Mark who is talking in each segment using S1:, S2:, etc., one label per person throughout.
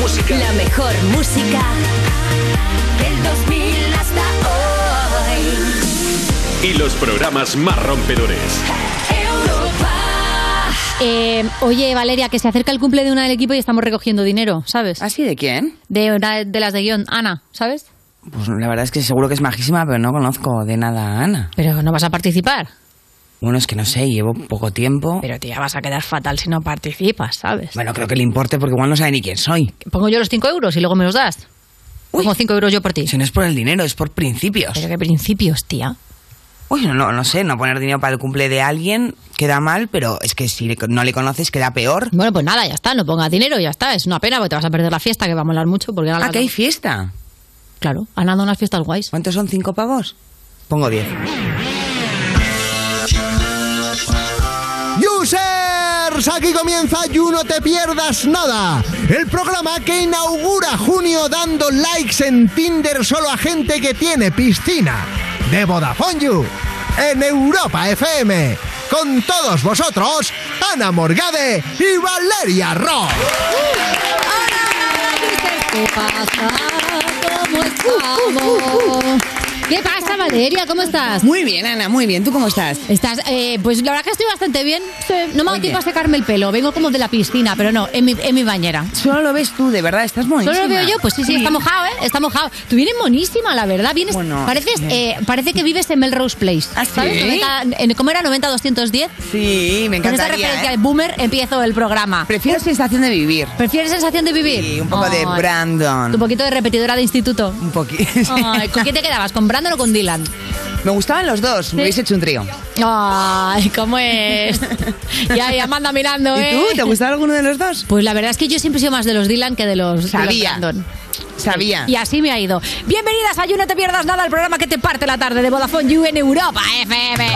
S1: música.
S2: La mejor música del 2000 hasta hoy.
S1: Y los programas más rompedores.
S3: Eh, oye, Valeria, que se acerca el cumple de una del equipo y estamos recogiendo dinero, ¿sabes?
S4: ¿Así ¿Ah, de quién?
S3: De, una de las de guión, Ana, ¿sabes?
S4: Pues la verdad es que seguro que es majísima, pero no conozco de nada a Ana.
S3: Pero no vas a participar.
S4: Bueno, es que no sé, llevo poco tiempo.
S3: Pero tía, vas a quedar fatal si no participas, ¿sabes?
S4: Bueno, creo que le importe porque igual no sabe ni quién soy.
S3: Pongo yo los 5 euros y luego me los das.
S4: Uy.
S3: Pongo 5 euros yo por ti.
S4: Si no es por el dinero, es por principios.
S3: Pero qué principios, tía.
S4: Uy, no, no sé, no poner dinero para el cumple de alguien queda mal, pero es que si le- no le conoces queda peor.
S3: Bueno, pues nada, ya está, no pongas dinero, ya está. Es una pena porque te vas a perder la fiesta que va a molar mucho porque ahora
S4: Ah,
S3: la-
S4: que hay fiesta.
S3: Claro, han dado unas fiestas guays.
S4: ¿Cuántos son cinco pavos? Pongo diez.
S5: Users, aquí comienza You No Te Pierdas Nada, el programa que inaugura junio dando likes en Tinder solo a gente que tiene piscina, de Vodafone You, en Europa FM, con todos vosotros, Ana Morgade y Valeria Ross.
S3: ¿Qué pasa? ¿Cómo estamos? ¿Qué pasa, Valeria? ¿Cómo estás?
S4: Muy bien, Ana, muy bien. ¿Tú cómo estás?
S3: Estás, eh, pues la verdad que estoy bastante bien. No me ha dado
S4: Oye.
S3: tiempo a secarme el pelo. Vengo como de la piscina, pero no, en mi, en mi bañera.
S4: Solo lo ves tú, de verdad, estás buenísima.
S3: ¿Solo lo veo yo? Pues sí, sí, está mojado, ¿eh? Está mojado. Tú vienes monísima, la verdad. Vienes,
S4: Bueno,
S3: pareces,
S4: es
S3: eh, parece que vives en Melrose Place.
S4: ¿Ah,
S3: ¿Sabes?
S4: sí?
S3: 90 en- ¿Cómo era? 90-210.
S4: Sí, me
S3: Con esa
S4: encantaría.
S3: referencia
S4: ¿eh?
S3: al boomer empiezo el programa.
S4: Prefiero sensación de vivir.
S3: ¿Prefieres sensación de vivir?
S4: Sí, un poco de
S3: Ay, Un
S4: Brandon.
S3: poquito de repetidora de instituto.
S4: Un poquito.
S3: Ay, ¿Con qué te quedabas? ¿Con Brandon o con Dylan?
S4: Me gustaban los dos, me hubiese hecho un trío.
S3: Ay, ¿cómo es? Ya, ya manda mirando,
S4: ¿Y
S3: ¿eh?
S4: tú? ¿Te gustaba alguno de los dos?
S3: Pues la verdad es que yo siempre he sido más de los Dylan que de los, de
S4: Sabía.
S3: los Brandon.
S4: Sabía.
S3: Y así me ha ido. Bienvenidas a You No Te Pierdas Nada, el programa que te parte la tarde de Vodafone You en Europa FM.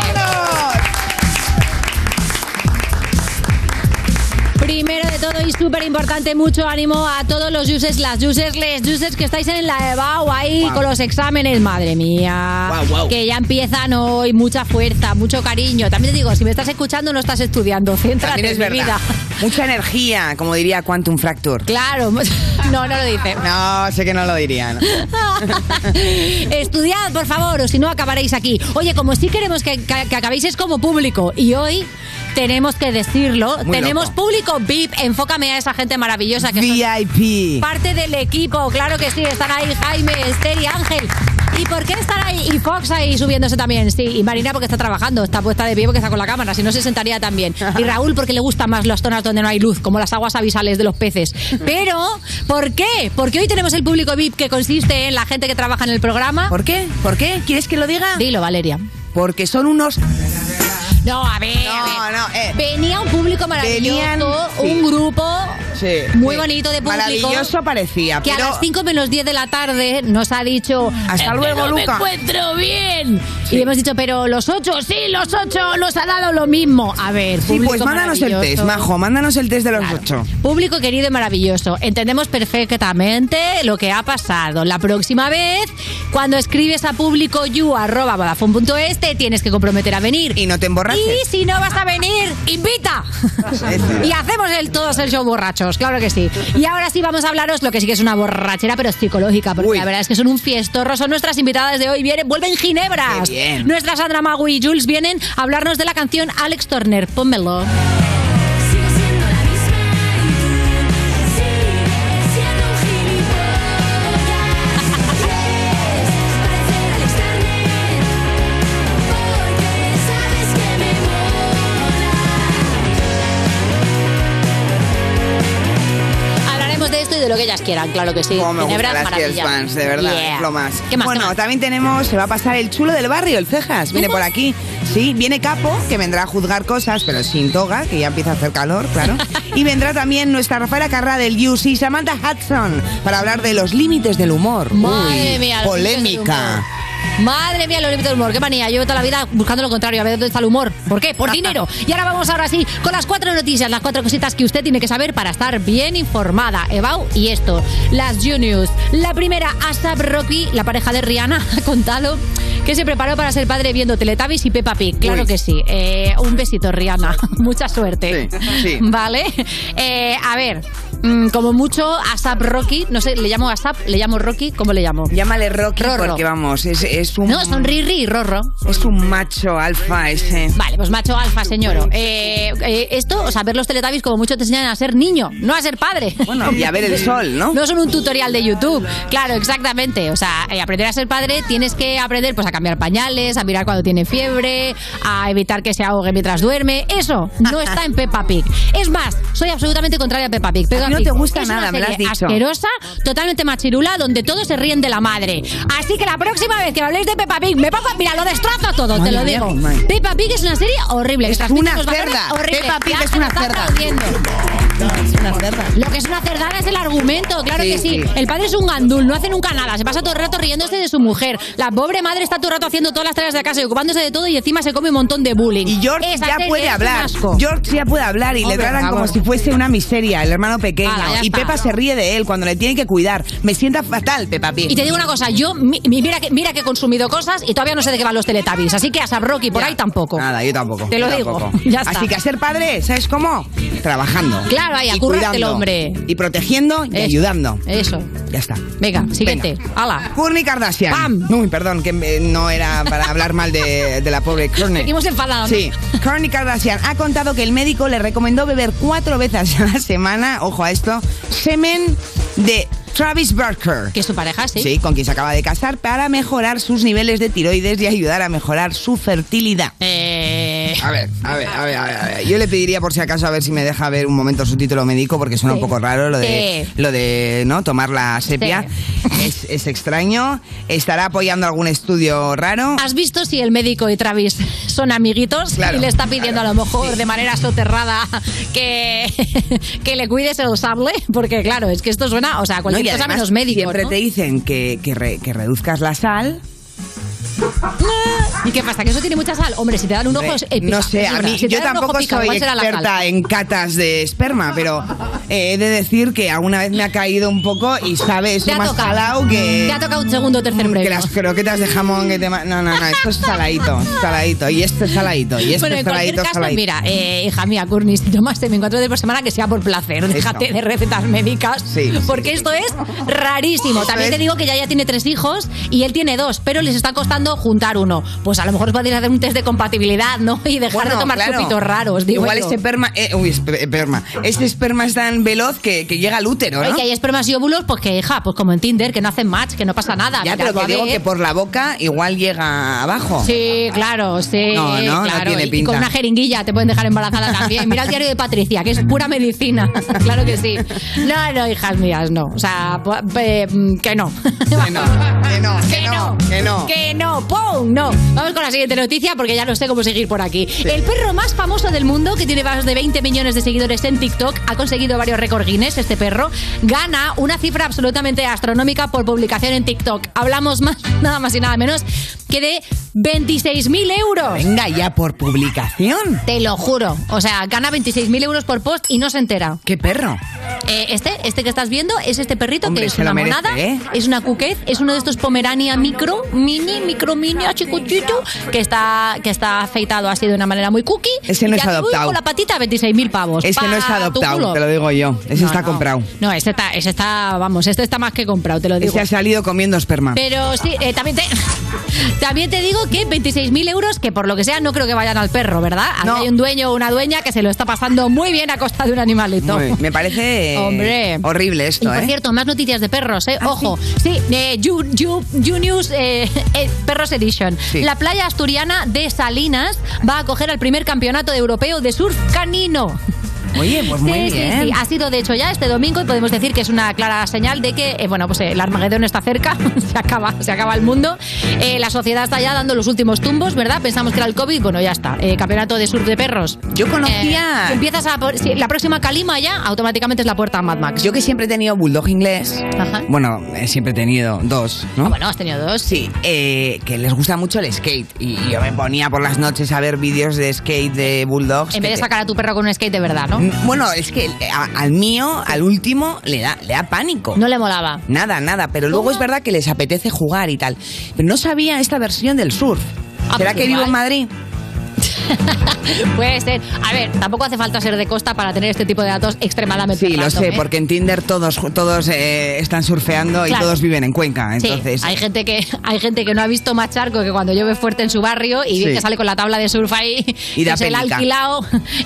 S3: Primero de todo y súper importante, mucho ánimo a todos los users, las users, les users que estáis en la EBAU ahí con los exámenes, madre mía.
S4: Guau, guau.
S3: Que ya empiezan hoy, mucha fuerza, mucho cariño. También te digo, si me estás escuchando no estás estudiando, céntrate
S4: También es
S3: en mi
S4: verdad.
S3: vida.
S4: Mucha energía, como diría Quantum Fracture.
S3: Claro, no, no lo dice.
S4: No, sé que no lo diría. ¿no?
S3: Estudiad, por favor, o si no acabaréis aquí. Oye, como sí queremos que, que- que acabéis es como público. Y hoy tenemos que decirlo.
S4: Muy
S3: tenemos
S4: loco.
S3: público VIP. Enfócame a esa gente maravillosa que son
S4: VIP.
S3: parte del equipo. Claro que sí, están ahí Jaime, Esther y Ángel. ¿Y por qué están ahí? Y Fox ahí subiéndose también, sí. Y Marina porque está trabajando, está puesta de pie porque está con la cámara, si no se sentaría también. Y Raúl porque le gustan más las zonas donde no hay luz, como las aguas abisales de los peces. Pero, ¿por qué? Porque hoy tenemos el público VIP que consiste en la gente que trabaja en el programa.
S4: ¿Por qué? ¿Por qué? ¿Quieres que lo diga?
S3: Dilo, Valeria.
S4: Porque son unos...
S3: No, a ver.
S4: No,
S3: a ver.
S4: no, eh.
S3: Venía un público maravilloso,
S4: Venían-
S3: un
S4: sí.
S3: grupo
S4: Sí,
S3: muy
S4: sí.
S3: bonito de público.
S4: Maravilloso parecía,
S3: que
S4: Ah, pero...
S3: a las 5 menos 10 de la tarde nos ha dicho
S4: Hasta
S3: "Es que
S4: luego,
S3: no
S4: Luca".
S3: me encuentro bien y hemos dicho pero los 8 sí los 8 nos ha dado lo mismo a ver
S4: Sí, pues
S3: público
S4: mándanos el test,
S3: maravilloso.
S4: Majo, mándanos el test de los
S3: Claro.
S4: ocho.
S3: Público querido y maravilloso, entendemos perfectamente lo que ha pasado. La próxima vez, cuando escribes a publicoyu.vodafone.es, te tienes que comprometer a venir.
S4: Y no te emborraches.
S3: Y si no vas a venir, invita. y hacemos el, todos el show borrachos, claro que sí. Y ahora sí vamos a hablaros lo que sí que es una borrachera, pero psicológica, porque
S4: Uy.
S3: la verdad es que son un fiestorro. Son nuestras invitadas de hoy. Vienen, vuelven Ginebras.
S4: Qué bien.
S3: Nuestra Sandra Magui y Jules vienen a hablarnos de la canción Alex Turner. Pónmelo.
S2: Sigo siendo la misma y tú sigues siendo un gilipollas. Quieres parecer Alex Turner porque sabes que me mola.
S3: Hablaremos de esto y de lo que ellas quieran, claro que sí.
S4: Como Oh, me gustan las Girls
S3: maravilla.
S4: Bands, de verdad,
S3: Yeah.
S4: es lo más.
S3: ¿Qué más?
S4: bueno,
S3: qué más?
S4: también tenemos, se va a pasar el chulo del barrio, el Cejas, viene por aquí. Sí, viene Capo, que vendrá a juzgar cosas, pero sin toga, que ya empieza a hacer calor, claro. y vendrá también nuestra Rafaela Carrá del UC, Samantha Hudson, para hablar de los límites del humor.
S3: Madre
S4: Uy,
S3: mía, los límites del humor.
S4: polémica.
S3: Madre mía, los límites del humor, qué manía. Llevo toda la vida buscando lo contrario, a ver dónde está el humor. ¿Por qué? Por dinero. Y ahora vamos ahora sí con las cuatro noticias, las cuatro cositas que usted tiene que saber para estar bien informada. Evau y esto, las Juniors. La primera, ASAP Rocky, la pareja de Rihanna, ha contado que se preparó para ser padre viendo Teletubbies y Peppa Pig. Claro
S4: Uy.
S3: que sí. Eh, un besito, Rihanna. Mucha suerte.
S4: Sí, sí.
S3: Vale. Eh, a ver, mm, como mucho ASAP Rocky, no sé, le llamo ASAP, le llamo Rocky, ¿cómo le llamo?
S4: Llámale Rocky
S3: Rorro.
S4: porque vamos, es, es un.
S3: No, son Riri y Rorro.
S4: Es un macho alfa ese.
S3: Vale, pues macho alfa, señor. Eh, eh, esto, o sea, ver los Teletubbies como mucho te enseñan a ser niño, no a ser padre.
S4: Bueno, y a ver el sol, ¿no?
S3: No son un tutorial de YouTube. Claro, exactamente. O sea, eh, aprender a ser padre tienes que aprender pues a cambiar pañales, a mirar cuando tiene fiebre, a evitar que se ahogue mientras duerme. Eso no está en Peppa Pig. Es más, soy absolutamente contraria a Peppa Pig. Peppa
S4: A ti no
S3: Pig
S4: te gusta
S3: es una
S4: nada, me lo has
S3: serie
S4: dicho.
S3: Asquerosa, totalmente machirula, donde todos se ríen de la madre. Así que la próxima vez que me habléis de Peppa Pig, me pongo, mira, lo destrozo todo, te
S4: Madre
S3: lo
S4: mía,
S3: digo.
S4: madre.
S3: Peppa Pig es una serie horrible. que transmite
S4: una
S3: unos valores
S4: cerda.
S3: horribles.
S4: Peppa Pig
S3: Ya
S4: es
S3: se
S4: una
S3: nos está
S4: cerda.
S3: aplaudiendo.
S4: Una cerda.
S3: Lo que es una cerdada es el argumento, claro
S4: Sí,
S3: que sí.
S4: sí.
S3: El padre es un gandul, no hace nunca nada, se pasa todo el rato riéndose de su mujer. La pobre madre está todo el rato haciendo todas las tareas de la casa y ocupándose de todo y encima se come un montón de bullying.
S4: Y George
S3: Esa
S4: ya
S3: serie
S4: puede
S3: es un
S4: hablar.
S3: asco.
S4: George ya puede hablar y
S3: Hombre,
S4: le tratan
S3: por
S4: como
S3: favor.
S4: si fuese una miseria, el hermano pequeño.
S3: Ala, ya
S4: y
S3: está.
S4: Pepa se ríe de él cuando le tiene que cuidar. Me sienta fatal, Pepa Pig.
S3: Y te digo una cosa, yo mi- mi- mira que, mira que he consumido cosas y todavía no sé de qué van los teletubbies, así que a Sabroki por ahí tampoco.
S4: Nada, yo tampoco.
S3: Te lo
S4: yo
S3: digo,
S4: tampoco.
S3: ya está.
S4: Así que a ser padre, ¿sabes cómo? Trabajando.
S3: Claro, ahí, a
S4: Y
S3: currarte el
S4: cuidando,
S3: hombre.
S4: Y protegiendo y
S3: Eso,
S4: ayudando.
S3: Eso.
S4: Ya está.
S3: Venga, siguiente. Hala.
S4: Kourtney Kardashian.
S3: Pam.
S4: Uy, perdón, que eh, no era para hablar mal de, de la pobre Kourtney.
S3: Seguimos enfadados. ¿no?
S4: Sí, Kourtney Kardashian ha contado que el médico le recomendó beber cuatro veces a la semana, ojo a esto, semen de Travis Barker.
S3: Que es tu pareja, sí.
S4: Sí, con quien se acaba de casar para mejorar sus niveles de tiroides y ayudar a mejorar su fertilidad.
S3: Eh,
S4: A ver, a ver, a ver, a ver, a ver. Yo le pediría por si acaso a ver si me deja ver un momento su título médico porque suena un poco raro lo de
S3: Sí.
S4: lo de no tomar la sepia. Es, es extraño. Estará apoyando algún estudio raro.
S3: ¿Has visto si el médico y Travis son amiguitos?
S4: Claro,
S3: y le está pidiendo
S4: claro,
S3: a lo mejor de manera soterrada que, que le cuides el sable, porque claro, es que esto suena, o sea,
S4: No, y
S3: cualquier cosa
S4: además
S3: menos médico.
S4: Siempre
S3: ¿no?
S4: te dicen que, que re- que reduzcas la sal.
S3: ¿Y qué pasa? ¿Que eso tiene mucha sal? Hombre, si te dan un ojo,
S4: Hombre,
S3: es- eh, pica,
S4: no sé,
S3: es
S4: a
S3: verdad.
S4: mí,
S3: Si te
S4: yo
S3: dan un ojo,
S4: tampoco
S3: pica,
S4: soy
S3: igual será la sal.
S4: experta en catas de esperma, pero eh, he de decir que alguna vez me ha caído un poco y sabe
S3: Te
S4: eso
S3: ha
S4: más
S3: tocado.
S4: salado que...
S3: Te ha tocado un segundo o tercer
S4: que
S3: premio.
S4: las croquetas de jamón que te... ma- No, no, no, esto es saladito, saladito, y esto es saladito, y esto
S3: bueno,
S4: es
S3: en cualquier
S4: saladito,
S3: caso,
S4: saladito.
S3: mira, eh, hija mía, Courtney, si tomas semen cuatro veces por semana, que sea por placer. Déjate de recetas médicas,
S4: Sí, sí,
S3: porque esto es rarísimo.
S4: Eso
S3: También
S4: es.
S3: te digo que ya, ya tiene tres hijos y él tiene dos, pero les está costando juntar uno. Pues a lo mejor podéis hacer un test de compatibilidad, ¿no? Y dejar
S4: Bueno,
S3: de tomar
S4: claro.
S3: chupitos raros, digo
S4: Igual
S3: yo.
S4: ese esperma... eh, uy, esper- esperma. Ese esperma es tan veloz que, que llega al útero,
S3: Ay,
S4: ¿no?
S3: que hay espermas y óvulos, pues que, hija, pues como en Tinder, que no hacen match, que no pasa nada.
S4: Ya, pero
S3: Miradlo
S4: que
S3: a
S4: digo
S3: ver.
S4: que por la boca igual llega abajo.
S3: Sí, claro, sí.
S4: No, no, no
S3: claro.
S4: tiene
S3: Y- y
S4: pinta.
S3: con una jeringuilla te pueden dejar embarazada también. Mira el diario de Patricia, que es pura medicina. claro que sí. No, no, hijas mías, no. O sea, po- eh, que no.
S4: Que no, que no, que no, que no.
S3: Que no, ¡pum! No. Vamos con la siguiente noticia porque ya no sé cómo seguir por aquí. El perro más famoso del mundo, que tiene más de 20 millones de seguidores en TikTok, ha conseguido varios récords Guinness. Este perro gana una cifra absolutamente astronómica por publicación en TikTok. Hablamos más, nada más y nada menos que de 26.000 euros.
S4: Venga ya por publicación.
S3: Te lo juro. O sea, gana 26.000 euros por post y no se entera.
S4: ¡Qué perro!
S3: Eh, este, este que estás viendo, es este perrito
S4: Hombre,
S3: que es
S4: se lo
S3: una
S4: merece,
S3: monada,
S4: ¿eh?
S3: es una cuquez, es uno de estos pomerania micro, mini, micro, mini, chicuchito, que está, que está afeitado así de una manera muy cooqui.
S4: Ese no
S3: Y
S4: es
S3: que hace, uy,
S4: adoptado.
S3: Con la patita, 26.000 pavos.
S4: Ese no es
S3: Pa, tu
S4: adoptado,
S3: culo.
S4: te lo digo yo. Ese
S3: No,
S4: está
S3: no.
S4: comprado.
S3: No, este está, ese está, vamos, este está más que comprado, te lo digo.
S4: Ese ha salido comiendo esperma.
S3: Pero sí, eh, también, te, también te digo que 26.000 euros, que por lo que sea, no creo que vayan al perro, ¿verdad? Aquí
S4: No.
S3: hay un dueño o una dueña que se lo está pasando muy bien a costa de un animalito.
S4: Muy- me parece eh,
S3: Hombre.
S4: horrible
S3: Y
S4: esto,
S3: por
S4: ¿eh?
S3: cierto, más noticias de perros, ¿eh?
S4: Ah,
S3: Ojo. Sí, eh, You, You- You News eh, eh, Perros Edition.
S4: Sí.
S3: La playa asturiana de Salinas va a acoger al primer campeonato europeo de surf canino.
S4: Oye, pues muy
S3: sí,
S4: bien.
S3: sí, sí. Ha sido de hecho ya este domingo y podemos decir que es una clara señal de que, eh, bueno, pues eh, el Armagedón está cerca, se acaba, se acaba el mundo. Eh, la sociedad está ya dando los últimos tumbos, ¿verdad? Pensamos que era el COVID, bueno, ya está. Eh, campeonato de surf de perros.
S4: Yo
S3: Eh,
S4: conocía.
S3: si empiezas a por- si la próxima calima ya, automáticamente es la puerta a Mad Max.
S4: yo que siempre he tenido bulldog inglés.
S3: Ajá.
S4: Bueno, eh, siempre he tenido dos,
S3: Ah,
S4: ¿no?
S3: bueno, has tenido dos.
S4: Sí, eh, que les gusta mucho el skate. Y y yo me ponía por las noches a ver vídeos de skate de bulldogs.
S3: En
S4: que
S3: vez de
S4: te-
S3: sacar a tu perro con un skate de verdad, ¿no?
S4: Mm, Bueno, es que a- al mío, al último, le da, le da pánico.
S3: No le molaba.
S4: Nada, nada, pero luego es verdad que les apetece jugar y tal. Pero no sabía esta versión del surf.
S3: Ah,
S4: ¿Será
S3: pues
S4: que vivo
S3: igual.
S4: en Madrid?
S3: Puede ser. A ver, tampoco hace falta ser de costa para tener este tipo de datos extremadamente
S4: Sí, lo
S3: random,
S4: sé,
S3: ¿eh?
S4: porque en Tinder todos, todos eh, están surfeando y
S3: Claro.
S4: todos viven en Cuenca.
S3: Sí,
S4: Entonces,
S3: hay gente que hay gente que no ha visto más charco que cuando llueve fuerte en su barrio y
S4: Sí.
S3: que sale con la tabla de surf ahí
S4: Y da
S3: que se la ha
S4: pénica.
S3: alquilado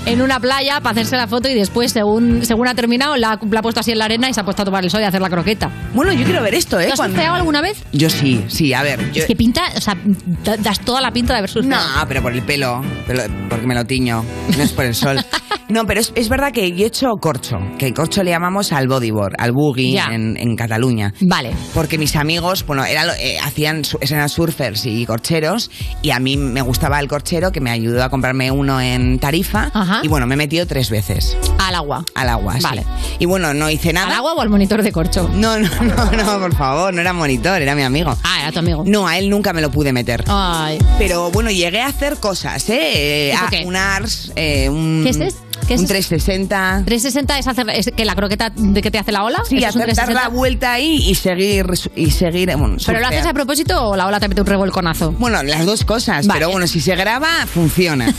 S3: en una playa para hacerse la foto y después según según ha terminado la, la ha puesto así en la arena y se ha puesto a tomar el sol y a hacer la croqueta.
S4: Bueno, yo quiero ver esto, ¿eh?
S3: ¿Lo has
S4: Cuando-
S3: surfeado alguna vez?
S4: Yo sí, sí, a ver. yo-
S3: Es que pinta, o sea, da- das toda la pinta de haber
S4: No,
S3: surfeado.
S4: pero por el pelo, pero- porque me lo tiño, no es por el sol. No, pero es, es verdad que yo he hecho corcho, que corcho le llamamos al bodyboard, al boogie
S3: Ya.
S4: en, en Cataluña.
S3: Vale.
S4: Porque mis amigos, bueno, era lo- eh, hacían su- eran surfers y corcheros y a mí me gustaba el corchero que me ayudó a comprarme uno en Tarifa
S3: Ajá.
S4: y bueno, me he metido tres veces
S3: Al agua.
S4: al agua. sí.
S3: Vale.
S4: Y bueno, no hice
S3: ¿Al
S4: nada.
S3: agua o al monitor de corcho?
S4: No, no, no, no, por favor, no era monitor, era mi amigo.
S3: Ah, era tu amigo.
S4: No, a él nunca me lo pude meter.
S3: Ay.
S4: Pero bueno, llegué a hacer cosas, ¿eh? Eh,
S3: ¿Tipo
S4: ah,
S3: qué?
S4: Un ARS, eh, un,
S3: ¿Qué es es- qué es
S4: un
S3: es-
S4: 360.
S3: 360 es hacer es que la croqueta de que te hace la ola.
S4: Sí,
S3: ¿Eso es un
S4: hacer dar la
S3: 360?
S4: vuelta ahí y seguir. Y seguir eh, bueno,
S3: ¿Pero
S4: surfear.
S3: lo haces a propósito o la ola te mete un revolconazo?
S4: Bueno, las dos cosas,
S3: Vale.
S4: pero bueno, si se graba, funciona.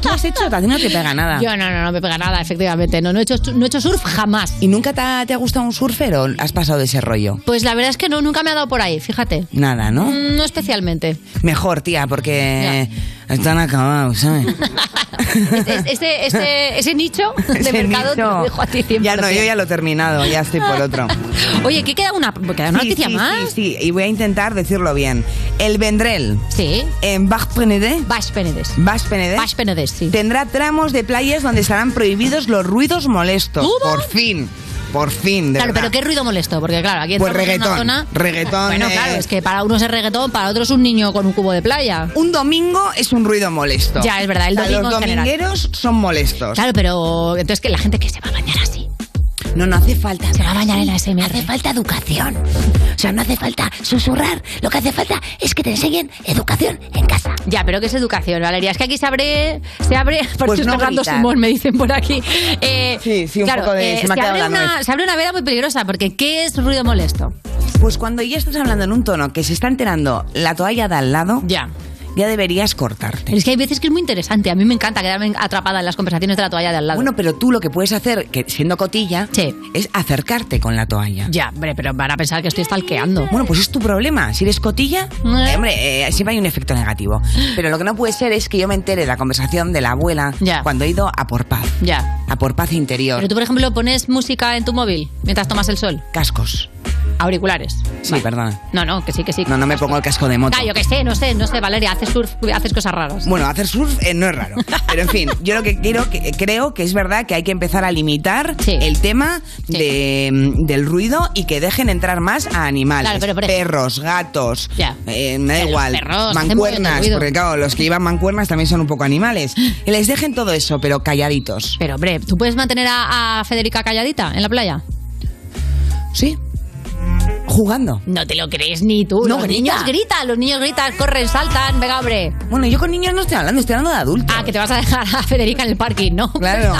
S4: ¿Tú has hecho? A ti no te pega nada.
S3: Yo no, no, no me pega nada, efectivamente. No, no, he, hecho, no he hecho surf jamás.
S4: ¿Y nunca te ha, te ha gustado un surfer o has pasado de ese rollo?
S3: Pues la verdad es que no, nunca me ha dado por ahí, fíjate.
S4: Nada, ¿no?
S3: Mm, No especialmente.
S4: Mejor, tía, porque están acabados, ¿sabes?
S3: Este, este- este- ese nicho de
S4: Ese
S3: mercado te
S4: nicho.
S3: lo dejo a ti 100%.
S4: Ya no, yo ya lo he terminado, ya estoy por otro.
S3: Oye, ¿qué queda una, queda una
S4: Sí,
S3: noticia
S4: sí,
S3: más?
S4: Sí, sí, y voy a intentar decirlo bien. El Vendrell
S3: Sí.
S4: en Bach Penedé,
S3: Bash Penedes.
S4: Bach Penedé,
S3: Bash Penedes, sí.
S4: tendrá tramos de playas donde estarán prohibidos los ruidos molestos.
S3: ¿Cómo?
S4: Por fin, por fin, de
S3: Claro, pero
S4: verdad.
S3: qué ruido molesto, porque claro, aquí
S4: Pues
S3: entramos
S4: reggaetón,
S3: en una zona...
S4: reggaetón,
S3: Bueno, claro,
S4: eh.
S3: es que para unos es reggaetón, para otros un niño con un cubo de playa.
S4: Un domingo es un ruido molesto.
S3: Ya, es verdad, el
S4: O sea,
S3: domingo
S4: Los
S3: en general.
S4: domingueros son molestos.
S3: Claro, pero entonces que la gente que se va a bañar así,
S4: No, no hace falta.
S3: se va a bañar en la SMR.
S6: Hace falta educación. O sea, no hace falta susurrar. Lo que hace falta es que te enseñen educación en casa.
S3: Ya, pero ¿qué es educación, Valeria? Es que aquí se abre, se abre, por
S4: Pues
S3: estoy
S4: no
S3: pegando
S4: gritar.
S3: sumón, me dicen por aquí. Eh,
S4: Sí, sí, un
S3: claro,
S4: poco de-
S3: eh,
S4: se me ha
S3: se,
S4: quedado
S3: abre
S4: la
S3: una,
S4: nuez.
S3: se abre una veda muy peligrosa, porque ¿qué es ruido molesto?
S4: Pues cuando ya estás hablando en un tono que se está enterando la toalla de al lado,
S3: Ya.
S4: ya deberías cortarte.
S3: Es que hay veces que es muy interesante, a mí me encanta quedarme atrapada en las conversaciones de la toalla de al lado.
S4: Bueno, pero tú lo que puedes hacer, que siendo cotilla,
S3: Sí.
S4: es acercarte con la toalla.
S3: ya, hombre, pero van a pensar que estoy stalkeando.
S4: Bueno, pues es tu problema. Si eres cotilla,
S3: Eh.
S4: eh, hombre, eh, siempre hay un efecto negativo. Pero lo que no puede ser es que yo me entere de la conversación de la abuela
S3: Ya.
S4: cuando he ido a por paz.
S3: Ya.
S4: A por paz interior.
S3: Pero tú, por ejemplo, pones música en tu móvil mientras tomas el sol,
S4: Cascos.
S3: auriculares.
S4: Sí, perdona.
S3: No, no, que sí, que sí.
S4: No, no me pongo el casco de moto.
S3: Ah, yo que sé, no sé, no sé, Valeria, haces surf, haces cosas raras.
S4: Bueno, hacer surf eh, no es raro. Pero en fin, yo lo que quiero, que, eh, creo que es verdad que hay que empezar a limitar
S3: Sí.
S4: el tema
S3: Sí.
S4: de, mm, del ruido y que dejen entrar más a animales.
S3: Claro, pero por ejemplo-
S4: perros, gatos,
S3: Ya.
S4: eh, me da
S3: Pero
S4: igual,
S3: los perros hacen muy
S4: mancuernas,
S3: ruido.
S4: porque claro, los que llevan mancuernas también son un poco animales. Y les dejen todo eso, pero calladitos.
S3: Pero, hombre, ¿tú puedes mantener a- a Federica calladita en la playa?
S4: ¿Sí? Jugando.
S3: No te lo crees ni tú.
S4: No,
S3: los
S4: grita.
S3: niños gritan, los niños gritan, corren, saltan, venga, hombre.
S4: Bueno, yo con niños no estoy hablando, estoy hablando de adultos.
S3: Ah, que te vas a dejar a Federica en el parking, ¿no?
S4: Claro.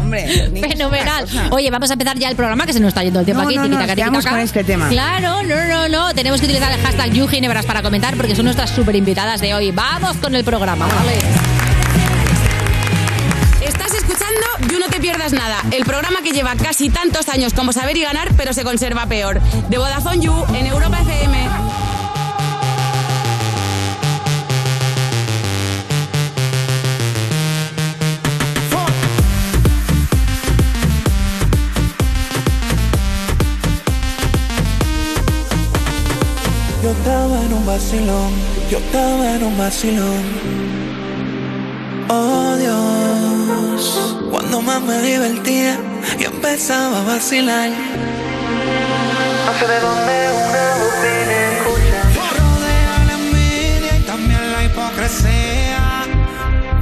S4: Hombre, niños es una
S3: Fenomenal.
S4: cosa.
S3: Oye, vamos a empezar ya el programa que se nos está yendo el tiempo
S4: No,
S3: aquí.
S4: no, no,
S3: tiquitaca,
S4: quedamos
S3: tiquitaca.
S4: con este tema.
S3: Claro, no, no, no. Tenemos que utilizar el hashtag YugiNebras para comentar porque son nuestras super invitadas de hoy. Vamos con el programa, ¿vale?
S7: Estás escuchando You No Te Pierdas Nada, el programa que lleva casi tantos años como saber y ganar, pero se conserva peor. De Vodafone You en Europa FM.
S8: Yo estaba en un vacilón, yo estaba en un vacilón. Oh Dios, cuando más me divertía, yo empezaba a vacilar. No sé de dónde una voz viene, escucha. Rodea la envidia y también la hipocresía.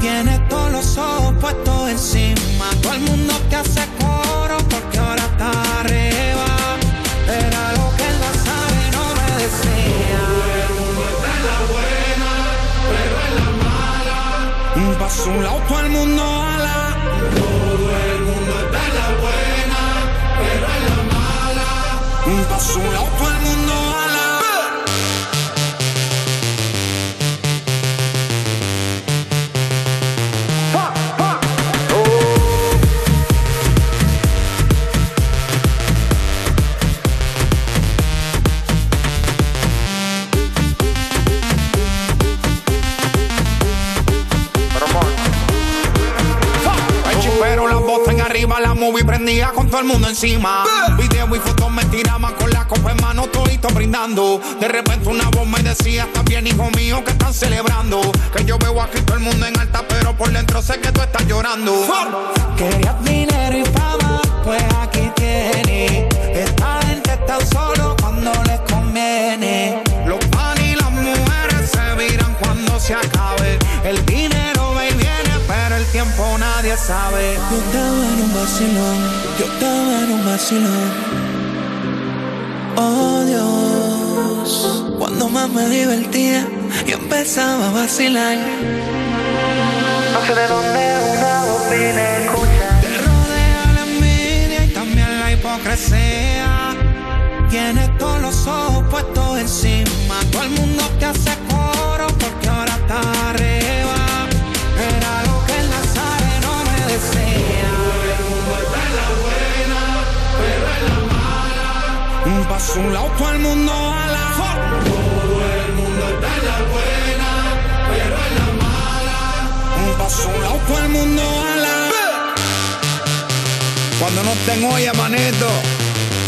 S8: Tienes todos los ojos puestos encima. Todo el mundo te hace coro porque ahora está arriba. Era lo que él no sabe, no me decía. Un paso a un lado, todo el mundo ala. Todo el mundo está en la buena, pero en la mala. Un paso a un lado, todo el mundo ala.
S9: la movie prendía con todo el mundo encima. Video y fotos me tiraban con la copa en mano, todito brindando. De repente una voz me decía, está bien hijo mío, que están celebrando. Que yo veo aquí todo el mundo en alta, pero por dentro sé que tú estás llorando.
S8: Querías dinero y fama, pues aquí tienes. Esta gente está solo cuando les conviene.
S9: Los pan y las mujeres se viran cuando se acabe.
S8: El dinero va y viene, pero el tiempo nadie sabe. Yo estaba en un vacilón, yo estaba en un vacilón.
S9: Oh Dios,
S8: cuando más me divertía y empezaba a vacilar.
S9: no sé de dónde una voz viene, escucha.
S8: Te rodea la envidia y también la hipocresía. Tienes todos los ojos puestos encima. Todo el mundo te hace coro porque ahora está arriba. Era lo que el Nazareno me decía.
S9: Pa' su lado todo el mundo a la Todo el mundo está en la buena, pero en la mala. Pa' su lado todo el mundo a la
S10: Cuando no tengo olla, manito,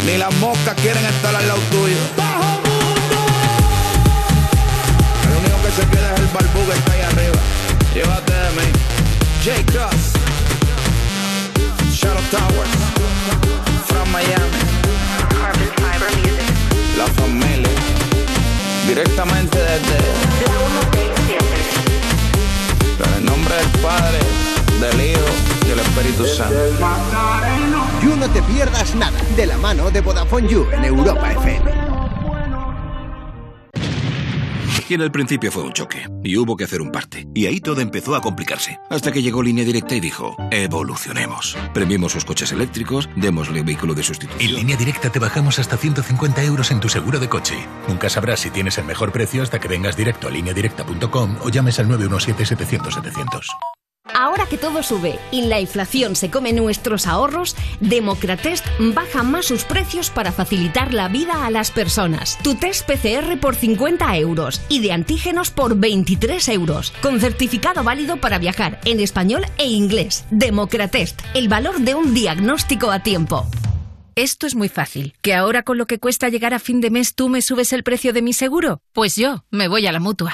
S10: ni las moscas quieren estar al lado tuyo.
S8: Bajo mundo.
S10: El único que se queda es el barbú que está ahí arriba. Llévate de mí. J. Cross. Shadow Towers. From Miami. La familia. Directamente desde. En el nombre del Padre, del Hijo y del Espíritu Santo.
S5: You No Te Pierdas Nada, de la mano de Vodafone You en Europa FM.
S11: Y en el principio fue un choque, y hubo que hacer un parte. Y ahí todo empezó a complicarse. Hasta que llegó Línea Directa y dijo, evolucionemos. Premiemos sus coches eléctricos, démosle vehículo de sustitución.
S12: En línea directa te bajamos hasta 150 euros en tu seguro de coche. Nunca sabrás si tienes el mejor precio hasta que vengas directo a lineadirecta.com o llames al 917-700-700.
S13: Ahora que todo sube y la inflación se come nuestros ahorros, Democratest baja más sus precios para facilitar la vida a las personas. Tu test PCR por 50 euros y de antígenos por 23 euros, con certificado válido para viajar en español e inglés. Democratest, el valor de un diagnóstico a tiempo.
S3: Esto es muy fácil. ¿Que ahora con lo que cuesta llegar a fin de mes tú me subes el precio de mi seguro? Pues yo me voy a la mutua.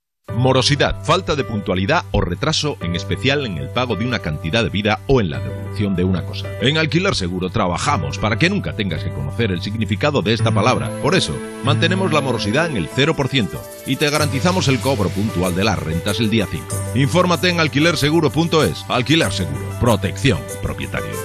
S14: Morosidad, falta de puntualidad o retraso, en especial en el pago de una cantidad de vida o en la devolución de una cosa. En Alquiler Seguro trabajamos para que nunca tengas que conocer el significado de esta palabra. Por eso, mantenemos la morosidad en el 0% y te garantizamos el cobro puntual de las rentas el día 5. Infórmate en alquilerseguro.es. Alquiler Seguro, protección, propietarios.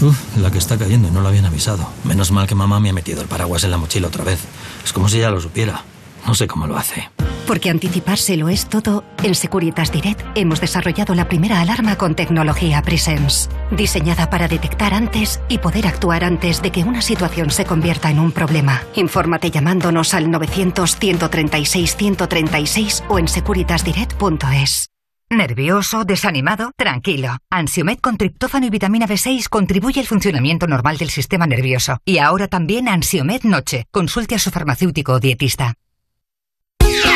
S15: Uf, la que está cayendo, no lo habían avisado. Menos mal que mamá me ha metido el paraguas en la mochila otra vez. Es como si ya lo supiera. No sé cómo lo hace.
S16: Porque anticipárselo es todo, en Securitas Direct hemos desarrollado la primera alarma con tecnología Presence, diseñada para detectar antes y poder actuar antes de que una situación se convierta en un problema. Infórmate llamándonos al 900-136-136 o en securitasdirect.es.
S17: ¿Nervioso? ¿Desanimado? Tranquilo. Ansiomed con triptófano y vitamina B6 contribuye al funcionamiento normal del sistema nervioso. Y ahora también Ansiomed Noche. Consulte a su farmacéutico o dietista.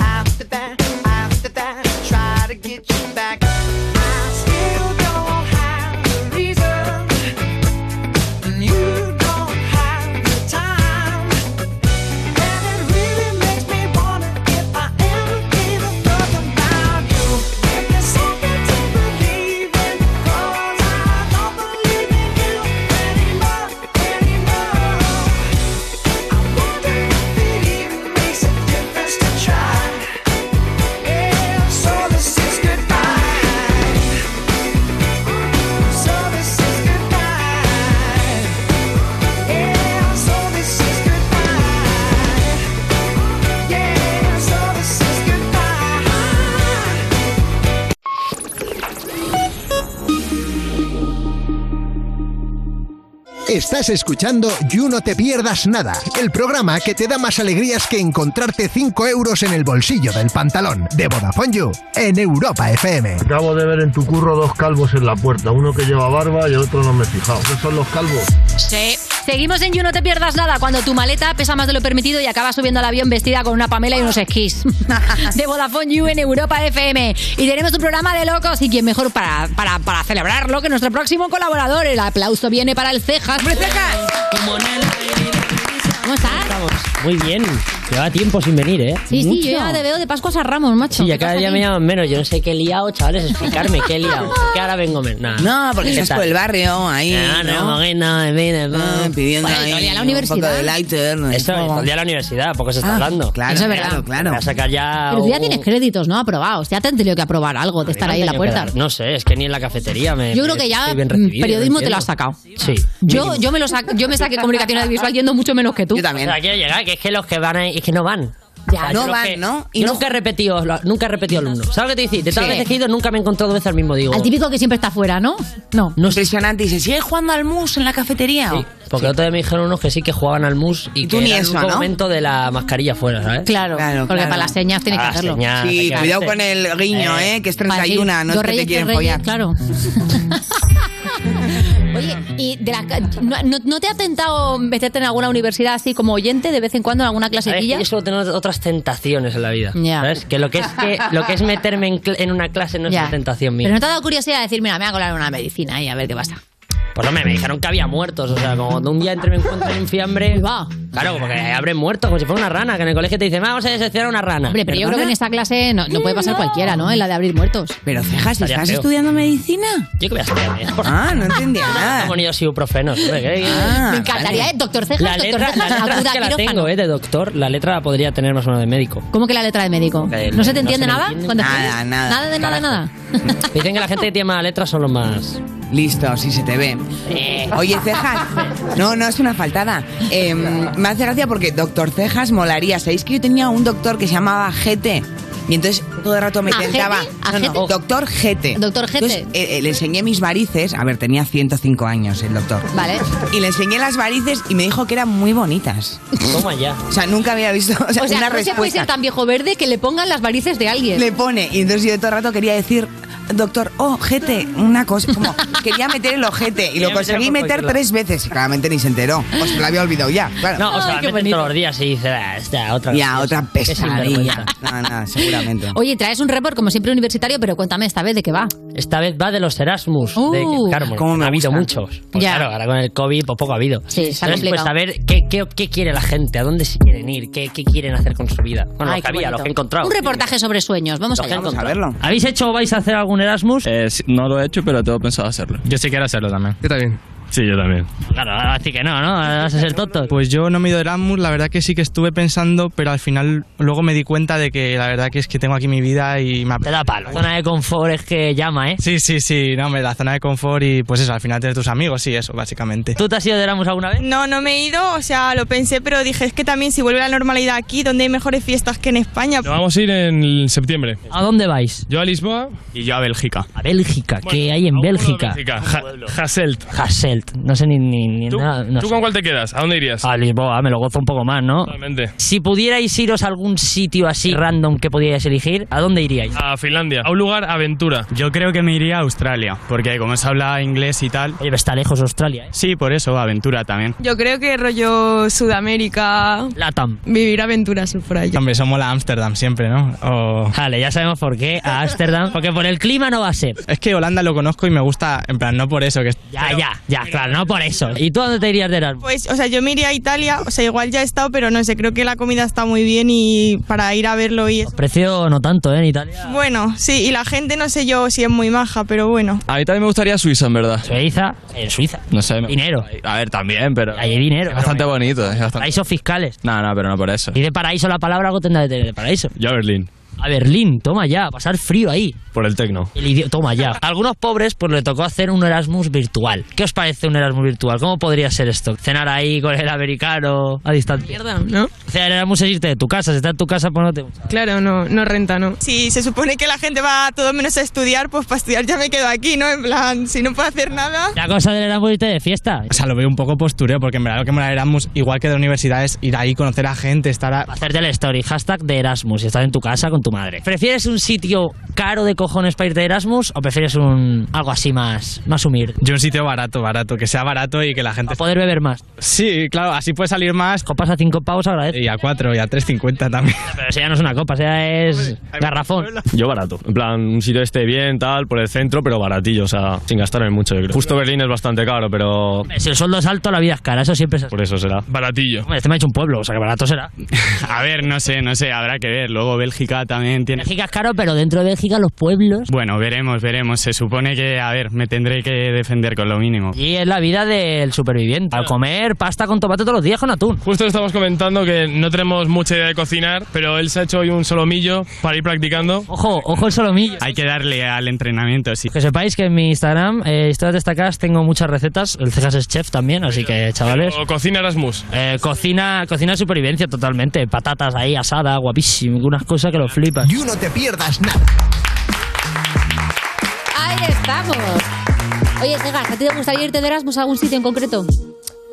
S18: After that, after that, try to get you back. I still don't have the reason, and you don't have the time, and it really makes me wonder if I ever gave a fuck about you. Give me something to believe in, 'cause I don't believe in you anymore, anymore. I wonder if it even makes a difference to try.
S5: Estás escuchando You No Te Pierdas Nada, el programa que te da más alegrías que encontrarte 5 euros en el bolsillo del pantalón de Vodafone You en Europa FM.
S19: Acabo de ver en tu curro dos calvos en la puerta, uno que lleva barba y el otro no me he fijado. ¿Qué son los calvos?
S3: Sí. Seguimos en You, no te pierdas nada cuando tu maleta pesa más de lo permitido y acabas subiendo al avión vestida con una pamela y unos esquís. De Vodafone You en Europa FM. Y tenemos un programa de locos y quién mejor para, para, para celebrarlo que nuestro próximo colaborador. El aplauso viene para el Cejas. ¡Hombre, Cejas! ¿Cómo estás?
S20: Muy bien. Lleva tiempo sin venir, ¿eh?
S3: Sí, sí, yo
S20: Mucho.
S3: ya te veo de Pascuas a Ramos, macho.
S20: Sí, ya
S3: ¿Qué
S20: cada
S3: pasa
S20: día
S3: aquí?
S20: me llaman menos. Yo no sé qué he liado, chavales, explicarme qué he liado. Que ahora vengo menos. Nah.
S4: No, porque
S20: ¿Qué
S4: estás
S20: tal?
S4: por el barrio, ahí.
S20: Ah, no,
S4: ¿no? Ah,
S20: que no, de mí, de mí.
S4: pidiendo
S20: Bueno,
S4: ahí
S20: todo el día a la
S4: un
S20: universidad.
S4: poco de lighter. ¿no?
S20: Eso, es, todo el día a la universidad, poco se está
S4: Ah,
S20: hablando.
S4: claro, Eso es verdad. claro, claro.
S20: Voy a sacar ya
S3: Pero tú ya
S20: un-
S3: tienes créditos, ¿no? Aprobados. Ya te han tenido que aprobar algo de estar ahí en la
S20: Tengo que
S3: puerta.
S20: dar- No sé, es que ni en la cafetería me.
S3: Yo creo que ya periodismo te lo has sacado.
S20: Sí.
S3: Yo, yo me lo sa- yo me saqué comunicación audiovisual yendo mucho menos que tú. Yo
S20: O sea, quiero llegar, que es que los que van ahí, es que no van.
S3: Ya,
S20: O sea,
S3: no
S20: yo los
S3: van,
S20: que-
S3: ¿no?
S20: yo nunca he repetido, lo- nunca he repetido alumno. ¿Sabes lo que te decís? De todas las
S3: Sí.
S20: veces que he ido, nunca me he encontrado dos veces al mismo digo.
S3: Al típico que siempre está fuera, ¿no? No.
S4: Impresionante. Dice, ¿sigue jugando al mus en la cafetería?
S20: Sí, porque otro día me dijeron unos que sí que jugaban al mus y,
S4: tú
S20: que
S4: ni
S20: era el
S4: eso,
S20: único
S4: ¿no?
S20: momento de la mascarilla fuera, ¿sabes?
S3: Claro, porque para las señas tienes que
S20: Para las
S3: hacerlo.
S20: señas,
S4: Sí,
S20: efectivamente.
S4: cuidado con el guiño,
S20: Eh,
S4: ¿eh? Que es 31, no es
S3: Dos
S4: que te
S3: reyes,
S4: quieren
S3: tres reyes,
S4: follar.
S3: Claro. Oye, ¿y de la ca- ¿no, no, no te ha tentado meterte en alguna universidad así como oyente de vez en cuando en alguna
S20: ¿Sabes?
S3: clasequilla?
S20: Yo suelo tener otras tentaciones en la vida.
S3: Ya.
S20: ¿Sabes? Que lo que es, que, lo que es meterme en, cl- en una clase no es
S3: Ya.
S20: una tentación mía.
S3: Pero no te ha dado curiosidad decir, mira, me voy a colar una medicina y a ver qué pasa.
S20: Pues hombre, me dijeron que había muertos. O sea, como cuando un día entre me encuentro en un fiambre. ¡ah! Claro, como que abren muertos, como si fuera una rana. Que en el colegio te dicen, vamos a diseccionar una rana.
S3: Hombre, pero yo creo que en esta clase no, no puede pasar cualquiera, ¿no? En la de abrir muertos.
S4: Pero cejas,
S20: Estaría
S4: ¿estás
S20: feo.
S4: estudiando medicina?
S20: Yo que voy a estudiar, ¿eh?
S4: Ah, no entendía nada.
S20: Como niños ibuprofenos. hombre, ¿qué- qué-
S3: me encantaría, ¿eh? Doctor Cejas,
S20: La
S3: doctor
S20: letra,
S3: Cejas,
S20: la letra es
S3: acuda
S20: que
S3: al
S20: la
S3: quirófano.
S20: tengo, ¿eh? De doctor. La letra la podría tener más o menos de médico.
S3: ¿Cómo que la letra de médico?
S20: Eh,
S3: ¿No se te
S20: no
S3: entiende
S20: se me
S3: nada?
S20: entiende.
S3: cuando
S20: Nada,
S3: escribes?
S20: nada.
S3: Nada de nada, nada.
S20: Dicen que la gente que tiene mala letra son los más. Eh.
S4: Listo, sí se te ve. Oye, Cejas, no, no es una faltada. Eh, me hace gracia porque doctor Cejas molaría. ¿Sabéis que yo tenía un doctor que se llamaba Gete? Y entonces todo el rato me
S3: ¿Ajete?
S4: intentaba. No, no,
S3: ¿Ajete?
S4: doctor Gete.
S3: Doctor Gete.
S4: Entonces, eh, eh, le enseñé mis varices. A ver, tenía 105 años el doctor.
S3: Vale.
S4: Y le enseñé las varices y me dijo que eran muy bonitas.
S20: Toma ya.
S4: O sea, nunca había visto o sea,
S3: O sea,
S4: una
S3: no se puede
S4: respuesta.
S3: ser tan viejo verde que le pongan las varices de alguien.
S4: Le pone, y entonces yo todo el rato quería decir, doctor, oh, ojete, una cosa, como quería meter el ojete, y
S20: Quería
S4: lo
S20: meter
S4: conseguí
S20: por
S4: meter
S20: cualquier lado.
S4: tres veces, y claramente ni se enteró, o se lo había olvidado ya, claro.
S20: No, o sea, la meten todos los días y dice, "Ah, esta, otra
S4: Ya, otra
S20: Qué
S4: pesadilla.
S20: sinvergüenza.
S4: No, no, seguramente.
S3: Oye, traes un report como siempre universitario, pero cuéntame esta vez de qué va.
S20: Esta vez va de los Erasmus.
S3: Uh,
S20: de, claro, bueno,
S3: cómo me
S20: ha habido
S3: gusta.
S20: muchos. Pues
S3: Ya.
S20: claro, ahora con el COVID, pues poco ha habido.
S3: Sí, se ha
S20: Entonces, pues
S3: complicado.
S20: a ver qué, qué, qué quiere la gente, a dónde se quieren ir, qué, qué quieren hacer con su vida. Bueno, los
S3: Ay,
S20: que
S3: qué
S20: había, los
S3: bonito.
S20: que he encontrado.
S3: Un reportaje sobre sueños. Vamos
S20: Los que
S3: allá.
S20: he encontrado. ¿Habéis hecho o vais a hacer algún Erasmus?
S21: Eh, no lo he hecho, pero tengo pensado hacerlo. Yo sí quiero hacerlo también. Yo también. Sí, yo también.
S20: Claro, así que no, ¿no? Vas a ser tonto.
S21: Pues yo no me he ido de Erasmus, la verdad que sí que estuve pensando, pero al final luego me di cuenta de que la verdad que es que tengo aquí mi vida y me Te da palo.
S20: Zona de confort es que llama, ¿eh?
S21: Sí, sí, sí, no, hombre, la zona de confort y pues eso, al final tener tus amigos y eso, básicamente.
S20: ¿Tú te has ido de Erasmus alguna vez?
S22: No, no me he ido, o sea, lo pensé, pero dije, es que también si vuelve la normalidad aquí, donde hay mejores fiestas que en España.
S21: Nos vamos a ir en septiembre.
S20: ¿A dónde vais?
S21: Yo a Lisboa. Y yo a Bélgica.
S20: A Bélgica, ¿qué hay en Bélgica?
S21: Hasselt.
S20: Hasselt, no sé ni, ni, ni nada. no
S21: ¿Tú
S20: sé.
S21: con cuál te quedas? ¿A dónde irías?
S20: A Lisboa, me lo gozo un poco más, ¿no?
S21: Totalmente.
S20: Si pudierais iros a algún sitio así random que pudierais elegir, ¿a dónde iríais?
S21: A Finlandia. A un lugar aventura. Yo creo que me iría a Australia, porque como se habla inglés y tal.
S20: Oye, está lejos Australia, ¿eh?
S21: Sí, por eso, aventura también.
S22: Yo creo que rollo Sudamérica,
S20: Latam.
S22: vivir aventuras por allá.
S21: Hombre, somos la Ámsterdam siempre, ¿no? O...
S20: Vale, ya sabemos por qué. A Ámsterdam, porque por el clima no va a ser.
S21: Es que Holanda lo conozco y me gusta, en plan, no por eso. que
S20: Ya, ya, ya, claro, no por eso. ¿Y tú a dónde te irías de Erasmus?
S22: Pues, o sea, yo me iría a Italia, o sea, igual ya he estado, pero no sé, creo que la comida está muy bien y para ir a verlo y eso.
S20: Precio no tanto, ¿eh? En Italia.
S22: Bueno, sí, y la gente no sé yo si es muy maja, pero bueno.
S21: A mí también me gustaría Suiza, en verdad.
S20: Suiza, en Suiza.
S21: No sé. me-
S20: Dinero.
S21: A ver, también, pero.
S20: Hay dinero.
S21: Es bastante bonito.
S20: Paraísos fiscales.
S21: No, no, pero no por eso.
S20: Y de paraíso la palabra algo tendrá que tener de paraíso.
S21: Yo a Berlín.
S20: a Berlín, toma ya, a pasar frío ahí.
S2: Por el tecno.
S20: El idi- toma ya. A algunos pobres pues le tocó hacer un Erasmus virtual. ¿Qué os parece un Erasmus virtual? ¿Cómo podría ser esto? Cenar ahí con el americano a distancia.
S22: Mierda, ¿no?
S20: O sea, el Erasmus es irte de tu casa, si estás en tu casa pues no te...
S22: Claro, no, no renta, ¿no? Si se supone que la gente va todo menos a estudiar, pues para estudiar ya me quedo aquí, ¿no? En plan, si no puedo hacer nada.
S20: La cosa del Erasmus irte de fiesta.
S21: O sea, lo veo un poco postureo porque en verdad lo que mola Erasmus, igual que de universidad, es ir ahí, conocer a gente, estar a...
S20: Hacerte el story, hashtag de Erasmus, si estás en tu casa con tu madre. ¿Prefieres un sitio caro de cojones para irte de Erasmus o prefieres un algo así más, más humilde?
S21: Yo un sitio barato, barato, que sea barato y que la gente...
S20: Poder beber más.
S21: Sí, claro, así puede salir más.
S20: Copas a 5 pavos agradezco.
S21: Y a 4 y a 3.50 también.
S20: Pero esa ya no es una copa, esa ya es garrafón.
S2: Yo barato. En plan, un sitio este bien, tal, por el centro, pero baratillo, o sea, sin gastarme mucho, yo creo. Justo Berlín es bastante caro, pero.
S20: Si el sueldo es alto, la vida es cara, eso siempre es así.
S2: Por eso será. Baratillo.
S20: Hombre, este me ha hecho un pueblo, o sea que barato será.
S23: A ver, no sé, no sé, habrá que ver. Luego Bélgica también tiene.
S20: Bélgica es caro, pero dentro de Bélgica los pueblos.
S23: Bueno, veremos, veremos. Se supone que, a ver, me tendré que defender con lo mínimo.
S20: Y es la vida del superviviente. Al comer pasta con tomate todos los días con atún.
S2: Ah. Justo estamos comentando que no tenemos mucha idea de cocinar, pero él se ha hecho hoy un solomillo para ir practicando.
S20: Ojo, ojo el solomillo.
S23: Hay que darle al entrenamiento, sí.
S20: Que sepáis que en mi Instagram, eh, historias destacadas, tengo muchas recetas. El Cejas es chef también, así que chavales.
S2: O cocina Erasmus.
S20: eh, cocina, cocina de supervivencia totalmente. Patatas ahí asada, guapísimo. Unas cosas que lo flipas.
S5: Y uno te pierdas nada.
S3: Ahí estamos. Oye, Segas, ¿a ti te gustaría irte de Erasmus a algún sitio en concreto?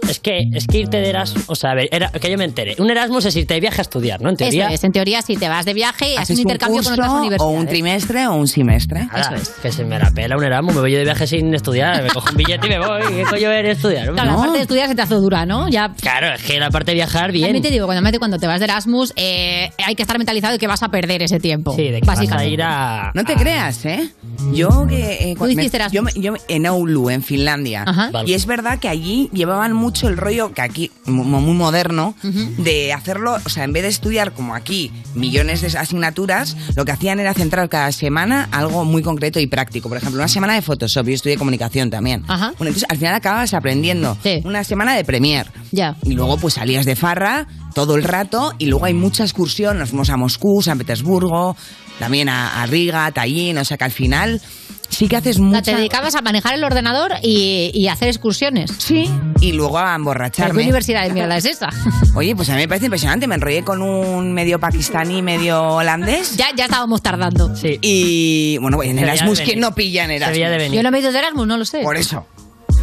S20: Es que, es que irte de Erasmus, o sea, a ver, era, que yo me entere. Un Erasmus es irte de viaje a estudiar, ¿no? En teoría.
S3: Eso es, en teoría, si te vas de viaje, haces
S4: Haces
S3: un intercambio
S4: curso,
S3: con otras
S4: o
S3: universidades.
S4: un trimestre o un semestre.
S20: Nada, Que se me la pela un Erasmus, me voy yo de viaje sin estudiar, me cojo un billete y me voy. ¿Qué coño eres a estudiar? hombre?
S3: Claro, la parte de estudiar se te hace dura, ¿no? Ya.
S20: Claro, es que la parte de viajar, bien.
S3: También te digo, cuando, cuando te vas de Erasmus, eh, hay que estar mentalizado de que vas a perder ese tiempo.
S20: Sí, de que vas a
S3: básicamente.
S20: ir a-
S4: No te creas, ¿eh? Yo que... eh,
S3: Tú hiciste
S4: me- yo, me- yo me- en Oulu, en Finlandia.
S3: Ajá. Vale.
S4: Y es verdad que allí llevaban mucho el rollo, que aquí, mu- mu- muy, moderno, de hacerlo, o sea, en vez de estudiar como aquí millones de asignaturas, lo que hacían era centrar cada semana algo muy concreto y práctico. Por ejemplo, una semana de Photoshop, yo estudié comunicación también. Bueno, entonces al final acabas aprendiendo una semana de Premiere.
S3: Ya.
S4: Y luego pues salías de farra todo el rato y luego hay mucha excursión, nos fuimos a Moscú, San Petersburgo, también a, a Riga, a Tallinn, o sea que al final sí que haces
S3: O
S4: mucha...
S3: sea, te dedicabas a manejar el ordenador y, y hacer excursiones.
S4: Sí. Y luego a
S3: ¿Qué
S4: emborracharme.
S3: universidad de mierda es esa?
S4: Oye, pues a mí me parece impresionante, me enrollé con un medio pakistaní, medio holandés.
S3: Ya, ya estábamos tardando.
S20: Sí.
S4: Y bueno, en
S3: Debía de
S4: Erasmus,
S3: venir.
S4: ¿quién no pilla en Erasmus?
S3: Debía de venir. Yo no me he ido de Erasmus, no lo sé.
S4: Por eso.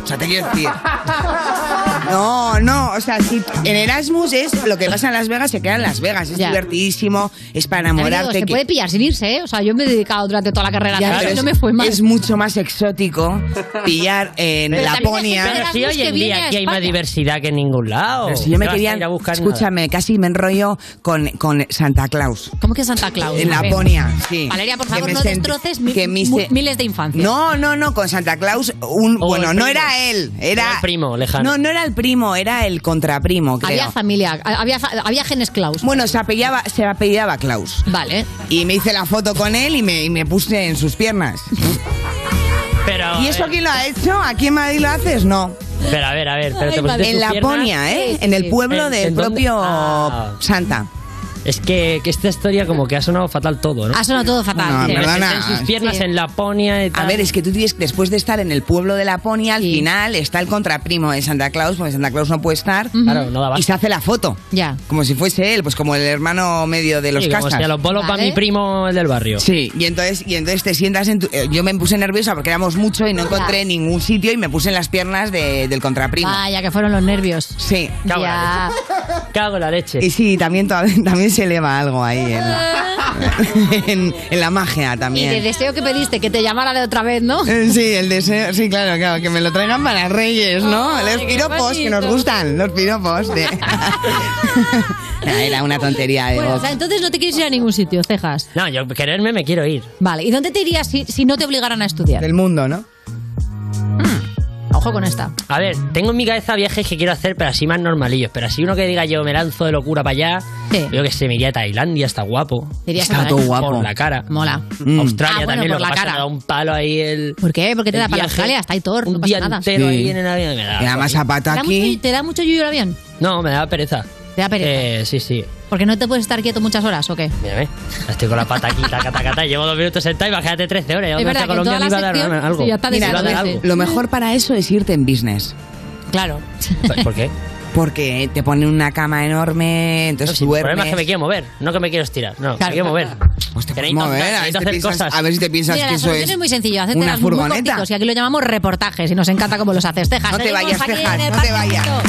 S4: O sea, te quiero decir. No, no, o sea, si en Erasmus es lo que pasa en Las Vegas, se queda en Las Vegas. Es
S3: Ya.
S4: divertidísimo, es para
S3: También digo,
S4: enamorarte.
S3: se
S4: que-
S3: puede pillar sin irse, ¿eh? O sea, yo me he dedicado durante toda la carrera.
S4: Ya,
S3: a
S4: pero
S3: eso y
S4: es-
S3: no me fue mal.
S4: Es mucho más exótico pillar en
S3: Pero también hay
S4: Laponia.
S3: gente
S20: Pero si hoy en día aquí hay más diversidad que en ningún lado.
S4: Pero si yo
S20: ¿Qué
S4: me
S20: vas a
S4: quería.
S20: ir a buscar nada?
S4: Escúchame, casi me enrollo con, con Santa Claus.
S3: ¿Cómo que Santa Claus?
S4: En
S3: A ver.
S4: Laponia, sí.
S3: Valeria, por
S4: Que
S3: favor,
S4: me
S3: no
S4: sent-
S3: destroces mi-
S4: que me
S3: mu-
S4: se-
S3: miles de infancias.
S4: No, no, no, con Santa Claus, un, bueno,
S20: el
S4: no
S20: primo.
S4: era él, era...
S20: Era el primo, lejano.
S4: No, no era el primo, era el contraprimo, creo.
S3: Había familia, ha- había, fa- había genes Klaus.
S4: Bueno, se apellaba, se apellidaba Klaus.
S3: Vale.
S4: Y me hice la foto con él y me, y me puse en sus piernas.
S20: Pero,
S4: ¿Y eso
S20: eh.
S4: quién lo ha hecho? ¿Aquí en Madrid lo haces? No.
S20: Pero a ver, a ver. Pero te pusiste
S4: en
S20: sus
S4: Laponia,
S20: piernas.
S4: ¿eh? en el pueblo
S20: ¿En-
S4: del
S20: en dónde?
S4: propio
S20: Ah.
S4: Santa.
S20: Es que, que esta historia como que ha sonado fatal todo, ¿no?
S3: Ha sonado todo fatal.
S4: No,
S3: sí.
S4: perdona.
S20: En sus piernas en Laponia y tal.
S4: A ver, es que tú tienes, después de estar en el pueblo de Laponia, al final está el contraprimo de Santa Claus, porque Santa Claus no puede estar.
S20: Claro, no da
S4: y
S20: basta.
S4: se hace la foto.
S3: Ya.
S4: Como si fuese él, pues como el hermano medio de los
S20: Sí, como
S4: cascas.
S20: si a los bolos va
S4: Vale.
S20: mi primo el del barrio.
S4: Sí, y entonces, y entonces te sientas en tu- eh, Yo me puse nerviosa porque éramos mucho y no encontré ningún sitio y me puse en las piernas de- del contraprimo.
S3: Vaya, que fueron los nervios.
S4: Sí.
S3: Cago en
S20: la Cago en la leche.
S4: Y sí, también, to- también se eleva algo ahí en la, en- en la magia
S3: Y
S4: también.
S3: de deseo que pediste, que te llamara de otra vez, ¿no?
S4: Eh, Sí, el deseo, sí, claro, claro, que me lo traigan para Reyes, ¿no?
S3: Ay,
S4: los
S3: qué
S4: piropos que nos
S3: bonito.
S4: gustan, los piropos. de- Nah, Era una tontería de
S3: Bueno, o
S4: voz.
S3: sea, entonces no te quieres ir a ningún sitio, cejas.
S20: No, yo quererme me quiero ir.
S3: Vale, ¿y dónde te irías si, si no te obligaran a estudiar? Mm,
S4: Del mundo, ¿no?
S3: Ojo con esta.
S20: A ver, tengo en mi cabeza viajes que quiero hacer, pero así más normalillos. Pero así uno que diga yo me lanzo de locura para allá, yo que se me iría a Tailandia, está guapo.
S3: Te irías Está a todo
S20: Por
S3: guapo.
S20: la cara.
S3: ¿eh? Mola.
S4: Mm.
S20: Australia
S3: Ah, bueno,
S20: también,
S3: por
S20: lo
S3: la
S20: que pasa,
S3: cara.
S20: me da un palo ahí el...
S3: ¿Por qué? Porque te
S20: El
S3: da para
S20: viaje,
S3: Australia, está ahí Thor, no
S20: un
S3: pasa
S20: día
S3: nada.
S20: entero
S4: Sí.
S20: ahí en el avión. Me da
S4: Y además a pata
S3: ¿Te da mucho-
S4: aquí.
S3: ¿Te da mucho yuyo el avión?
S20: No, me da pereza.
S3: Te da pereza.
S20: Eh, sí, sí.
S3: Porque no te puedes estar quieto muchas horas, ¿o qué?
S20: Mírame. Estoy con la pata aquí, taca, taca, taca. Llevo dos minutos sentado, imagínate 13 horas. Yo
S3: Es
S20: me
S3: verdad
S20: fui a
S3: que en
S20: Colombia
S3: toda
S20: me iba
S3: la
S20: a dar
S3: sección,
S20: algo.
S3: sí, ya está
S24: Mira,
S4: Mira,
S3: desde
S4: lo,
S3: las
S4: me-
S3: veces.
S4: lo mejor para eso es irte en business.
S3: Claro.
S20: ¿Por qué?
S4: Porque te ponen una cama enorme,
S20: No,
S4: entonces
S20: sí, el problema es
S4: duermes.
S20: que me quiero mover, no que me quiero estirar. No, me quiero mover. Que necesito-
S4: pues mover, a ver
S20: necesito
S4: si te
S20: hacer
S4: piensas-
S20: cosas.
S4: a ver si te piensas
S3: Mira, la solución es, muy sencilla, hacete
S4: una
S3: las muy
S4: furgoneta.
S3: corticos, y aquí lo llamamos reportajes y nos encanta cómo los haces, Cejas.
S4: No te
S3: Seguimos
S4: vayas,
S3: aquí en
S4: Cejas,
S3: el
S4: no te
S3: Parque
S4: vayas.
S3: Bonito.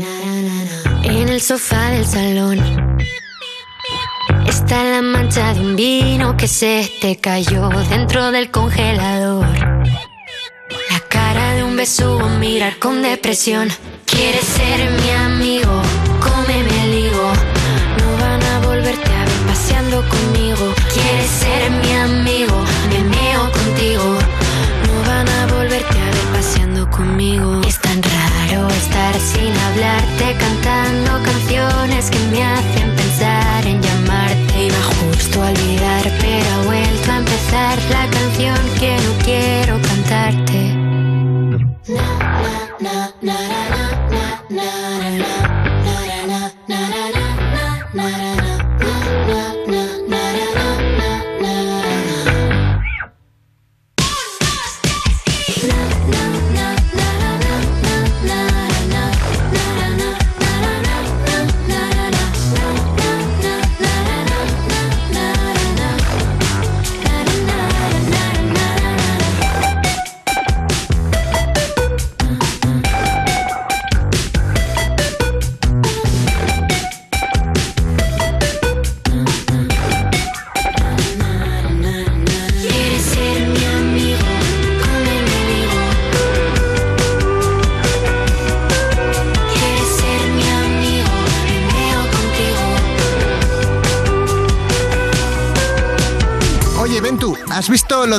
S25: En el sofá del salón está la mancha de un vino que se te cayó dentro del congelador. La cara de un besugo mirar con depresión. Quieres ser mi amigo, cómeme el higo. No van a volverte a ver paseando conmigo. Quieres ser mi amigo, me meo contigo. No van a volverte a ver paseando conmigo. Es tan raro estar sin hablarte, cantando canciones que me hacen pensar en llamarte. Iba justo a olvidar, pero ha vuelto a empezar la canción que no quiero cantarte. Quieres ser mi amigo, cómeme el higo. Quieres ser mi amigo, me meo
S5: Oye, Ventu, ¿has visto lo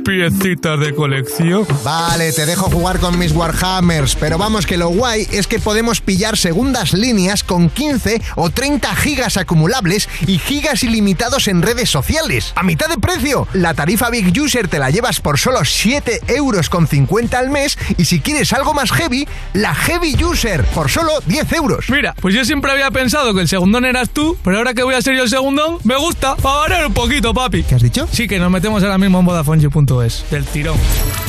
S26: piecitas de colección.
S5: Vale, te dejo jugar con mis Warhammers, pero vamos que lo guay es que podemos pillar segundas líneas con 15 o 30 gigas acumulables y gigas ilimitados en redes sociales. ¡A mitad de precio! La tarifa Big User te la llevas por solo 7,50 euros al mes y si quieres algo más heavy, la Heavy User por solo 10 euros.
S26: Mira, pues yo siempre había pensado que el segundón eras tú, pero ahora que voy a ser yo el segundón, me gusta, para variar un poquito, papi. ¿Qué
S5: has dicho?
S26: Sí, que nos metemos ahora mismo en VodafoneYou.es, del tirón.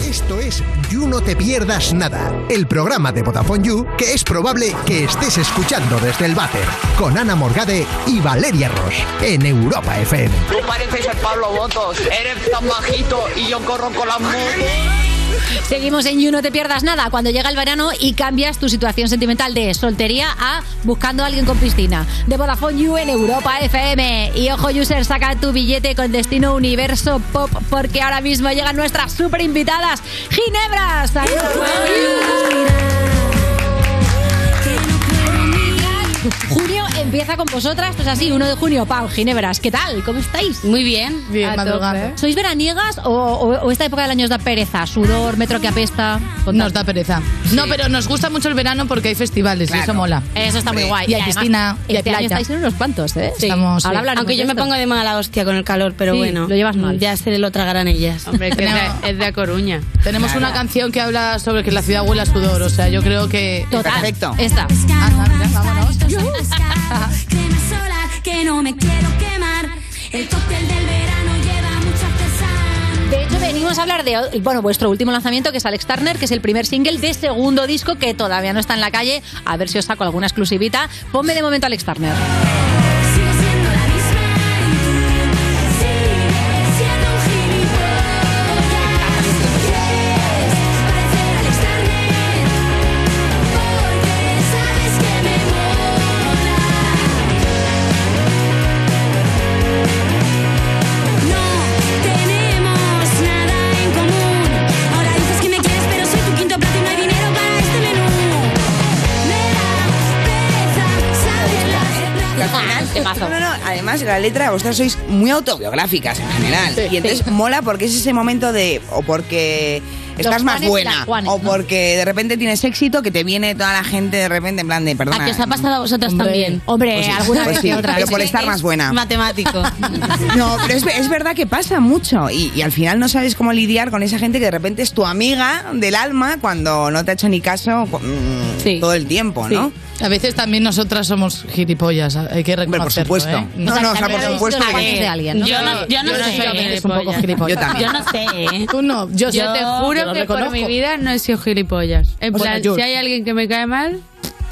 S5: Esto es You No Te Pierdas Nada, el programa de Vodafone You que es probable que estés escuchando desde el váter, con Ana Morgade y Valeria Ross, en Europa FM.
S27: Tú pareces el Pablo Botos, eres tan bajito y yo corro con las motos.
S3: Seguimos en You, no te pierdas nada. Cuando llega el verano y cambias tu situación sentimental de soltería a buscando a alguien con piscina. De Vodafone You en Europa FM. Y ojo, user, saca tu billete con destino universo pop porque ahora mismo llegan nuestras super invitadas, Ginebras. Junio empieza empieza con vosotras, esto es así, 1 de junio, Pau, Ginebras, ¿qué tal? ¿Cómo estáis? Muy bien,
S1: Bien, A madrugando. tope.
S3: ¿Sois veraniegas o, o- o esta época del año os da pereza? Sudor, metro que apesta.
S1: Nos da pereza. No, pero nos gusta mucho el verano porque hay festivales y eso mola.
S3: Eso está muy guay.
S1: Y hay
S3: además,
S1: piscina, y hay
S3: este año
S1: playa.
S3: estáis en unos cuantos, ¿eh?
S1: Sí. Estamos-
S3: Ahora hablaremos
S1: Aunque yo
S3: de
S1: me
S3: esto.
S1: pongo
S28: de mala hostia con el calor, pero
S1: Sí,
S28: bueno.
S1: lo llevas mal. Ah,
S28: Ya se lo tragarán ellas.
S1: Hombre, que es de-
S28: es de Coruña.
S1: Tenemos una canción que habla sobre que la ciudad huele a sudor, o sea, yo creo que...
S28: Total.
S1: Perfecto.
S3: Esta.
S1: Anda, mira, vámonos.
S29: Crema solar que no me quiero quemar. El cóctel del verano lleva mucho artesano.
S3: De hecho, venimos a hablar de bueno, vuestro último lanzamiento, que es Alex Turner, que es el primer single de segundo disco que todavía no está en la calle. A ver si os saco alguna exclusivita. Ponme de momento Alex Turner.
S29: Sigue siendo la misma y tú sigues siendo un gilipollas. Quieres parecer al externer porque sabes que me mola. No tenemos nada en común. Ahora dices que me quieres, pero soy tu quinto plato y no hay dinero para este menú. Me da pereza saber la
S4: Que al
S1: Ah,
S4: final- No, no, además la letra, vosotras sois muy autobiográficas en general. y entonces mola porque es ese momento de. O porque estás más
S1: Juanes y
S4: buena.
S1: las Juanes,
S4: o
S1: ¿no?
S4: porque de repente tienes éxito, que te viene toda la gente de repente en plan de perdona.
S1: ¿A que os ha pasado a vosotras Hombre, también?
S3: Hombre,
S4: Pues sí,
S1: alguna
S4: pues
S1: vez
S4: sí,
S1: que otra.
S4: Pero por
S1: Es-
S4: estar
S1: es
S4: más buena.
S1: Matemático.
S4: No, pero es, es verdad que pasa mucho y, y al final no sabes cómo lidiar con esa gente que de repente es tu amiga del alma cuando no te ha hecho ni caso cu- mm, todo el tiempo,
S1: Sí.
S4: ¿no?
S1: A veces también nosotras somos gilipollas, hay que reconocerlo.
S4: por supuesto.
S1: ¿eh?
S4: No, no, o sea, por
S1: también
S4: supuesto
S1: habéis visto
S4: que-
S1: el
S4: de alguien, ¿no?
S1: Yo no, yo no,
S28: soy
S1: sé. eres un poco
S28: gilipollas.
S1: gilipollas.
S28: Yo también. Yo no ¿eh?
S1: sé. Tú no, yo,
S28: Yo, te juro que por mi vida no he sido gilipollas. En
S4: O sea,
S28: plan,
S4: yo-
S28: si hay alguien que me cae mal,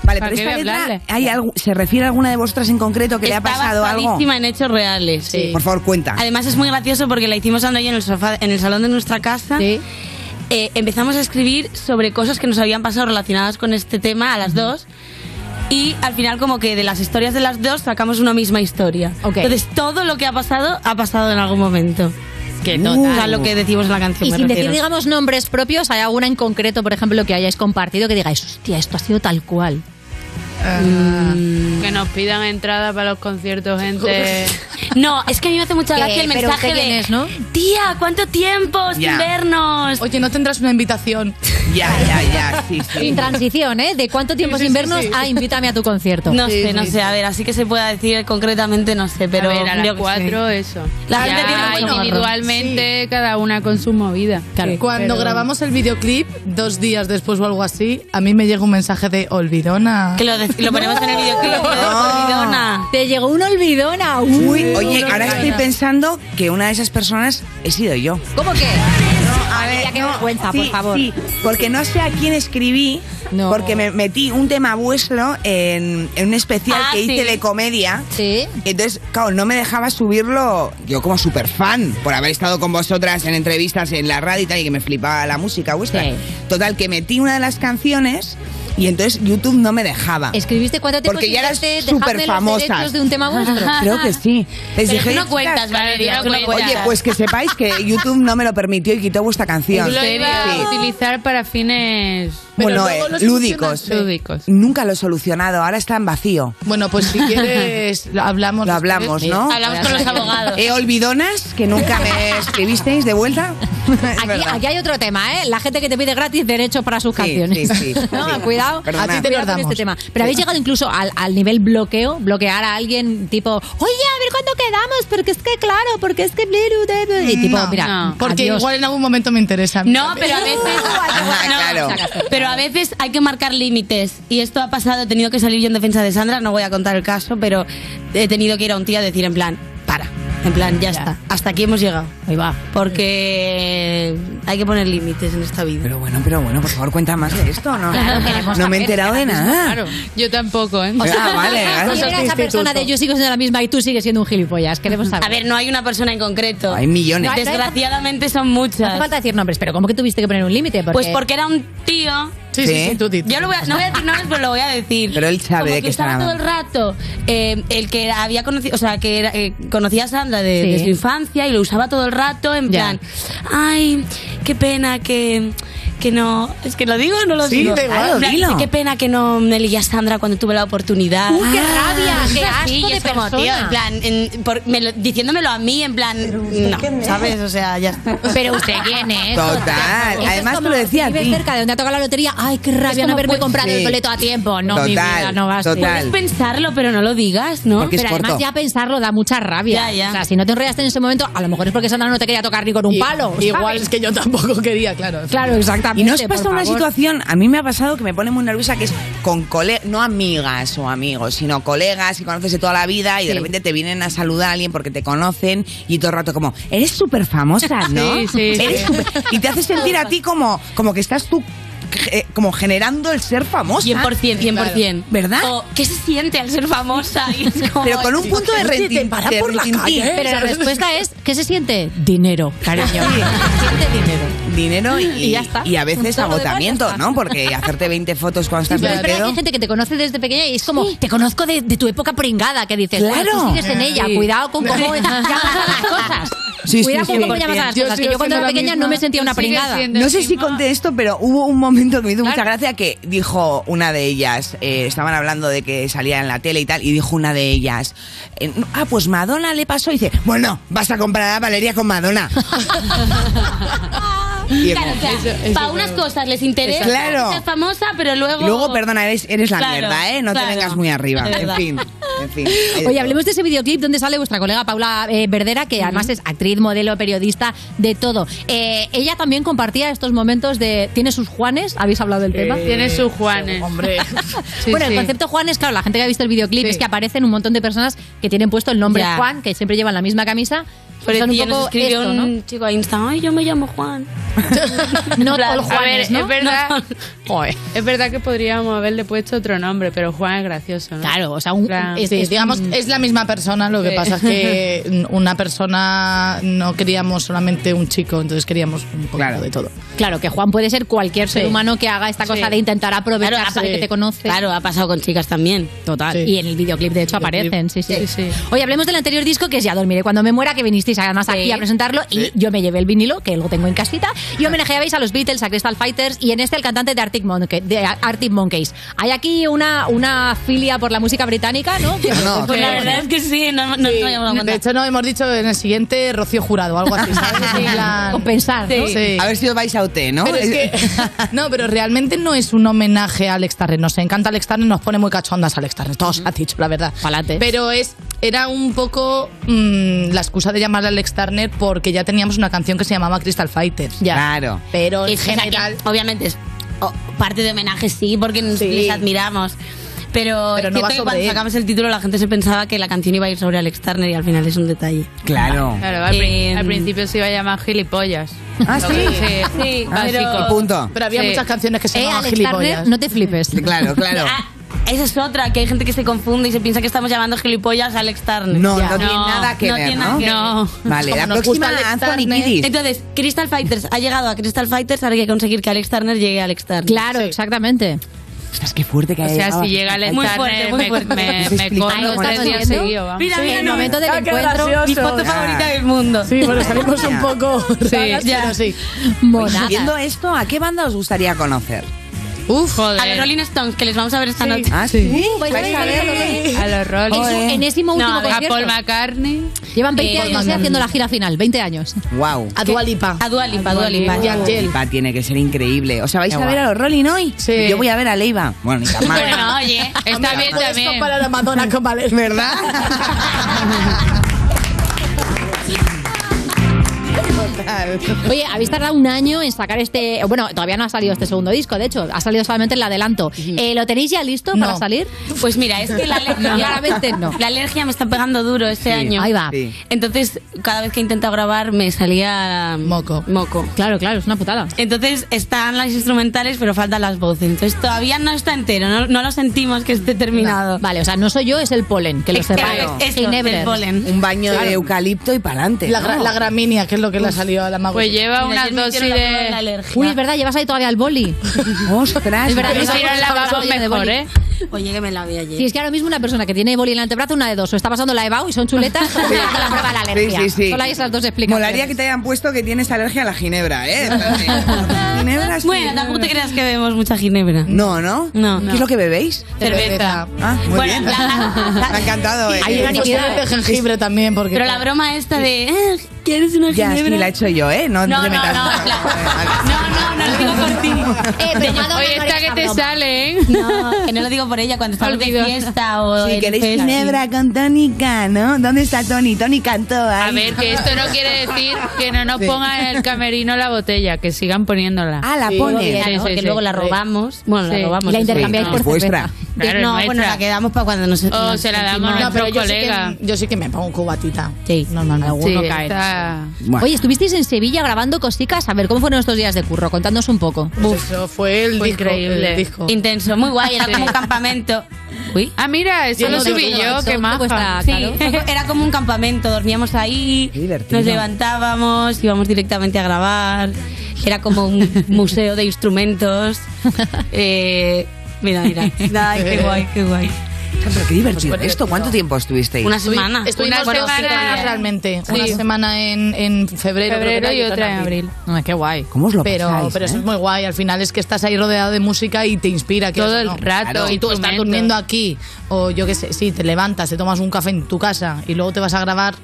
S4: Vale,
S28: ¿para
S4: pero
S28: qué voy
S4: esta
S28: a
S4: letra,
S28: hablarle?
S4: ¿hay algo- ¿se refiere a alguna de vosotras en concreto que le ha pasado algo?
S28: basadísima en hechos reales. sí.
S4: Por favor, cuenta.
S28: Además es muy gracioso porque la hicimos andando yo en el sofá, en el salón de nuestra casa. Eh, empezamos a escribir sobre cosas que nos habían pasado relacionadas con este tema a las dos. Y al final como que de las historias de las dos sacamos una misma historia. Entonces todo lo que ha pasado ha pasado en algún momento. Que
S3: total.
S28: O sea, lo que decimos en la canción.
S3: Y
S28: me
S3: sin decir,
S28: refiero.
S3: digamos, nombres propios, ¿hay alguna en concreto, por ejemplo, que hayáis compartido que digáis, hostia, esto ha sido tal cual?
S28: Ah.
S4: Mm.
S28: Que nos pidan entrada para los conciertos, gente. No, es que a mí me hace mucha
S1: Que-
S28: gracia el
S1: pero
S28: mensaje
S1: usted quién
S28: de.
S1: es, ¿no?
S28: Tía, ¿cuánto tiempo sin
S1: Ya.
S28: vernos?
S1: Oye, no tendrás una invitación.
S4: Ya, ya, ya, sí,
S3: Sin transición, ¿eh? ¿De cuánto tiempo sin vernos? Ah, invítame a tu concierto.
S28: No sé, no sé. A ver, así que se pueda decir concretamente, no sé, pero.
S3: A ver, a las
S28: yo qué
S3: cuatro,
S28: sé.
S1: eso.
S28: La gente
S1: Ya,
S28: tiene un buen
S1: individualmente,
S28: cada una con su movida.
S1: Cuando grabamos el videoclip, dos días después o algo así, a mí me llega un mensaje de olvidona.
S28: Que lo, de- lo ponemos en el videoclip. ¿eh? lo ponemos olvidona.
S3: Te llegó un olvidona.
S4: Uy, oye, ahora estoy pensando que una de esas personas he sido yo.
S3: ¿Cómo que?
S4: a ver,
S3: qué vergüenza,
S4: Sí,
S3: por favor.
S4: sí, porque no sé a quién escribí, porque me metí un tema vuestro en, en un especial
S3: Ah,
S4: que hice
S3: sí.
S4: de comedia.
S3: Sí.
S4: Entonces, claro, no me dejaba subirlo yo como super fan, por haber estado con vosotras en entrevistas en la radio y tal, y que me flipaba la música vuestra. Total, que metí una de las canciones y entonces YouTube no me dejaba.
S3: ¿Escribiste cuánto tiempo
S4: Porque ya eras
S3: quitaste, dejadme
S4: súper
S3: los
S4: famosa.
S3: derechos de un tema vuestro?
S4: Creo que sí. Les
S28: Pero
S4: dije,
S28: tú no cuentas,
S4: "Ostras,
S28: Valeria, tú no
S4: Oye,
S28: cuentas".
S4: pues que sepáis que YouTube no me lo permitió y quitó vuestra
S28: Yo
S4: canción.
S28: lo iba
S4: Sí.
S28: a utilizar para fines.
S4: Bueno, eh, lúdicos.
S28: Lúdicos.
S4: Nunca lo he solucionado, ahora está en vacío.
S1: Bueno, pues si quieres, lo hablamos.
S4: Lo hablamos, ¿no?
S28: Hablamos con los abogados.
S4: Eh, olvidonas, que nunca me escribisteis de vuelta.
S3: Aquí, aquí hay otro tema, ¿eh? La gente que te pide gratis derechos para sus canciones.
S4: sí, sí,
S3: no,
S4: sí.
S3: cuidado.
S4: Perdona. A ti te
S3: Cuidado
S4: los
S3: con
S4: damos.
S3: este tema. Pero habéis llegado incluso al, al nivel bloqueo, bloquear a alguien tipo, oye, a ver cuándo quedamos, porque es que claro, porque es que... Y tipo,
S4: Mm,
S1: No,
S3: mira,
S1: no. porque
S3: adiós.
S1: igual en algún momento me interesa.
S28: No, pero a veces.
S4: Ah,
S28: no,
S1: claro.
S28: Pero a veces hay que marcar límites. Y esto ha pasado, he tenido que salir yo en defensa de Sandra, no voy a contar el caso, pero he tenido que ir a un tío a decir en plan, para. En plan, ya, está. Hasta aquí hemos llegado.
S3: Ahí va.
S28: Porque hay que poner límites en esta vida.
S4: Pero bueno, pero bueno, por favor, cuenta más de esto, ¿no?
S28: Claro, queremos
S4: no me he
S28: saber,
S4: enterado de nada.
S28: Yo tampoco, ¿eh?
S4: O sea, Ah, vale, claro.
S3: Si era esa persona de yo sigo siendo la misma y tú sigues siendo un gilipollas, queremos saber.
S28: A ver, no hay una persona en concreto.
S4: Hay millones.
S28: Desgraciadamente son
S3: No hace
S28: muchas.
S3: falta decir nombres, pero ¿cómo que tuviste que poner un límite?
S28: Pues porque era un tío.
S4: Sí, sí, sí, tú di, tú
S28: Yo lo voy a- no voy a decir nombres, pero lo voy a decir.
S4: Pero él sabe
S28: Como
S4: de
S28: que
S4: qué
S28: estaba
S4: estaba.
S28: todo el rato. eh, el que había conocido, o sea, que era- eh, conocía a Sandra de,
S3: Sí.
S28: de su infancia y lo usaba todo el rato en plan, ay, qué pena que que no. Es que lo digo o no lo
S3: Sí,
S28: digo.
S3: da igual,
S28: En plan,
S3: dilo.
S28: Qué pena que no me elegía Sandra cuando tuve la oportunidad.
S3: ¡Uh, qué rabia!
S28: es
S3: ¡Qué
S28: así,
S3: asco
S28: y
S3: de
S28: es como, tío,
S3: persona!
S28: en plan, en- por- me lo- diciéndomelo a mí, en plan, no,
S3: me-
S28: ¿sabes? O sea, ya está.
S3: Pero usted quién es.
S4: Total.
S3: Eso es
S4: Además, te
S3: como
S4: lo decía a
S3: vive
S4: ti.
S3: cerca de donde ha tocado la lotería. Ay, qué rabia no
S28: como pues,
S3: haberme
S28: puedes-
S3: comprado el
S28: Sí.
S3: boleto a tiempo. No, mi
S28: Total,
S3: vida, no vas.
S28: total. Puedes pensarlo, pero no lo digas, ¿no? Porque es
S3: pero además
S28: corto.
S3: ya pensarlo da mucha rabia.
S28: Ya, ya.
S3: O sea, si no te enrollaste en ese momento, a lo mejor es porque Sandra no te quería tocar ni con un palo.
S1: igual es que yo tampoco quería, claro.
S3: Claro, exactamente.
S4: Y no os
S3: por
S4: pasa una
S3: favor.
S4: situación, a mí me ha pasado que me pone muy nerviosa, que es con colegas, no amigas o amigos, sino colegas que conoces de toda la vida y de
S3: Sí.
S4: repente te vienen a saludar a alguien porque te conocen y todo el rato como, eres súper famosa, ¿no?
S3: Sí, sí, sí.
S4: Eres súper-". Y te hace sentir a ti como, como que estás tú eh, como generando el ser famosa.
S28: 100%, 100%.
S4: ¿Verdad?
S28: O, ¿Qué se siente al ser famosa? Y es como-
S4: Pero con un punto de
S28: Oye,
S4: rentin-
S28: para
S4: de
S28: por la
S4: rentintín.
S28: calle, ¿eh?
S3: Pero la
S28: ¿sabes?
S3: respuesta es, ¿qué se siente? Dinero, cariño.
S4: dinero y,
S3: Y ya está.
S4: y a veces
S3: Todo lo demás ya
S4: agotamiento,
S3: está.
S4: ¿no? Porque hacerte 20 fotos cuando
S3: Sí,
S4: estás en
S3: pero es
S4: el
S3: verdad que hay
S4: pedo.
S3: gente que te conoce desde pequeña y es como, te conozco de, de tu época pringada, que dices,
S4: Claro.
S3: "Bueno, tú sigues en ella,
S4: Sí.
S3: cuidado con cómo llamas a las cosas.
S4: Sí, sí,
S3: cuidado
S4: sí.
S3: con cómo llamas a las
S4: Yo
S3: cosas, que
S4: sigo
S3: yo cuando
S4: siendo
S3: era
S4: la
S3: pequeña
S4: misma.
S3: no me sentía una pringada.
S4: No sé si conté esto, pero hubo un momento que me hizo mucha gracia que dijo una de ellas, eh, estaban hablando de que salía en la tele y tal, y dijo una de ellas, eh, ah, pues Madonna le pasó y dice, bueno, vas a comparar a Valeria con Madonna. Y es
S28: Claro,
S4: como-
S28: o sea, para unas cosas les interesa
S4: Claro.
S28: ser famosa, pero luego...
S4: Luego, perdona, eres, eres la
S28: Claro,
S4: mierda, ¿eh? No
S28: claro.
S4: te vengas muy arriba.
S28: Es
S4: En
S28: verdad.
S4: fin, en fin.
S3: Oye, hablemos de ese videoclip donde sale vuestra colega Paula eh, Verdera, que además es actriz, modelo, periodista, de todo. Eh, ella también compartía estos momentos de. ¿Tiene sus Juanes? ¿Habéis hablado del tema?
S30: Eh, Tiene sus Juanes.
S3: Eh, hombre.
S30: Sí,
S3: bueno,
S30: sí.
S3: el concepto Juan es, claro, la gente que ha visto el videoclip es que aparecen un montón de personas que tienen puesto el nombre
S28: Ya.
S3: Juan, que siempre llevan la misma camisa.
S28: Por
S3: Son un
S28: nos
S3: poco
S28: escribió
S3: esto,
S28: un
S3: ¿no?
S28: chico a Insta, ay, yo me llamo Juan.
S3: No
S30: Plan,
S3: all Juanes,
S30: a ver,
S3: ¿no?
S30: es verdad.
S3: No all-
S30: Es verdad que podríamos haberle puesto otro nombre, pero Juan es gracioso, ¿no?
S3: Claro, o sea, un,
S1: Sí, digamos, es la misma persona, lo que
S30: Sí.
S1: pasa es que una persona no queríamos solamente un chico, entonces queríamos un poco de todo.
S3: Claro, que Juan puede ser cualquier ser
S1: Sí.
S3: humano que haga esta cosa
S1: Sí.
S3: de intentar aprovecharse
S1: Claro,
S3: de que
S1: sí.
S3: te conoce.
S28: Claro, ha pasado con chicas también.
S3: Total. Ah, Y en el videoclip, de hecho, aparecen. Sí sí. Oye, hablemos del anterior disco que es Ya Dormiré cuando me muera, que vinisteis además aquí a presentarlo. Y yo me llevé el vinilo, que lo tengo en casita. Y homenajeabais a los Beatles, a Crystal Fighters y en este al cantante de Arctic, Monke- de Arctic Monkeys. Hay aquí una, una filia por la música británica, ¿no?
S28: pues la verdad es que sí, no, no, no me llamo
S1: De hecho, no hemos dicho en el siguiente Rocío Jurado, algo así, ¿sabes? En plan-
S3: Compensar, ¿no?
S1: Sí. Sí.
S4: A ver si os vais a OT, ¿no?
S1: Pero es que- no, pero realmente no es un homenaje a Alex Turner. Nos encanta Alex Turner, nos pone muy cachondas Alex Turner. Todos has dicho, la verdad. Pero es, era un poco mm, la excusa de llamar a Alex Turner porque ya teníamos una canción que se llamaba Crystal Fighters.
S4: Claro.
S1: Pero en
S28: Es que, o sea, que,
S1: general...
S28: obviamente, es o- parte de homenaje sí, porque nos, les admiramos. Pero, es
S1: Pero no
S28: cierto
S1: va
S28: que
S1: sobre
S28: cuando
S1: él.
S28: sacamos el título la gente se pensaba que la canción iba a ir sobre Alex Turner y al final es un detalle.
S4: Claro.
S30: Claro, al, pri-
S28: Eh,
S30: al principio se iba a llamar gilipollas.
S4: Ah, sí.
S30: Sí,
S28: Sí,
S30: básico.
S4: pero- Punto.
S1: Pero había
S30: Sí.
S1: muchas canciones que se
S28: Eh,
S1: llamaban
S28: Alex
S1: gilipollas.
S28: Turner,
S3: no te flipes.
S4: Claro, claro.
S28: Ah, Esa es otra, que hay gente que se confunde y se piensa que estamos llamando gilipollas a Alex Turner.
S4: No, no tiene nada que ver,
S28: tiene
S4: ¿no?
S28: nada que ver.
S4: No. Vale, la
S28: Como nos
S4: próxima,
S28: gusta Alex
S4: Anthony
S28: Turner.
S4: Kiddis.
S28: Entonces, Crystal Fighters ha llegado a Crystal Fighters, ahora hay que conseguir que Alex Turner llegue a Alex Turner.
S3: Claro, exactamente.
S4: Ostras, qué fuerte que
S28: O
S4: haya
S28: sea,
S4: llegado
S28: si llega
S4: hasta
S28: Alex
S4: aquí.
S28: Turner, Muy fuerte, me- muy me- fuerte. me
S4: Explicando
S28: corro
S4: con
S28: tres
S4: esto.
S28: días seguidos, va. Mira,
S3: Sí,
S28: mira,
S3: el
S28: mira.
S3: momento del
S28: Ah, qué
S3: encuentro, mi
S28: gracioso.
S3: foto
S28: Ah.
S3: favorita del mundo.
S1: Sí, bueno, salimos un poco... raras,
S28: ya.
S1: pero sí.
S3: Monadas.
S4: Viendo Pues esto, ¿a qué banda os gustaría conocer?
S1: Uf,
S28: A los Rolling Stones, que les vamos a ver esta noche. Pues
S4: Ah, sí.
S3: Pues
S28: Vais a
S4: Vais
S28: ver a los Rolling-
S30: A los Rolling.
S3: En su enésimo último
S30: No, a
S3: concierto.
S30: Paul McCartney.
S3: Llevan 20
S30: Eh,
S3: años ya haciendo la gira final, 20 años.
S4: Wow.
S3: A Dualipa. A Dualipa, Dualipa.
S4: Dua Lipa tiene que ser increíble. O sea, vais
S3: Qué
S4: a ver
S3: guay.
S4: a los Rolling hoy.
S1: Sí.
S4: Yo voy a ver a Leiva. Bueno, ni tan mal.
S30: Bueno, oye, está bien
S1: Puedes
S30: también.
S1: comparar a Madonna con Valeria.
S4: ¿Verdad?
S3: Oye, habéis tardado un año en sacar este. Bueno, todavía no ha salido este segundo disco, de hecho, ha salido solamente el adelanto. Eh, ¿Lo tenéis ya listo para
S28: No.
S3: salir?
S28: Pues mira, es que la alergia,
S3: No. Claramente no.
S28: La alergia me está pegando duro este
S3: Sí,
S28: año.
S3: ahí va.
S28: Sí. Entonces, cada vez que he intentado grabar me salía moco. Moco.
S3: Claro, claro,
S30: Eh,
S3: es una putada.
S28: Entonces están las instrumentales, pero faltan las voces. Entonces todavía no está entero, no, no lo sentimos que esté terminado.
S3: Vale, o sea, no soy yo, es el polen que lo
S28: Exacto,
S3: separa.
S28: es eso,
S3: Ginebra.
S28: el polen.
S4: Un baño
S3: Claro.
S4: de eucalipto y pa'lante.
S1: La, gra-
S4: ¿no?
S1: la gramínea, que es lo que le ha salido a la mago.
S30: Pues
S28: Mira,
S30: lleva unas
S28: yo me
S30: dosis
S28: hicieron la prueba de la
S30: de...
S28: alergia.
S3: Uy, es verdad, llevas ahí todavía el boli.
S4: Ostras.
S3: Es verdad,
S30: Pero
S3: llevas
S30: si no
S3: ahí
S30: la vamos
S3: todavía el
S30: mejor,
S3: boli.
S30: ¿eh?
S28: Oye, que me la vi ayer.
S3: Si es que ahora mismo una persona que tiene boli en el antebrazo, una de dos, o está pasando la EBAU y son chuletas, o te da la prueba de la alergia.
S4: Sí, sí, sí.
S3: Solo hay esas dos explicaciones.
S4: Molaría que te hayan puesto que tienes alergia a la ginebra, ¿eh? ginebra
S28: Bueno, tampoco te creas que bebemos mucha ginebra.
S4: No, ¿no?
S28: No.
S4: ¿Qué es lo que bebéis?
S28: Cerveza.
S4: Ah, muy
S28: Bueno,
S4: bien.
S28: la-
S4: Me ha encantado. eh.
S1: Hay unanimidad de jengibre también, porque.
S28: Pero la broma esta de, "Eh, ¿quieres una
S4: Ya, sí,
S28: ginebra?
S4: la he hecho yo, ¿eh? No,
S28: No,
S4: te
S28: no,
S4: metas.
S28: no, la- no, no, lo digo por ti.
S3: pero Madonna
S28: Oye,
S3: no
S28: esta
S3: era
S28: que
S3: esa
S28: te
S3: broma.
S28: sale, ¿eh? No, que no lo digo por ella cuando estamos de fiesta o
S4: Si
S28: en
S4: queréis
S28: festa.
S4: ginebra con tónica, ¿no? ¿Dónde está Tony? Tony cantó.
S30: A ver, que esto no quiere decir que no nos
S4: Sí.
S30: pongan en el camerino la botella, que sigan poniéndola.
S28: Ah, la Sí,
S30: ponen.
S28: ponen. porque luego la robamos. Bueno, la robamos, eso sí. Es vuestra.
S30: Claro, es
S28: no, bueno,
S30: nuestra.
S28: la quedamos para cuando nos.
S30: O se la damos a nuestro
S1: yo sí que-
S30: colega.
S1: yo sí que me pongo cubatita. Sí. Normalmente. Alguno
S30: Sí,
S1: cae.
S30: está-
S1: Bueno.
S3: Oye, estuvisteis en Sevilla grabando cositas. A ver, ¿cómo fueron estos días de curro? Contadnos un poco.
S1: Eso fue el disco, el disco.
S28: Intenso, muy guay. Era como un campamento. Uy.
S30: Ah, mira, eso
S28: Lleno
S30: lo
S28: de
S30: subí
S28: todo,
S30: yo,
S28: todo,
S30: qué
S28: todo
S30: maja.
S28: cuesta, claro. Fue- Era como un campamento, dormíamos ahí, nos levantábamos, íbamos directamente a grabar. Era como un museo de instrumentos. Eh, mira, mira. Ay, qué guay, qué guay.
S4: Pero qué divertido esto. ¿Cuánto tiempo estuvisteis?
S28: Una semana.
S1: Estuvimos
S28: Una
S1: dos
S28: semana.
S1: semanas realmente.
S28: Sí.
S1: Una semana en, en febrero.
S30: Febrero
S1: creo que
S30: y
S1: era,
S30: otra en
S1: No, es que guay.
S4: ¿Cómo os lo
S1: pero,
S4: pasáis,
S1: pero eso
S4: eh?
S1: es muy guay. Al final es que estás ahí rodeado de música y te inspira.
S30: Todo
S1: quieras o
S30: el
S1: no.
S30: rato,
S1: Claro, Si tú estás
S30: instrumentos.
S1: durmiendo aquí o yo qué sé, sí, te levantas, te tomas un café en tu casa y luego te vas a grabar,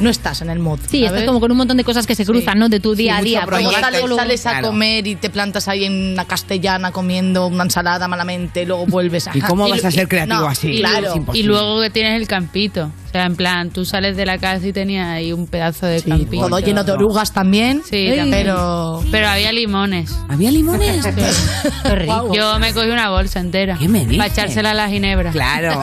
S1: no estás en el mood.
S3: Sí, estás
S1: ¿sabes?
S3: como con un montón de cosas que se cruzan, ¿no? De tu día a
S1: Sí,
S3: día.
S1: mucho proyecto.
S3: Como
S1: Luego
S3: tal,
S1: sales, sales a
S3: claro.
S1: comer y te plantas ahí en una castellana comiendo una ensalada malamente, luego vuelves a...
S4: ¿Y cómo vas a ser creativo así?
S1: y-
S30: Y,
S1: claro.
S30: luego- y luego que tienes el campito. O sea, en plan, tú sales de la casa y tenías ahí un pedazo de campito.
S1: Todo lleno de orugas también.
S30: Sí,
S1: Ey.
S30: también.
S1: Pero...
S30: Pero había limones.
S4: ¿Había limones?
S30: Yo me cogí una bolsa entera.
S4: ¿Qué me
S30: Para
S4: dices?
S30: echársela a la ginebra.
S4: Claro.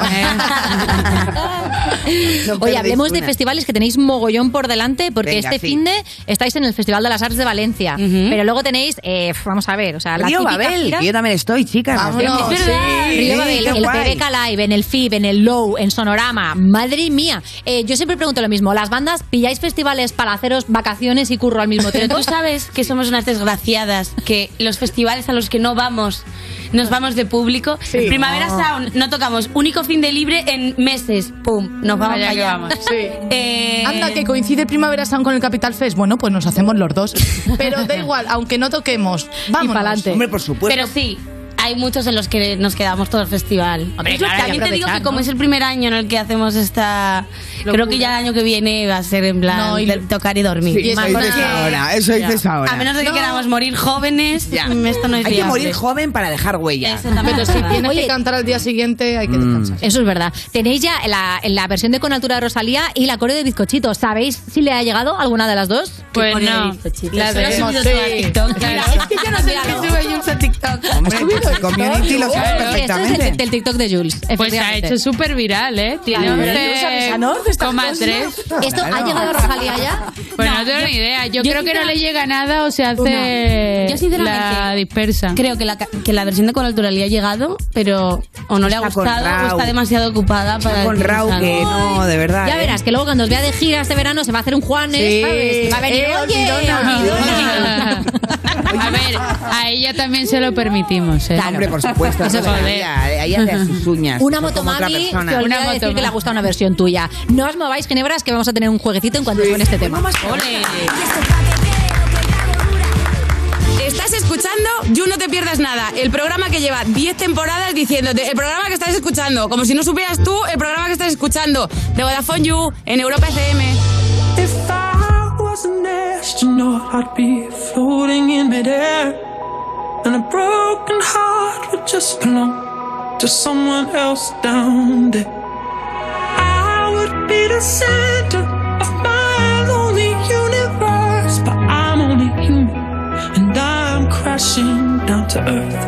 S3: Oye, hablemos de festivales que tenéis mogollón por delante, porque
S4: Venga,
S3: este
S4: sí.
S3: fin de estáis en el Festival de las Artes de Valencia. Pero luego tenéis, eh, vamos a ver, o sea, la
S4: Río
S3: típica
S4: Babel,
S3: gira-
S4: que yo también estoy, chicas.
S3: Vámonos.
S4: Sí,
S3: Río
S4: sí,
S3: Babel,
S4: qué
S3: el
S4: guay.
S3: PBK Live, en el FIB, en el Low, en Sonorama. Madre mía. Eh, yo siempre pregunto lo mismo. ¿Las bandas pilláis festivales para haceros vacaciones y curro al mismo
S28: Pero
S3: tiempo?
S28: tú sabes que somos unas desgraciadas, que los festivales a los que no vamos, nos vamos de público. Primavera
S1: Oh.
S3: No.
S28: Sound, no tocamos. Único fin de libre en meses. Pum, nos vamos
S1: Allá
S28: para
S1: que
S28: allá.
S1: vamos,
S28: Eh,
S1: Anda, que coincide Primavera Sound con el Capital Fest. Bueno, pues nos hacemos los dos. Pero da igual, aunque no toquemos, vamos adelante.
S4: Hombre, por supuesto.
S28: Pero sí, hay muchos en los que nos quedamos todo el festival.
S1: Hombre,
S28: Es lo que-
S1: claro, hay que
S28: también te digo
S1: aprovechar,
S28: que como
S1: ¿no?
S28: es el primer año en el que hacemos esta... Creo que ya el año que viene va a ser en plan
S1: No, y-
S28: de tocar y dormir.
S4: Sí, eso
S28: Más
S4: dices
S28: porque-
S4: ahora, eso dices
S28: Ya.
S4: ahora.
S28: A menos de que
S1: No.
S28: queramos morir jóvenes, mm, esto no es
S4: Hay que
S28: viable.
S4: morir joven para dejar huella.
S1: Pero si tienes que cantar al día siguiente, hay que descansar.
S3: mm. Eso es verdad. Tenéis ya la, la versión de Con Altura de Rosalía y la coreo de Bizcochito. ¿Sabéis si le ha llegado alguna de las dos?
S30: Pues no. La
S3: Eso lo he
S30: veremos.
S3: subido todo a TikTok.
S30: Claro.
S3: Mira, es
S30: que yo no sé si sube Jules a TikTok.
S4: Hombre, pues el community lo sabe
S30: Claro.
S4: perfectamente.
S3: Del TikTok de Jules.
S30: Pues se ha
S3: efectivamente.
S30: hecho súper viral, ¿eh? Tiene
S3: Claro.
S30: 11,3.
S3: ¿Esto ha llegado Rosalía ya?
S30: Pues no, tengo ni idea. Yo, creo que no le llega nada o se hace
S28: Una. Yo sinceramente
S30: la dispersa.
S28: Creo que la, ca- que la versión de Con Altura le ha llegado, pero o no le ha
S4: Está con
S28: gustado o
S4: Rau.
S28: está demasiado ocupada para...
S4: con Rau,
S28: pensar.
S4: que no, de verdad.
S3: Ya
S4: ¿eh?
S3: verás que luego cuando os vea de gira este verano se va a hacer un Juanes,
S4: Sí.
S3: ¿sabes? Que Va a venir,
S4: Eh,
S3: oye,
S4: Olvidona,
S3: Olvidona".
S30: A ver, a ella también se lo permitimos, ¿eh?
S4: Hombre, por supuesto.
S30: Eso eh, es
S4: Rosalía,
S30: joder.
S4: Ella hace sus uñas.
S3: Una
S4: no como otra
S3: motomami
S4: persona.
S3: que olvida
S30: Una
S3: decir
S30: motomami.
S3: que le ha gustado una versión tuya. No os mováis, Ginebras, que vamos a tener un jueguecito en cuanto suene este tema.
S7: Estás escuchando You No Te Pierdas Nada, el programa que lleva 10 temporadas diciéndote, el programa que estás escuchando, como si no supieras tú el programa que estás escuchando, de Vodafone You, en Europa FM.
S8: If I was an astronaut, I'd be floating in midair. And a broken heart would just belong to someone else down there. I would be the center of my lonely universe. But I'm only human, and I'm crashing down to earth.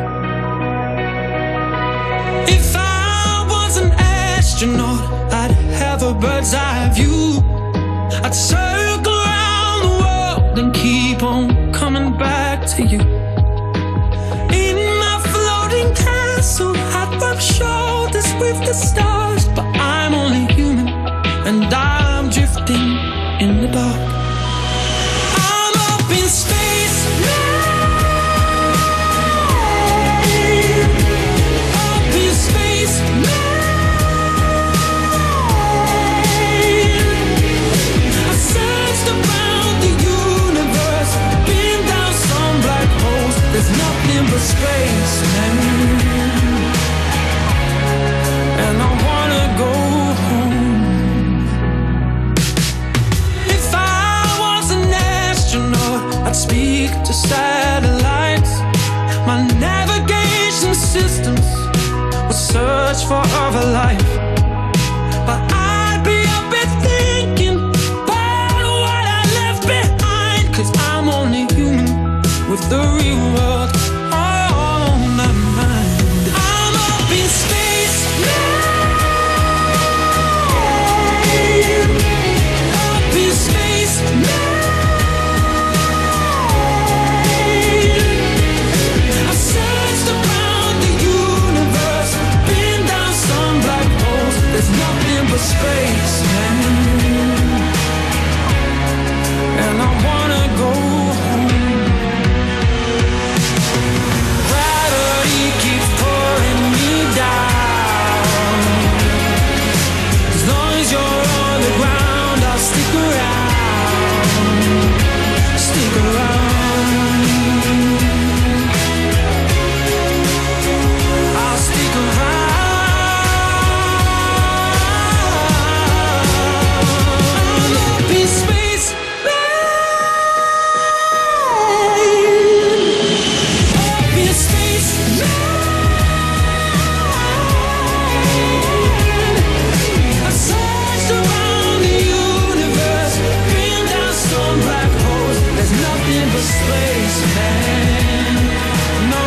S8: If I was an astronaut, I'd have a bird's eye view. I'd circle around the world and keep on coming back to you. In my floating castle, I'd rub shoulders with the stars, but I'm only human and I'm drifting in the dark. I'm up in space now. Up in space would search for other life. But I'd be up and thinking about what I left behind. Cause I'm only human with the real world on my mind. I'm up in space now. Up in space now. I searched around the universe, been down some black holes. There's nothing but space now. And I wanna go home. Gravity keeps pulling me down. As long as you're on the ground, I'll stick around. Stick around. I'll stick around. I'm up in space now. Up in space now. I searched around the universe, been down some black holes. There's nothing but space, man. No.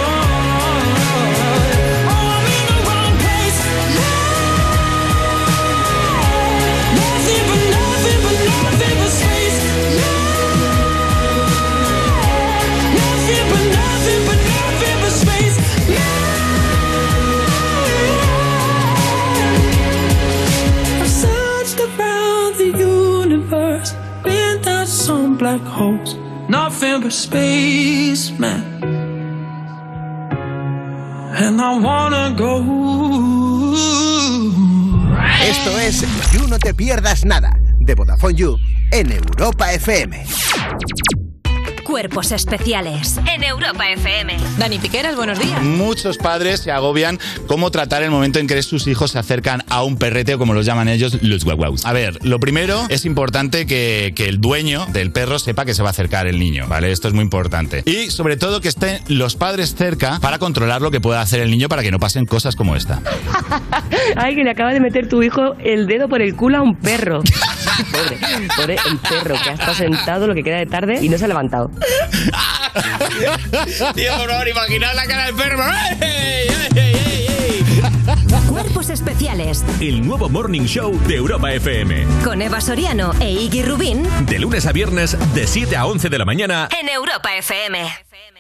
S8: Oh, I'm in the wrong place now. Nothing but nothing but nothing but space now. Nothing but nothing but nothing but space now. I've searched around the universe, been down some black holes. Nothing but space, man. And I wanna go.
S5: Esto es You No Te Pierdas Nada de Vodafone You en Europa FM.
S23: Cuerpos especiales en Europa FM.
S31: Dani Piqueras, buenos días.
S29: Muchos padres se agobian cómo tratar el momento en que sus hijos se acercan a un perrete o como los llaman ellos, los guaguaus. A ver, lo primero es importante que, que el dueño del perro sepa que se va a acercar el niño, ¿vale? Esto es muy importante. Y sobre todo que estén los padres cerca para controlar lo que pueda hacer el niño para que no pasen cosas como esta.
S32: Ay, que le acaba de meter tu hijo el dedo por el culo a un perro. Pobre, pobre el perro que ha estado sentado lo que queda de tarde y no se ha levantado.
S29: Tío, por favor, imaginad la cara del perro. ¿eh?
S23: Cuerpos especiales
S33: El nuevo Morning Show de Europa FM.
S23: con Eva Soriano e Iggy Rubín
S33: De lunes a viernes, de 7 a 11 de la mañana.
S23: en Europa FM.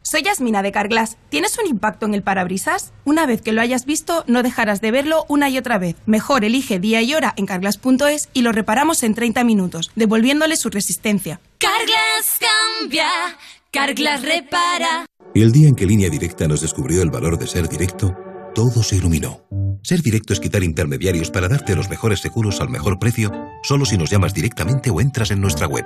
S4: Soy Yasmina de Carglass. ¿Tienes un impacto en el parabrisas? Una vez que lo hayas visto, no dejarás de verlo una y otra vez. Mejor elige día y hora en carglass.es y lo reparamos en 30 minutos, devolviéndole su resistencia.
S20: Carglas cambia, Carglas repara.
S34: El día en que Línea Directa nos descubrió el valor de ser directo, todo se iluminó. Ser directo es quitar intermediarios para darte los mejores seguros al mejor precio, solo si nos llamas directamente o entras en nuestra web.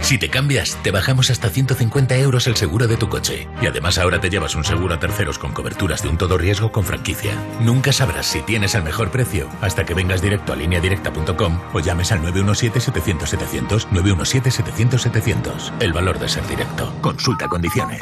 S14: Si te cambias, te bajamos hasta 150 euros el seguro de tu coche. Y además ahora te llevas un seguro a terceros con coberturas de un todo riesgo con franquicia. Nunca sabrás si tienes el mejor precio hasta que vengas directo a lineadirecta.com o llames al 917-700-700, 917-700-700. El valor de ser directo. Consulta condiciones.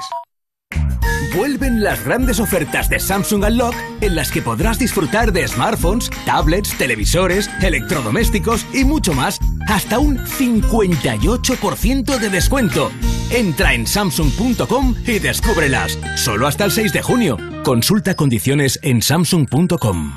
S35: Vuelven las grandes ofertas de Samsung Unlock en las que podrás disfrutar de smartphones, tablets, televisores, electrodomésticos y mucho más hasta un 58% de descuento. Entra en samsung.com y descúbrelas. Solo hasta el 6 de junio. Consulta condiciones en samsung.com.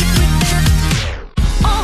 S8: Oh, oh,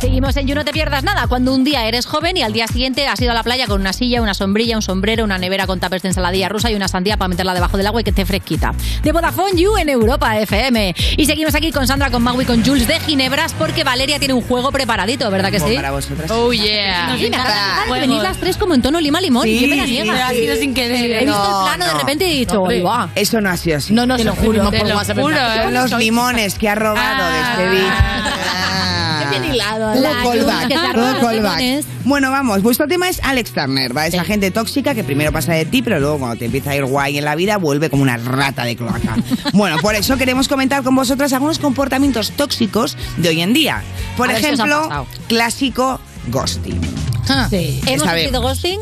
S3: Seguimos en You No Te Pierdas Nada, cuando un día eres joven y al día siguiente has ido a la playa con una silla, una sombrilla, un sombrero, una nevera con tapers de ensaladilla rusa y una sandía para meterla debajo del agua y que esté fresquita. De Vodafone You en Europa FM. Y seguimos aquí con Sandra, con Maui, con Jules de Ginebras, porque Valeria tiene un juego preparadito, ¿verdad que sí?
S4: Para vosotras.
S30: Oh, yeah.
S3: Nos encanta,
S30: Venga.
S3: claro, venís las tres como en tono lima limón y
S4: Sí,
S3: qué veraniega.
S4: sí, Ha sido sin querer.
S3: He visto
S4: No,
S3: el plano
S4: no.
S3: de repente y he dicho, "Ahí va".
S4: Eso no ha sido así.
S3: No, no, Te lo sé, juro, no, te ¿cómo lo vas a pensar? juro, ¿eh?
S4: Son los
S3: Soy-
S4: limones que ha robado de este bicho.
S3: Qué bien
S4: Todo
S3: hilado. La
S4: Ah. callback,
S3: que te
S4: todo
S3: ha robado
S4: callback.
S3: limones.
S4: Bueno, vamos, vuestro tema es Alex Turner, ¿va? Esa gente tóxica que primero pasa de ti, pero luego cuando te empieza a ir guay en la vida vuelve como una rata de cloaca. bueno, por eso queremos comentar con vosotras algunos comportamientos tóxicos de hoy en día. Por
S3: A ver si os ha
S4: ejemplo,
S3: pasado.
S4: clásico ghosting. Ah,
S3: Sí. ¿Hemos
S4: Sabemos.
S3: sufrido ghosting?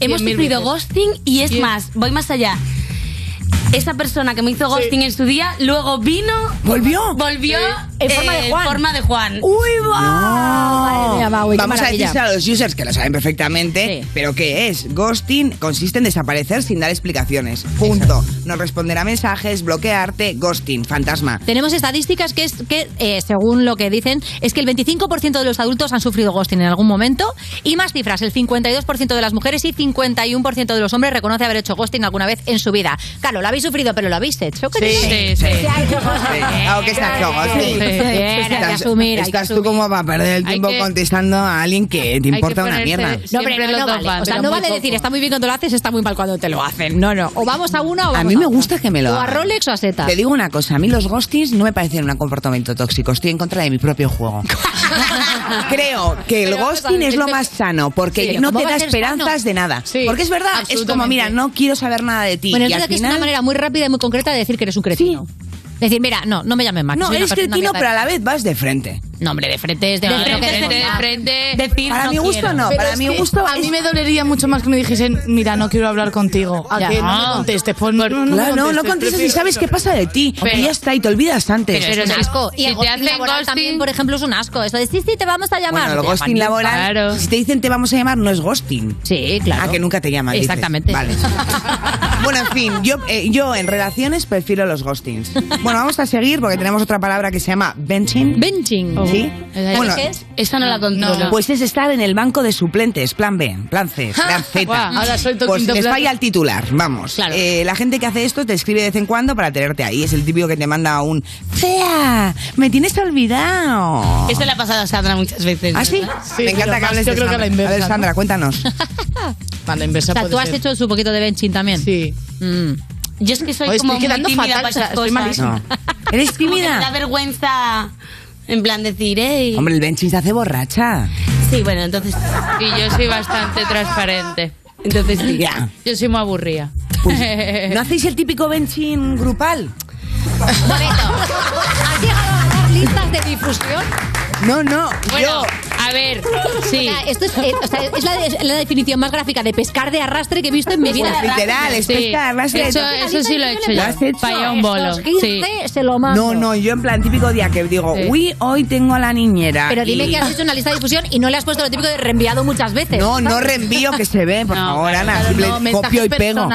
S28: Hemos
S3: Cien mil
S28: sufrido
S3: veces.
S28: ghosting y es más, voy más allá. Esa persona que me hizo ghosting en su día, luego vino.
S4: ¿Volvió?
S28: Volvió eh,
S3: En forma de Juan.
S28: En forma de Juan.
S4: ¡Uy,
S3: Ah,
S4: va!
S28: madre mía, Maui, qué
S4: Vamos a
S28: maravilla.
S4: decirse a los users que lo saben perfectamente, pero ¿qué es? Ghosting consiste en desaparecer sin dar explicaciones. Punto. No responder a mensajes, bloquearte, ghosting, fantasma.
S3: Tenemos estadísticas que, es, que eh, según lo que dicen, es que el 25% de los adultos han sufrido ghosting en algún momento. Y más cifras, el 52% de las mujeres y 51% de los hombres reconoce haber hecho ghosting alguna vez en su vida. Claro, lo habéis sufrido, pero lo habéis hecho. ¿Qué
S4: Sí,
S3: dices?
S4: sí,
S3: Se ha hecho
S4: sí.
S3: ghosting.
S4: Claro que estás con ghosting.
S3: Sí, bien, hay que asumir, hay que
S4: Estás tú como para perder el
S3: Hay
S4: tiempo
S3: que-
S4: contestando a alguien que te importa una mierda.
S3: No, hombre, no, no vale. O sea, no vale decir está muy bien cuando lo haces, está muy mal cuando te lo hacen. No, no. O vamos a una o vamos
S4: A mí me
S3: otra.
S4: gusta que me lo
S3: O a
S4: hagan.
S3: Rolex o a Zeta.
S4: Te digo una cosa, a mí los ghostings no me parecen un comportamiento tóxico, estoy en contra de mi propio juego. Creo que el
S3: Pero vamos a
S4: ghosting
S3: ver,
S4: es lo
S3: esto-
S4: más sano, porque
S3: Sí,
S4: no
S3: ¿cómo
S4: te
S3: va
S4: da
S3: a ser
S4: esperanzas
S3: sano?
S4: de nada. porque es verdad, es como,
S3: absolutamente.
S4: mira, no quiero saber nada de ti.
S3: Bueno,
S4: y
S3: es
S4: al
S3: verdad que es una
S4: final-
S3: manera muy rápida y muy concreta de decir que eres un cretino. Decir, mira, no, no me llames más. que
S4: No,
S3: soy una
S4: eres
S3: persona
S4: cretino,
S3: mierda".
S4: pero a la vez vas de frente.
S3: No, hombre, de frente es de,
S4: De
S3: otro
S4: frente,
S3: que
S4: de
S3: tenga.
S28: Decir
S4: Para
S3: no
S4: mi gusto
S3: quiero.
S4: no,
S1: Pero
S4: para
S1: es
S4: mi
S1: que
S4: gusto
S1: A mí me dolería mucho más que me dijesen, mira, no quiero hablar contigo. A
S4: Ya.
S1: que no me
S4: Ah.
S1: contestes. Pues no, no, me
S4: Claro, no, no
S1: contestes,
S4: contestas y
S1: prefiero-
S4: sabes qué pasa de ti.
S1: Pero-
S4: y ya está, y te olvidas antes.
S3: Pero es un asco. Y el
S30: te
S3: ghosting
S30: hacen
S3: laboral
S30: ghosting-
S3: también, por ejemplo, es un asco. Eso de sí, sí, te vamos a llamar.
S4: Bueno, el
S3: Te
S4: ghosting
S3: llaman.
S4: laboral, si te dicen te vamos a llamar, no es ghosting.
S3: Sí, claro.
S4: Ah, que nunca te llaman. dices.
S3: Exactamente.
S4: Vale. bueno, en fin, yo, eh, yo en relaciones prefiero los ghostings. Bueno, vamos a seguir porque tenemos otra palabra que se llama benching.
S3: Benching.
S4: ¿Sí? Bueno,
S28: Esa no la controlo.
S4: Pues es estar en el banco de suplentes, plan B, plan C, plan Z.
S28: Guau, ahora soy
S4: pues
S28: toquinto
S4: les
S28: plato.
S4: falla el titular, vamos. Eh, la gente que hace esto te escribe de vez en cuando para tenerte ahí. Es el típico que te manda un fea, me tienes olvidado.
S28: Eso le ha pasado a Sandra muchas veces.
S4: ¿Ah, sí? Me encanta que hables de Sandra. A ver, Sandra, cuéntanos.
S1: Vale, en vez
S3: O sea,
S1: puede
S3: tú has
S1: ser.
S3: hecho su poquito de benching también. Mm.
S1: Sí.
S28: Yo es que soy
S1: Oye, estoy
S28: como muy
S1: quedando
S28: tímida
S1: fatal,
S28: para
S1: o
S28: esas
S1: sea, estoy
S28: cosas.
S1: malísima.
S4: ¿Eres
S28: Como que me da
S4: tímida?
S28: vergüenza en plan decir, hey.
S4: Hombre, el benching se hace borracha.
S28: Sí, bueno, entonces.
S30: Y yo soy bastante transparente.
S28: Entonces,
S4: Ya.
S30: Yo soy muy aburrida.
S4: Pues, ¿No hacéis el típico benching grupal?
S3: Momento. ¿Has llegado a dar listas de difusión?
S4: No, no.
S30: Bueno,
S4: yo,
S30: A ver, sí.
S3: O sea, esto es, eh, o sea, es la, es la definición más gráfica de pescar de arrastre que he visto en mi
S30: Pues
S3: vida.
S30: literal, es Sí. pescar arrastre. Eso- eso sí lo he hecho yo.
S3: ¿Lo has hecho?
S30: Para ir a un bolo,
S3: Estos 15 se lo mando.
S4: No, no, yo en plan típico día que digo,
S3: Sí.
S4: uy, hoy tengo a la niñera.
S3: Pero dime
S4: y-
S3: que has hecho una lista de difusión y no le has puesto lo típico de reenviado muchas veces.
S4: No, no reenvío que se ve, por favor, Ana. simple- copio y pego.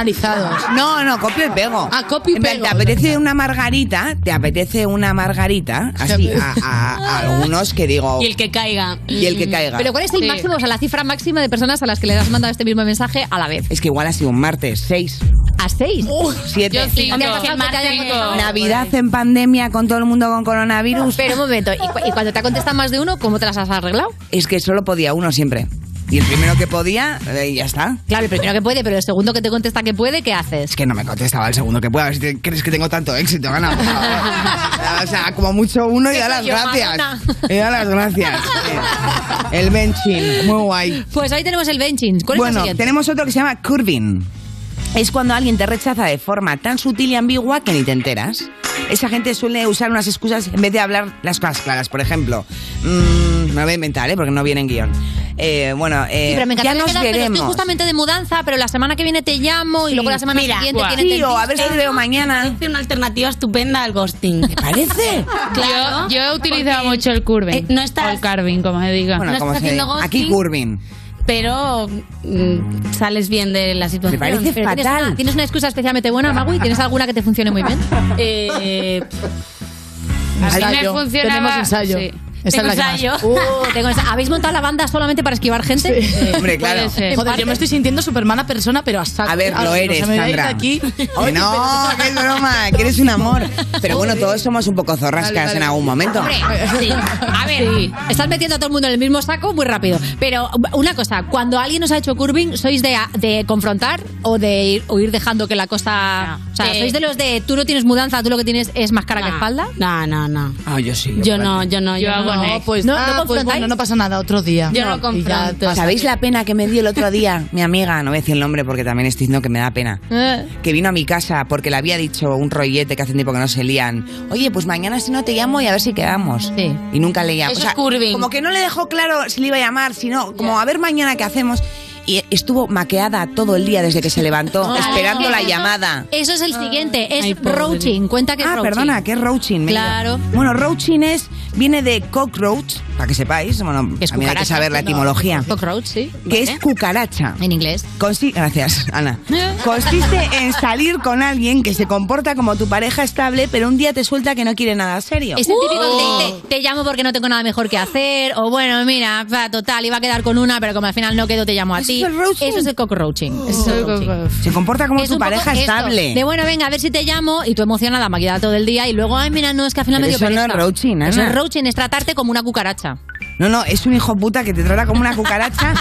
S4: No, no, copio y pego. Ah, copio y pego. Te apetece una margarita, te apetece una margarita, así, a, a- a algunos que digo.
S28: Y el que caiga.
S4: Y el
S30: Mm.
S4: que caiga.
S3: Pero ¿cuál es el
S4: Sí.
S3: máximo, o sea, la cifra máxima de personas a las que le has mandado este mismo mensaje a la vez?
S4: Es que igual ha sido un martes, seis.
S3: ¿A seis?
S4: Siete.
S3: Yo cinco. ¿Qué ha pasado que te haya contestado?
S4: Navidad en pandemia con todo el mundo con coronavirus.
S3: Pero un momento, ¿y, cu- y cuando te ha contestado más de uno, cómo te las has arreglado?
S4: Es que solo podía uno siempre. Y el primero que podía, eh, ya está.
S3: Claro, el primero que puede, pero el segundo que te contesta que puede, ¿qué haces?
S4: Es que no me contestaba el segundo que pueda. A ver si te- crees que tengo tanto éxito, Ana. por favor. O sea, como mucho uno y
S3: Que
S4: da las
S3: soy yo,
S4: gracias.
S3: Madonna.
S4: Y da las gracias. Sí. El benching, muy guay.
S3: Pues ahí tenemos el benching. ¿Cuál es el
S4: bueno,
S3: siguiente?
S4: tenemos otro que se llama curving. Es cuando alguien te rechaza de forma tan sutil y ambigua que ni te enteras. Esa gente suele usar unas excusas en vez de hablar las cosas claras. Por ejemplo, mm, me lo voy a inventar, ¿eh? porque no viene en guión. Eh, bueno, eh,
S3: Sí, pero me
S4: ya
S3: encantaría
S4: nos
S3: quedar, pero
S4: veremos.
S3: estoy justamente de mudanza, pero la semana que viene te llamo y luego la semana siguiente
S28: guau.
S3: tienes entrevista.
S4: mañana.
S28: Parece una alternativa estupenda al ghosting. ¿Te
S4: parece?
S28: Claro.
S30: Yo, yo he utilizado mucho el curving.
S28: Eh, no estás,
S30: o el carving, como se diga.
S28: Bueno, No como estás se haciendo diga. ghosting.
S4: Aquí curving.
S28: pero mm, sales bien de la situación.
S4: Me parece
S28: Pero tienes
S3: ¿Tienes una, tienes una excusa especialmente buena, Magui? ¿Tienes alguna que te funcione muy bien?
S28: Eh,
S3: Ensayo.
S28: me funcionaba-
S3: Tenemos ensayo.
S28: sí.
S3: Esa
S28: Tengo
S3: es la que
S28: ensayo.
S3: más. Uh, tengo ensa- ¿Habéis montado la banda solamente para esquivar gente? Eh,
S4: Hombre, claro.
S1: Joder, yo me estoy sintiendo súper mala persona, pero hasta. A
S4: ver, lo eres, Sandra.
S1: aquí.
S4: Que no, que es broma, que eres un amor. Pero bueno, todos somos un poco zorrascas
S3: Vale, vale.
S4: en algún momento.
S3: Hombre, sí. A ver, estás metiendo a todo el mundo en el mismo saco muy rápido. Pero una cosa, cuando alguien os ha hecho curving, ¿sois de, de confrontar o de ir, o ir dejando que la cosa... O sea,
S28: Eh,
S3: ¿sois de los de tú no tienes mudanza, tú lo que tienes es más cara que espalda?
S28: No, no, no.
S4: Ah, yo sí.
S28: Yo no, yo no.
S1: Yo hago
S28: no.
S1: next. Pues
S28: no,
S1: ah, pues bueno, no pasa nada, otro día.
S4: No, y ya pasa. ¿Sabéis la pena que me dio el otro día mi amiga? No voy a decir el nombre porque también estoy diciendo que me da pena. Que vino a mi casa porque le había dicho un rollete que hace tiempo que no se lían. Oye, pues mañana si no te llamo y a ver si quedamos. Y nunca le llamó.
S28: Eso
S4: O sea,
S28: es curving.
S4: Como que no le dejó claro si le iba a llamar, sino como a ver mañana qué hacemos. Y estuvo maqueada todo el día desde que se levantó,
S3: Vale.
S4: esperando la
S3: Eso-
S4: llamada.
S3: Eso es el siguiente, es roaching. Cuenta que es
S4: ah,
S3: roaching.
S4: perdona, que es roaching. me he ido.
S3: Claro.
S4: Bueno, roaching es, viene de cockroach, para que sepáis, bueno, también hay que
S3: cucaracha,
S4: saber la
S3: ¿no?
S4: etimología.
S3: Cockroach, sí.
S4: Que es cucaracha.
S3: En inglés.
S4: Gracias, Ana. Consiste en salir con alguien que se comporta como tu pareja estable, pero un día te suelta que no quiere nada serio.
S3: Es el típico
S4: Oh.
S3: que dice, te llamo porque no tengo nada mejor que hacer, o bueno, mira, va, total, iba a quedar con una, pero como al final no quedo, te llamo a ti. Eso es el cockroaching. Eso es el cockroaching.
S4: Se comporta como
S3: Es
S4: tu
S3: un poco
S4: pareja
S3: esto,
S4: estable.
S3: De bueno, venga, a ver si te llamo y tú emocionada, maquillada todo el día y luego, ay, mira, no, es que al final
S4: Pero
S3: me dio
S4: eso no
S3: pereza.
S4: es roaching,
S3: Eso
S4: Ana.
S3: es roaching, es tratarte como una cucaracha.
S4: No, no, es un hijo puta que te trata como una cucaracha,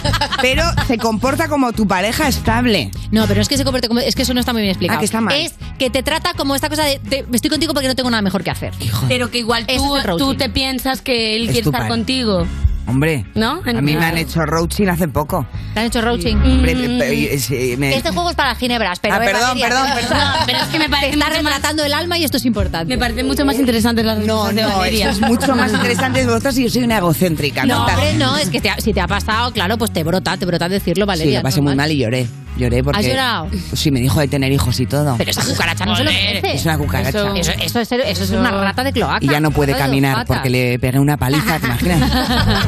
S4: pero se comporta como tu pareja estable.
S3: No, pero es que se convierte como. Es que eso no está muy bien explicado.
S4: Ah, que está mal.
S3: Es que te trata como esta cosa de. te- estoy contigo porque no tengo nada mejor que hacer.
S28: Pero que igual
S3: Ese
S28: tú,
S3: es el roaching.
S28: tú te piensas que él
S4: Es
S28: quiere
S4: tu
S28: estar
S4: padre.
S28: contigo.
S4: Hombre,
S28: ¿No?
S4: a mí me han hecho roaching hace poco.
S3: ¿Te han hecho roaching?
S28: Mm.
S4: Hombre, pe- pe- sí, me-
S3: Este juego es para ginebras, pero.
S4: Ah,
S3: es
S4: perdón,
S3: batería.
S4: perdón, perdón.
S28: No, pero es que me parece
S3: Te está retratando el alma y esto es importante.
S28: Me parece mucho más interesante las
S4: No,
S28: de
S4: no,
S28: Valeria.
S4: eso es mucho más interesante de vosotros y yo soy una egocéntrica.
S3: No,
S4: total.
S3: hombre, no, es que te ha- si te ha pasado, claro, pues te brota, te brota decirlo,
S4: Sí,
S3: Valeria.
S4: lo pasé muy mal y lloré. Lloré porque...
S3: ¿Has llorado?
S4: Sí, me dijo de tener hijos y todo.
S3: Pero esa cucaracha no se lo
S4: Joder.
S3: merece.
S4: Es una cucaracha.
S3: Eso, eso, eso es, eso es una rata de cloaca.
S4: Y ya no puede
S3: Rata de
S4: caminar
S3: cloaca.
S4: porque le pegué una paliza, ¿te imaginas?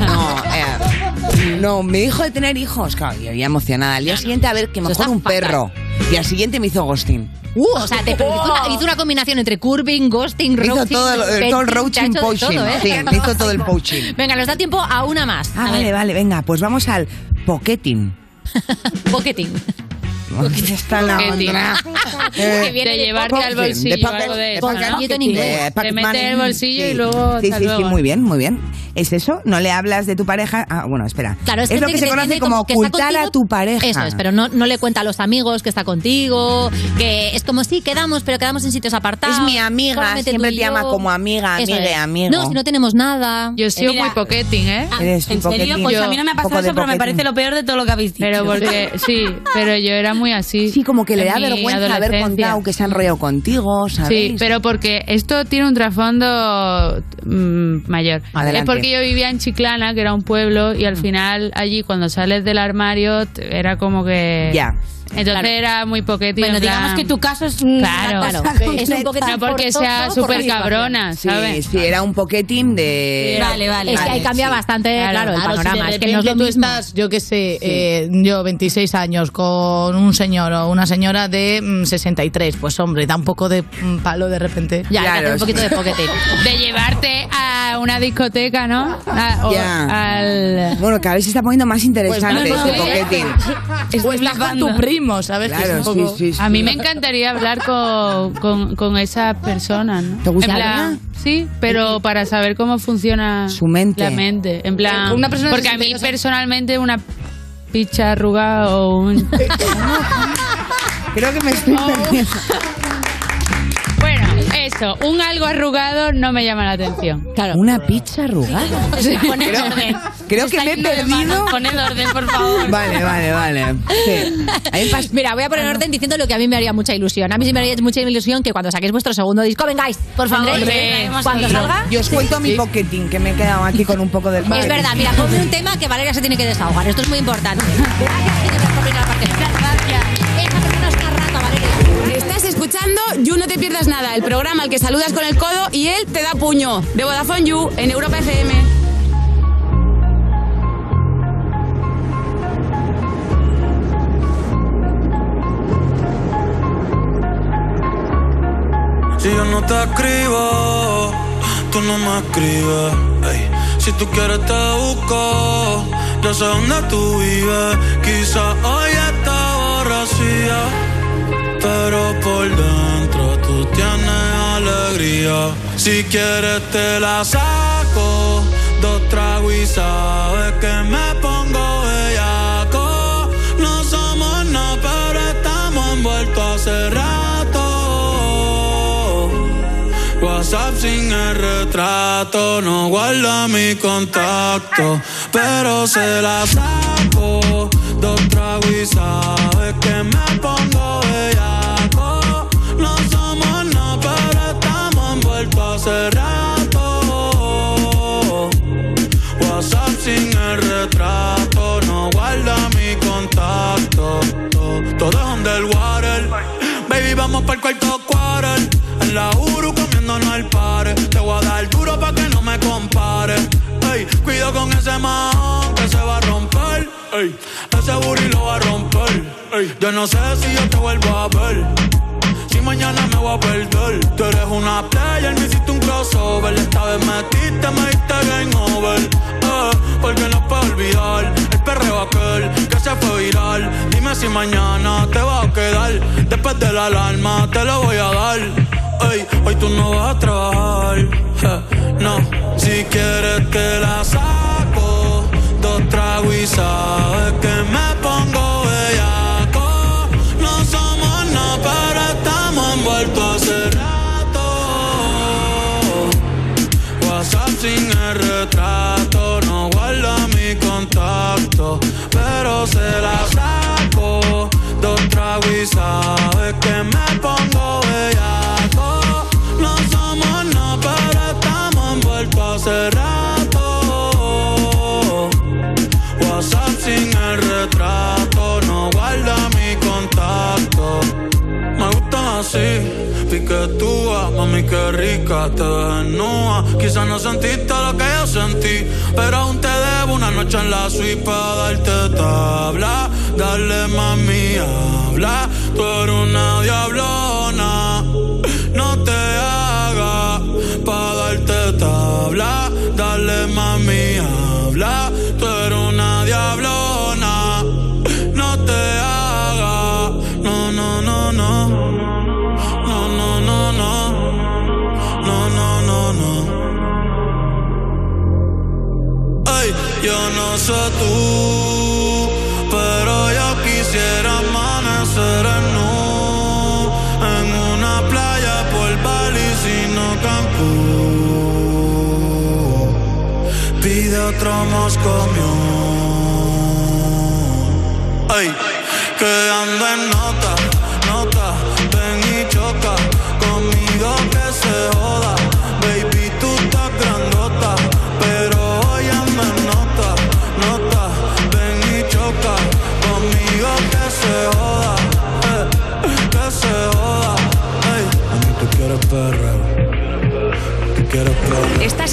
S4: No, eh, no, me dijo de tener hijos. Claro, yo ya emocionada. Al día siguiente, a ver, que mejor un perro. Y al siguiente me hizo ghosting.
S3: Uh, o sea, te, pero hizo, una, hizo una combinación entre curving, ghosting,
S4: Me hizo
S3: roaching.
S4: todo, el- el- todo el
S3: petting, te ha
S4: roaching
S3: hecho de
S4: poaching.
S3: todo, ¿eh?
S4: Sí, me hizo todo el poaching.
S3: Venga, nos da tiempo a una más.
S4: Ah,
S3: a
S4: vale,
S3: ver,
S4: vale, venga, pues vamos al pocketing.
S3: pocketing.
S4: ¿Dónde está la
S30: Pocketing.
S4: otra?
S30: Que viene de llevarte al
S4: pocketing, de
S30: bolsillo o algo de
S4: pocket-
S30: eso,
S4: pocket-
S30: ¿no?
S4: eh,
S30: Te
S4: pocket
S30: metes
S4: money.
S30: en el bolsillo y
S4: Sí.
S30: luego...
S4: Sí,
S30: hasta
S4: sí, sí,
S30: luego. ¿eh?
S4: muy bien, muy bien. ¿Es eso? ¿No le hablas de tu pareja? Ah, bueno, espera.
S3: Claro,
S4: es lo
S3: gente
S4: que se
S3: te
S4: conoce
S3: tiene
S4: como
S3: que está
S4: ocultar a
S3: contigo-
S4: tu pareja.
S3: Eso es, pero no, no le cuenta a los amigos que está contigo, que es como sí, quedamos, pero quedamos en sitios apartados.
S4: Es mi amiga,
S3: solamente
S4: siempre
S3: tú y
S4: te llama
S3: yo.
S4: como amiga,
S3: Eso
S4: amigue,
S3: es.
S4: amigo.
S3: No, si no tenemos nada. Ah.
S30: Yo he sido muy poquetín, ¿eh?
S4: Eres un
S28: Ah, ¿En serio?
S4: poquetín.
S28: Pues a mí no me ha
S4: Un poco
S28: pasado
S4: de
S28: eso, pero me
S4: poquetín.
S28: parece lo peor de todo lo que habéis dicho.
S30: Pero porque, sí, pero yo era muy muy así.
S4: Sí, como que le
S30: en
S4: da
S30: mi
S4: vergüenza haber
S30: adolescencia.
S4: contado que se ha enrollado contigo, ¿sabéis?
S30: Sí, pero porque esto tiene un trasfondo mm, mayor.
S4: Adelante.
S30: Es porque yo vivía en Chiclana, que era un pueblo, y al
S28: Mm.
S30: final allí cuando sales del armario t- era como que...
S4: Ya.
S30: Entonces
S28: Claro.
S30: era muy poquetín.
S28: Bueno,
S30: en plan-
S28: digamos que tu caso es un-
S30: Claro,
S28: una cosa
S30: es un poquetín. No porque sea súper cabrona,
S4: Sí,
S30: ¿sabes?
S4: Sí, era un poquetín de...
S3: Es que ahí cambia bastante, claro, el panorama.
S1: si de
S3: es que no es lo mismo.
S1: repente tú estás, yo qué sé, eh, yo 26 años con un señor o una señora de mm, 63, pues hombre, da un poco de mm, palo de repente.
S30: Ya, hay que Claro, hacer un poquito sí. de poquetín. De llevarte a una discoteca, ¿no? A- o al...
S4: Bueno, cada vez se está poniendo más interesante
S30: Pues,
S4: este
S30: no, no, eh.
S4: poquetín.
S1: Pues la con tu primo, ¿sabes? Que
S4: Claro,
S1: es un poco-
S4: sí, sí, sí.
S30: A mí me encantaría hablar con, con, con esas personas, ¿no? ¿Te
S1: gusta
S30: Sí, pero para saber cómo funciona
S4: Su mente.
S30: la mente. En plan,
S1: Una persona de
S30: porque a mí personalmente una picha arruga o un... Oh.
S4: Creo que me estoy perdiendo.
S30: Bueno, eso, un algo arrugado no me llama la atención. Claro.
S4: Una pizza arrugada.
S30: Poned
S4: Creo-
S30: orden.
S4: Creo que me he
S30: Poned orden,
S4: perdido.
S30: Poned orden, por favor.
S4: Vale, vale, vale. Sí.
S3: Mira, voy a
S4: Ah,
S3: poner orden diciendo lo que a mí me haría mucha ilusión. A mí sí me haría mucha ilusión que cuando saquéis vuestro segundo disco, vengáis, por favor.
S4: Hombre,
S3: cuando salga.
S4: eh, Yo os cuento mi poquetín, que me he quedado aquí con un poco del
S3: Es
S4: poquetín.
S3: verdad, mira, ponme un tema que Valeria se tiene que desahogar. Esto es muy importante.
S7: Estás escuchando You No Te Pierdas Nada, el programa al que saludas con el codo y él te da puño. De Vodafone You en Europa FM.
S36: Si yo no te escribo, tú no me escribes. ey. Si tú quieres te busco, ya sé dónde tú vives. Quizá hoy está borracía, pero por dentro tú tienes alegría. Si quieres te la saco, dos tragos y sabes que me pongo bellaco. No somos nada, pero estamos envueltos hace rato. WhatsApp sin el retrato, no guarda mi contacto, pero se la saco. Dos tragos y sabes que me pongo bellaco. No somos nada, pero estamos envueltos hace rato. WhatsApp sin el retrato, no guarda mi contacto. To- Todo es underwater. Baby, vamos para el cuarto quarter. En la Uru comiéndonos al par. Te voy a dar duro pa' que no me compare. Ey, cuido con ese man que se va a romper. Ey, ese booty lo va a romper. Ey, yo no sé si yo te vuelvo a ver. Si mañana me voy a perder, tú eres una playa, me hiciste un crossover. Esta vez metiste, me diste game over. Eh, porque no puedo olvidar el perreo aquel que se fue viral. Dime si mañana te vas a quedar. Después de la alarma te lo voy a dar. Ey, hoy tú no vas a trabajar. eh, no, si quieres te la saco. Dos tragos y sabes que me pongo bellaco. No somos nada, pero estamos envueltos hace rato. WhatsApp sin el retrato, no guarda mi contacto, pero se la saco. Dos tragos y sabes que me pongo bellaco. No somos nada, pero estamos envueltos hace rato. WhatsApp sin el retrato, no guarda mi contacto. Me gustan así, piquetúa, mami que rica, te desnuda. Quizás no sentiste lo que yo sentí, pero aún te debo una noche en la suite para darte tabla. Dale mami, habla, tú eres una diablona, no te hagas pa' darte tabla. Dale mami, habla, tú eres una diablona, no te hagas, no, no, no, no, no, no, no, no, no, no, no, no. Ey, yo no sé tú, pero yo quisiera amanecer en nu, en una playa por Bali, sino Cancún. Pide otro Moscow Mule. Ey, que ando en nota, nota, ven y choca, conmigo que se joda, baby tú estás grandota, pero hoy ando en nota, nota, ven y choca, conmigo que se joda, eh, que se joda, ey. A mí tú quieres perreo, tú quieres perreo.
S7: Estás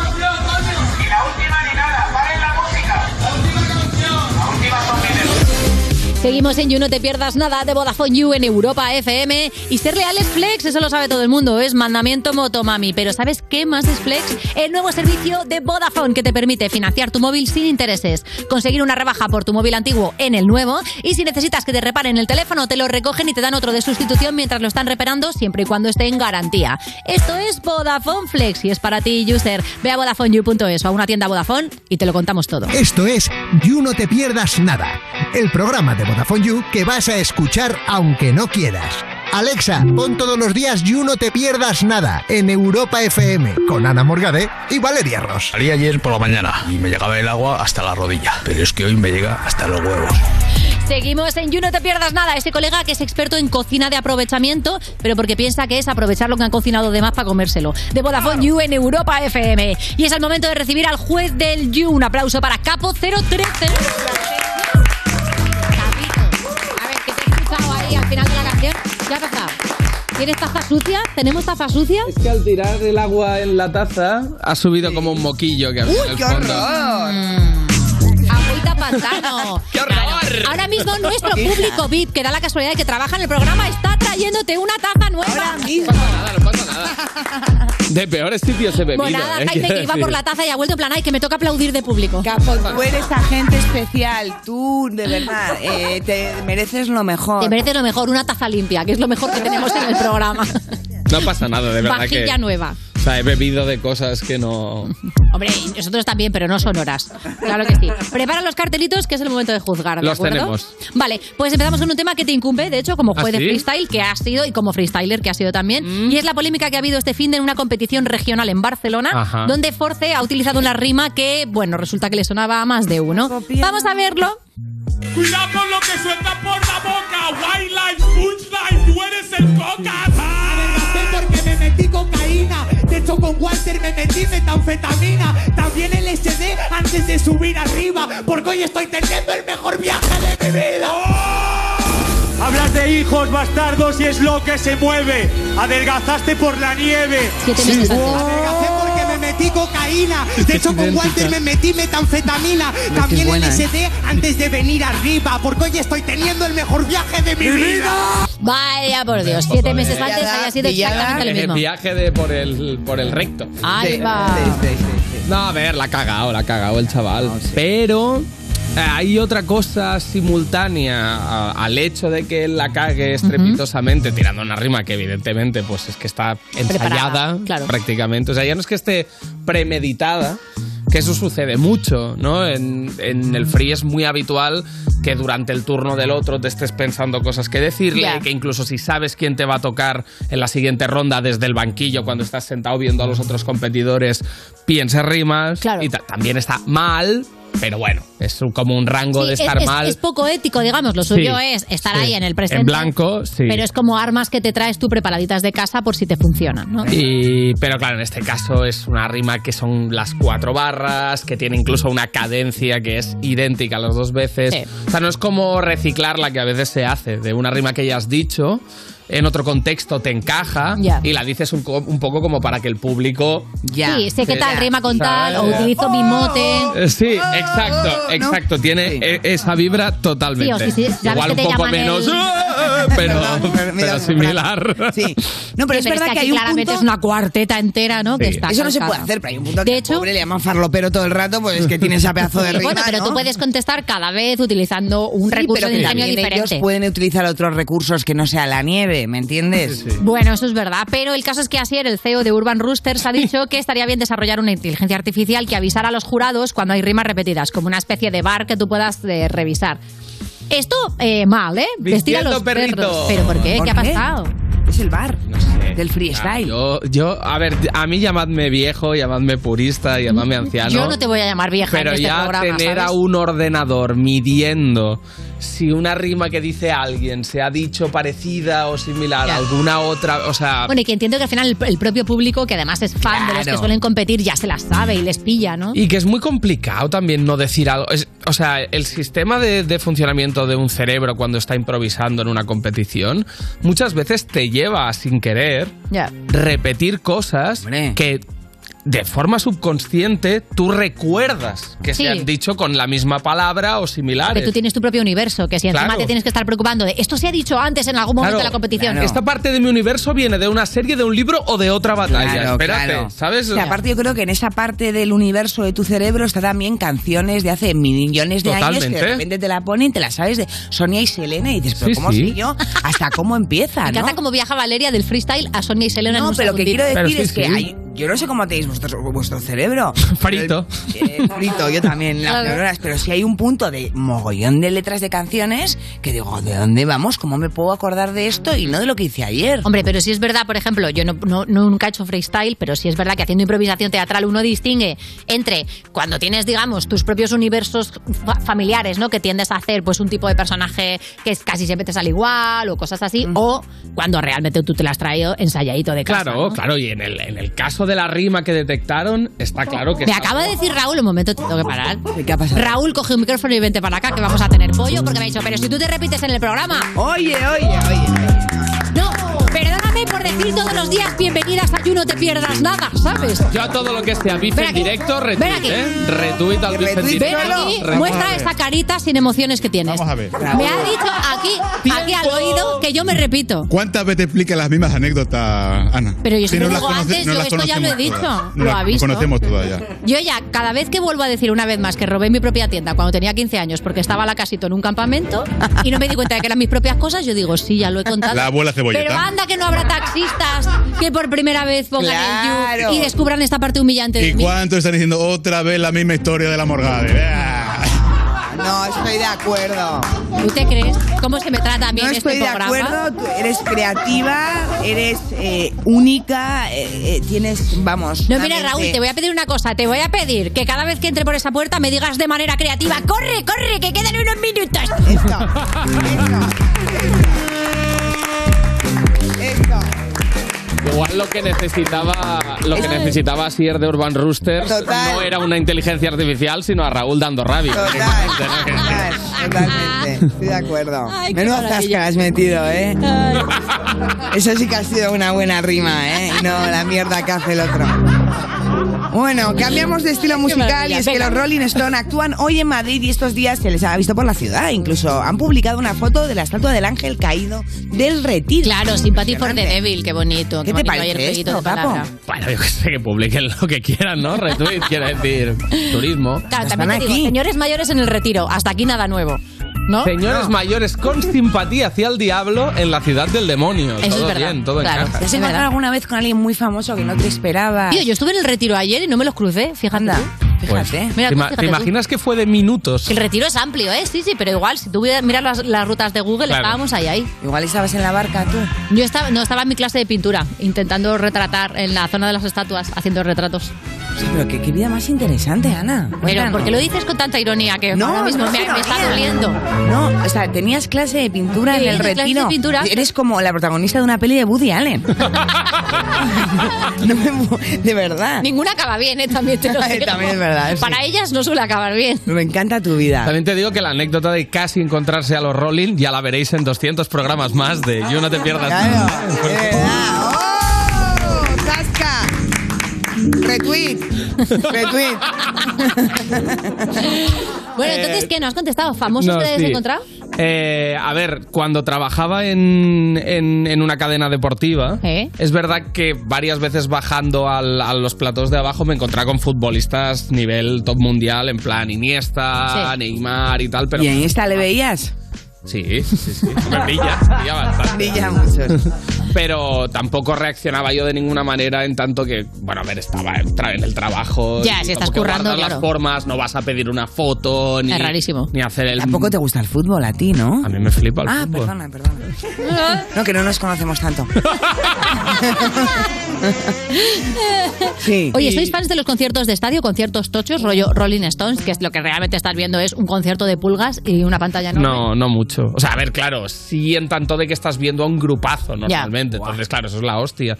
S3: Seguimos en You, no te pierdas nada de Vodafone You en Europa FM. Y ser leal es flex, eso lo sabe todo el mundo, es mandamiento motomami. Pero ¿sabes qué más es flex? El nuevo servicio de Vodafone que te permite financiar tu móvil sin intereses, conseguir una rebaja por tu móvil antiguo en el nuevo y si necesitas que te reparen el teléfono, te lo recogen y te dan otro de sustitución mientras lo están reparando siempre y cuando esté en garantía. Esto es Vodafone Flex y es para ti, user. Ve a vodafoneyou.es o a una tienda Vodafone y te lo contamos todo.
S5: Esto es You No Te Pierdas Nada, el programa de Vodafone You que vas a escuchar aunque no quieras. Alexa, pon todos los días You No Te Pierdas Nada en Europa FM con Ana Morgade y Valeria Ross.
S14: Salí ayer por la mañana y me llegaba el agua hasta la rodilla, pero es que hoy me llega hasta los huevos.
S3: Seguimos en You, no te pierdas nada. Este colega que es experto en cocina de aprovechamiento, pero porque piensa que es aprovechar lo que han cocinado de más para comérselo. De Vodafone You en Europa FM. Y es el momento de recibir al juez del You. Un aplauso para Capo 013. A ver, ¿qué te he escuchado ahí al final de la canción? ¿Qué ha pasado? ¿Tienes taza sucia? ¿Tenemos taza sucia?
S15: Es que al tirar el agua en la taza ha subido como un moquillo que había en el fondo.
S3: Mm. Agüita pantano. Claro. Ahora mismo nuestro público VIP, que da la casualidad de que trabaja en el programa, está trayéndote una taza nueva.
S15: De peores sitios he bebido.
S3: Monada,
S15: eh,
S3: Pues Jaime,
S15: quiero
S3: que iba
S15: decir.
S3: por la taza y ha vuelto en plan, ay, que me toca aplaudir de público.
S4: Tú eres agente especial, tú de verdad, eh, te mereces lo mejor.
S3: Te merece lo mejor, una taza limpia, que es lo mejor que tenemos en el programa.
S15: No pasa nada, de verdad
S3: Vajilla
S15: que.
S3: nueva.
S15: O sea, he bebido de cosas que no.
S3: Hombre, y nosotros también, pero no sonoras. Claro que sí. Prepara los cartelitos, que es el momento de juzgar. ¿de
S15: Los
S3: acuerdo?
S15: tenemos.
S3: Vale, pues empezamos con un tema que te incumbe, de hecho, como
S15: ¿Ah,
S3: juez de
S15: sí? Mm.
S3: freestyle que has sido y como freestyler que has sido también. Y es la polémica que ha habido este fin de en una competición regional en Barcelona,
S37: Ajá.
S3: donde Force ha utilizado una rima que, bueno, resulta que le sonaba a más de uno. Vamos a verlo.
S8: Cuidado con lo que suelta por la boca. White life, butch life, tú eres el coca. porque me metí cocaína. De hecho, con Walter me metí metanfetamina. También el SD antes de subir arriba. Porque hoy estoy teniendo el mejor viaje de mi vida. ¡Oh! Hablas de hijos, bastardos, y es lo que se mueve. Adelgazaste por la nieve.
S3: Siete meses antes.
S8: Adelgacé porque me metí cocaína. De hecho, con idéntica. Walter me metí metanfetamina. que es También buena, el ¿eh? SD antes de venir arriba. Porque hoy estoy teniendo el mejor viaje de mi ¡Mi vida.
S3: Vaya por Dios, siete meses antes había sido exactamente el
S15: En el
S3: mismo.
S15: viaje de por el, por el recto.
S3: Ahí va.
S15: No, a ver, la ha cagado, la ha cagado el chaval. Pero eh, hay otra cosa simultánea a- al hecho de que él la cague estrepitosamente tirando una rima que evidentemente pues es que está ensayada prácticamente. O sea, ya no es que esté premeditada. Que eso sucede mucho, ¿no? En, en el free es muy habitual que durante el turno del otro te estés pensando cosas que decirle,
S2: Ya.
S15: que incluso si sabes quién te va a tocar en la siguiente ronda desde el banquillo cuando estás sentado viendo a los otros competidores, piensa rimas y ta- también está mal, pero bueno, es un- como un rango
S3: Sí,
S15: de
S3: es-
S15: estar
S3: es,
S15: mal.
S3: es poco ético, digamos. Lo
S15: Sí,
S3: suyo es estar
S15: sí.
S3: ahí en el presente.
S15: En blanco, sí.
S3: Pero es como armas que te traes tú preparaditas de casa por si te funcionan, ¿no?
S15: Y- pero claro, en este caso es una rima que son las cuatro barras, que tiene incluso una cadencia que es idéntica las dos veces. O sea, no es como reciclar la que a veces se hace, de una rima que ya has dicho, en otro contexto te encaja y la dices un, co- un poco como para que el público...
S3: Sí, sé qué tal rima con tal, o
S15: ¿sabes?
S3: utilizo mi mote.
S15: Eh, Sí, exacto, exacto. Tiene e- esa vibra totalmente.
S3: Sí, o sí, sí, sabes
S15: Igual
S3: que
S15: un
S3: te
S15: poco
S3: llaman el-
S15: menos, ¡ah! pero, pero similar. Sí.
S4: No, pero
S3: Sí,
S4: es verdad que
S3: aquí
S4: hay un
S3: claramente
S4: punto-
S3: es una cuarteta entera, ¿no? Que
S4: Sí.
S3: está
S4: Eso no se
S3: calcada.
S4: puede hacer, pero hay un punto que de hecho, pobre le llaman farlopero todo el rato, pues es que tiene esa pedazo de
S3: Sí,
S4: rima,
S3: bueno, pero
S4: ¿no?
S3: tú puedes contestar cada vez utilizando un
S4: Sí,
S3: recurso
S4: pero
S3: de
S4: que
S3: diseño
S4: también
S3: diferente.
S4: ellos pueden utilizar otros recursos que no sea la nieve, ¿me entiendes?
S3: Bueno, eso es verdad, pero el caso es que Asier, el CEO de Urban Roosters, ha dicho que estaría bien desarrollar una inteligencia artificial que avisara a los jurados cuando hay rimas repetidas, como una especie de bar que tú puedas eh, revisar. Esto eh, mal, ¿eh? Vestir a
S15: Vistiendo
S3: los
S15: perrito.
S3: perros. ¿Pero por qué?
S15: ¿Por
S3: ¿Qué ha
S15: qué?
S3: pasado?
S4: Es el bar.
S15: No sé.
S4: del freestyle.
S15: Yo, yo, a ver, a mí llamadme viejo, llamadme purista, llamadme anciano.
S3: Yo no te voy a llamar vieja
S15: Pero
S3: en este
S15: ya
S3: programa,
S15: tener
S3: ¿sabes?
S15: a un ordenador midiendo si una rima que dice alguien se ha dicho parecida o similar a alguna otra, o sea,
S3: Bueno, y que entiendo que al final el, el propio público, que además es fan de los que
S15: Claro.
S3: suelen competir, ya se las sabe y les pilla, ¿no?
S15: Y que es muy complicado también no decir algo. Es- o sea, el sistema de, de funcionamiento de un cerebro cuando está improvisando en una competición muchas veces te lleva a, sin querer
S1: Ya.
S15: repetir cosas que de forma subconsciente tú recuerdas que
S3: Sí.
S15: se han dicho con la misma palabra o
S3: Que
S15: similares.
S3: tú tienes tu propio universo, que si encima
S15: Claro.
S3: te tienes que estar preocupando de esto se ha dicho antes en algún momento
S15: Claro,
S3: de la competición.
S15: Esta parte de mi universo viene de una serie, de un libro o de otra batalla.
S4: Claro,
S15: Espérate,
S4: claro.
S15: ¿sabes?
S4: O sea, aparte yo creo que en esa parte del universo de tu cerebro está también canciones de hace millones de años que
S15: Totalmente.
S4: de repente te la ponen y te la sabes de Sonia y Selena y dices, pero
S15: Sí,
S4: ¿cómo
S15: sí.
S4: sé yo? ¿Hasta cómo empieza?
S3: Me
S4: Ah, ¿no?
S3: encanta cómo viaja Valeria del freestyle a Sonia y Selena en
S4: No,
S3: un
S4: pero lo que quiero
S3: segundito.
S4: decir es que hay- yo no sé cómo tenéis vuestro, vuestro cerebro.
S15: Frito.
S4: Eh, frito, yo también, las
S3: Claro.
S4: neuronas. Pero si hay un punto de mogollón de letras de canciones que digo, ¿de dónde vamos? ¿Cómo me puedo acordar de esto y no de lo que hice ayer?
S3: Hombre, pero si es verdad, por ejemplo, yo no, no- nunca he hecho freestyle, pero si es verdad que haciendo improvisación teatral uno distingue entre cuando tienes, digamos, tus propios universos fa- familiares, ¿no? Que tiendes a hacer pues un tipo de personaje que es casi siempre te sale igual o cosas así,
S4: Mm.
S3: o cuando realmente tú te las has traído ensayadito de casa.
S15: Claro,
S3: ¿no?
S15: claro, y en el, en el caso de la rima que detectaron, está claro que
S3: Me
S15: está-
S3: acaba de decir Raúl, un momento, te tengo que parar.
S4: ¿Qué ha pasado?
S3: Raúl, coge un micrófono y vente para acá, que vamos a tener pollo, porque me ha dicho, pero si tú te repites en el programa.
S4: Oye, oye, oye.
S3: No, perdóname por decir todos los días bienvenidas a You, no te pierdas nada, ¿sabes?
S15: Yo a todo lo que sea bife
S3: Ven
S15: en
S3: aquí.
S15: directo,
S3: Ven
S15: retweet,
S3: aquí.
S15: ¿eh? Retweet al bife en
S3: Ven
S15: directo.
S3: aquí,
S15: Retweet.
S3: muestra esta carita sin emociones que tienes.
S16: Vamos a ver.
S3: Me ha dicho aquí, aquí al oído que yo me repito.
S16: ¿Cuántas veces explica las mismas anécdotas, Ana?
S3: Pero yo
S16: Si
S3: siempre
S16: no las
S3: digo
S16: conoce-
S3: antes,
S16: no
S3: yo
S16: las
S3: esto ya lo he
S16: conocemos
S3: dicho,
S16: todas.
S3: lo
S16: No las
S3: ha visto.
S16: conocemos todas ya.
S3: Yo ya, cada vez que vuelvo a decir una vez más que robé mi propia tienda cuando tenía 15 años porque estaba la casito en un campamento y no me di cuenta de que eran mis propias cosas, yo digo, sí, ya lo he contado.
S16: La abuela cebolleta.
S3: Pero anda que no habrá taxistas que por primera vez pongan el
S16: Claro.
S3: You y descubran esta parte humillante de
S16: ¿Y
S3: mí.
S16: cuántos están diciendo otra vez la misma historia de la Morgade? Ah.
S4: No, estoy de acuerdo.
S3: ¿Tú te crees? ¿Cómo se me trata a mí
S4: No
S3: en
S4: estoy
S3: este
S4: de
S3: programa?
S4: acuerdo, tú eres creativa, eres eh, única, eh, eh, tienes, vamos.
S3: No,
S4: una
S3: mira,
S4: mente-
S3: Raúl, te voy a pedir una cosa. Te voy a pedir que cada vez que entre por esa puerta me digas de manera creativa: ¡Corre, corre, que quedan unos minutos!
S15: Igual lo que necesitaba, lo que necesitaba Sier de Urban Roosters
S4: Total.
S15: no era una inteligencia artificial, sino a Raúl dando rabia.
S4: Totalmente, estoy de acuerdo.
S15: Ay, qué
S4: Menuda
S15: maravilla.
S4: zasca has metido, ¿eh? Eso sí que ha sido una buena rima, ¿eh? Y no la mierda que hace el otro. Bueno, cambiamos de estilo musical y
S38: maravilla,
S4: es que
S38: venga.
S4: los Rolling Stone actúan hoy en Madrid y estos días se les ha visto por la ciudad. Incluso han publicado una foto de la estatua del ángel caído del retiro.
S3: Claro, Sympathy for the Devil, qué bonito.
S4: ¿Qué
S3: qué
S4: te
S3: bonito ayer
S4: parece
S3: jueguito
S4: esto,
S3: de palabra.
S4: guapo?
S15: Bueno, yo que sé, que publiquen lo que quieran, ¿no? Retweet, quiere decir turismo.
S3: Claro, Ah, también te digo, señores mayores en el retiro, hasta aquí nada nuevo. ¿No?
S15: Señores mayores con simpatía hacia el diablo en la ciudad del demonio.
S3: Eso es
S15: todo
S3: verdad,
S15: bien, todo
S3: claro.
S15: encaja.
S4: ¿Te has encontrado alguna vez con alguien muy famoso que no te esperaba?
S3: Tío, yo estuve en el retiro ayer y no me los crucé, fíjate. tú.
S15: Pues,
S3: Mira
S15: ¿te,
S3: tú,
S15: ima-
S3: fíjate
S15: te
S3: tú.
S15: imaginas que fue de minutos?
S3: El retiro es amplio, ¿eh? Sí, sí, pero igual, si tú hubieras- miras las, las rutas de Google,
S15: Claro.
S3: estábamos ahí, ahí.
S4: Igual estabas en la barca tú.
S3: Yo estaba, no, estaba en mi clase de pintura, intentando retratar en la zona de las estatuas, haciendo retratos.
S4: Sí, pero qué, qué vida más interesante, Ana.
S3: Pero,
S4: Cuéntanos.
S3: ¿por qué lo dices con tanta ironía que ahora mismo me,
S4: es
S3: me está
S4: ironía.
S3: doliendo?
S4: No, o sea, tenías clase de pintura
S3: Sí,
S4: en el
S3: clase de
S4: retiro.
S3: pintura.
S4: Eres como la protagonista de una peli de Woody Allen. No me mu- de verdad.
S3: Ninguna acaba bien, ¿eh? También te lo digo.
S4: También es verdad, sí.
S3: Para ellas no suele acabar bien.
S4: Me encanta tu vida.
S15: También te digo que la anécdota de casi encontrarse a los Rolling ya la veréis en 200 programas más de You No Te Pierdas. Nada.
S4: Oh, ¡Zasca! Retweet. Retweet.
S3: Bueno,
S4: Eh,
S3: entonces, ¿qué? ¿No has contestado? ¿Famosos
S15: No,
S3: te has
S15: sí.
S3: encontrado?
S15: Eh, a ver, cuando trabajaba en, en- en una cadena deportiva,
S3: ¿Eh?
S15: es verdad que varias veces bajando al- a los platos de abajo me encontraba con futbolistas nivel top mundial, en plan Iniesta,
S4: Sí.
S15: Neymar y tal, pero...
S4: ¿Y en esta le veías?
S15: Sí, sí, sí. Me pilla, me pilla bastante.
S4: Brilla mucho.
S15: pero tampoco reaccionaba yo de ninguna manera en tanto que, bueno, a ver, estaba en, tra- en el trabajo.
S3: Ya,
S15: y
S3: si estás
S15: tampoco
S3: currando,
S15: guardas
S3: claro.
S15: las formas, no vas a pedir una foto, ni,
S3: Es rarísimo.
S15: ni hacer el...
S4: Tampoco te gusta el fútbol a ti, ¿no?
S15: A mí me flipa el
S4: Ah,
S15: fútbol.
S4: perdona, perdona. No, que no nos conocemos tanto. Sí.
S3: Oye, ¿sois fans de los conciertos de estadio, conciertos tochos, rollo Rolling Stones? Que es lo que realmente estás viendo es un concierto de pulgas y una pantalla no.
S15: No, no mucho. O sea, a ver, claro, sí en tanto de que estás viendo a un grupazo normalmente. Entonces, claro, eso es la hostia.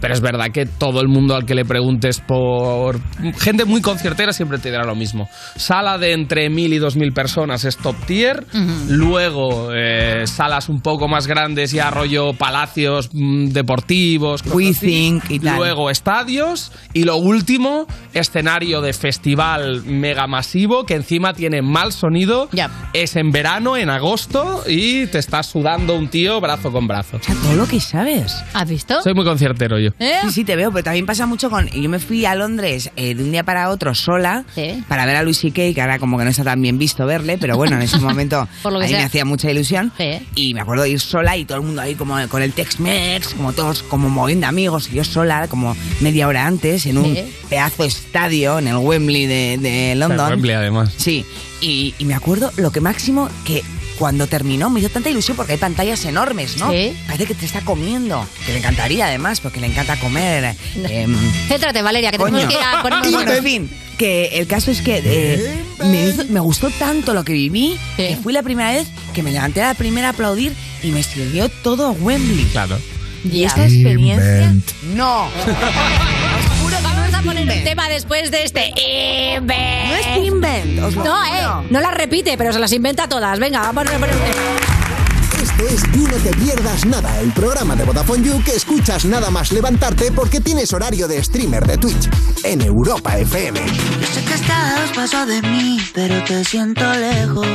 S15: Pero es verdad que todo el mundo al que le preguntes por... Gente muy conciertera siempre te dirá lo mismo. Sala de entre mil y dos mil personas es top tier. Luego, eh, salas un poco más grandes y rollo palacios mm, deportivos. cosas
S4: We
S15: así.
S4: Think y tal.
S15: Luego, estadios. Y lo último, escenario de festival mega masivo que encima tiene mal sonido. Es en verano, en agosto, y te está sudando un tío brazo con brazo.
S4: Todo lo que sabes.
S3: ¿Has visto?
S15: Soy muy conciertero yo.
S3: ¿Eh?
S4: Sí, sí, te veo, pero también pasa mucho con... Yo me fui a Londres eh, de un día para otro sola para ver a Luis C.K., que ahora como que no está tan bien visto verle, pero bueno, en ese momento
S3: Por lo que
S4: a mí me
S3: sea.
S4: hacía mucha ilusión. Y me acuerdo de ir sola y todo el mundo ahí como con el Tex-Mex, como todos como moviendo amigos, y yo sola como media hora antes en un
S15: Sí.
S4: pedazo de estadio en el Wembley de, de London.
S15: Wembley, además.
S4: Sí, y, y me acuerdo lo que máximo que... Cuando terminó me hizo tanta ilusión porque hay pantallas enormes, ¿no?
S3: Sí.
S4: Parece que te está comiendo. Que le encantaría además, porque le encanta comer. em,
S3: Céntrate, Valeria, que tenemos
S4: Coño.
S3: que ir a ponernos
S4: Bueno, en
S3: manos.
S4: fin, que el caso es que eh, me, hizo- me gustó tanto lo que viví que fui la primera vez que me levanté a la primera a aplaudir y me sirvió todo Wembley.
S15: Claro.
S4: Y esta experiencia. No.
S3: Juro que vamos a poner un tema después de este. Invent. No es
S4: Invent.
S3: No,
S4: os lo juro.
S3: eh. No las repite, pero se las inventa todas. Venga, vamos a poner un tema.
S25: Esto es You No Te Pierdas Nada, el programa de Vodafone You que escuchas nada más levantarte porque tienes horario de streamer de Twitch en Europa FM.
S38: Yo sé que estás paso de mí, pero te siento lejos.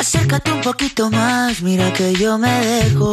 S38: Acércate un poquito más, mira que yo me dejo.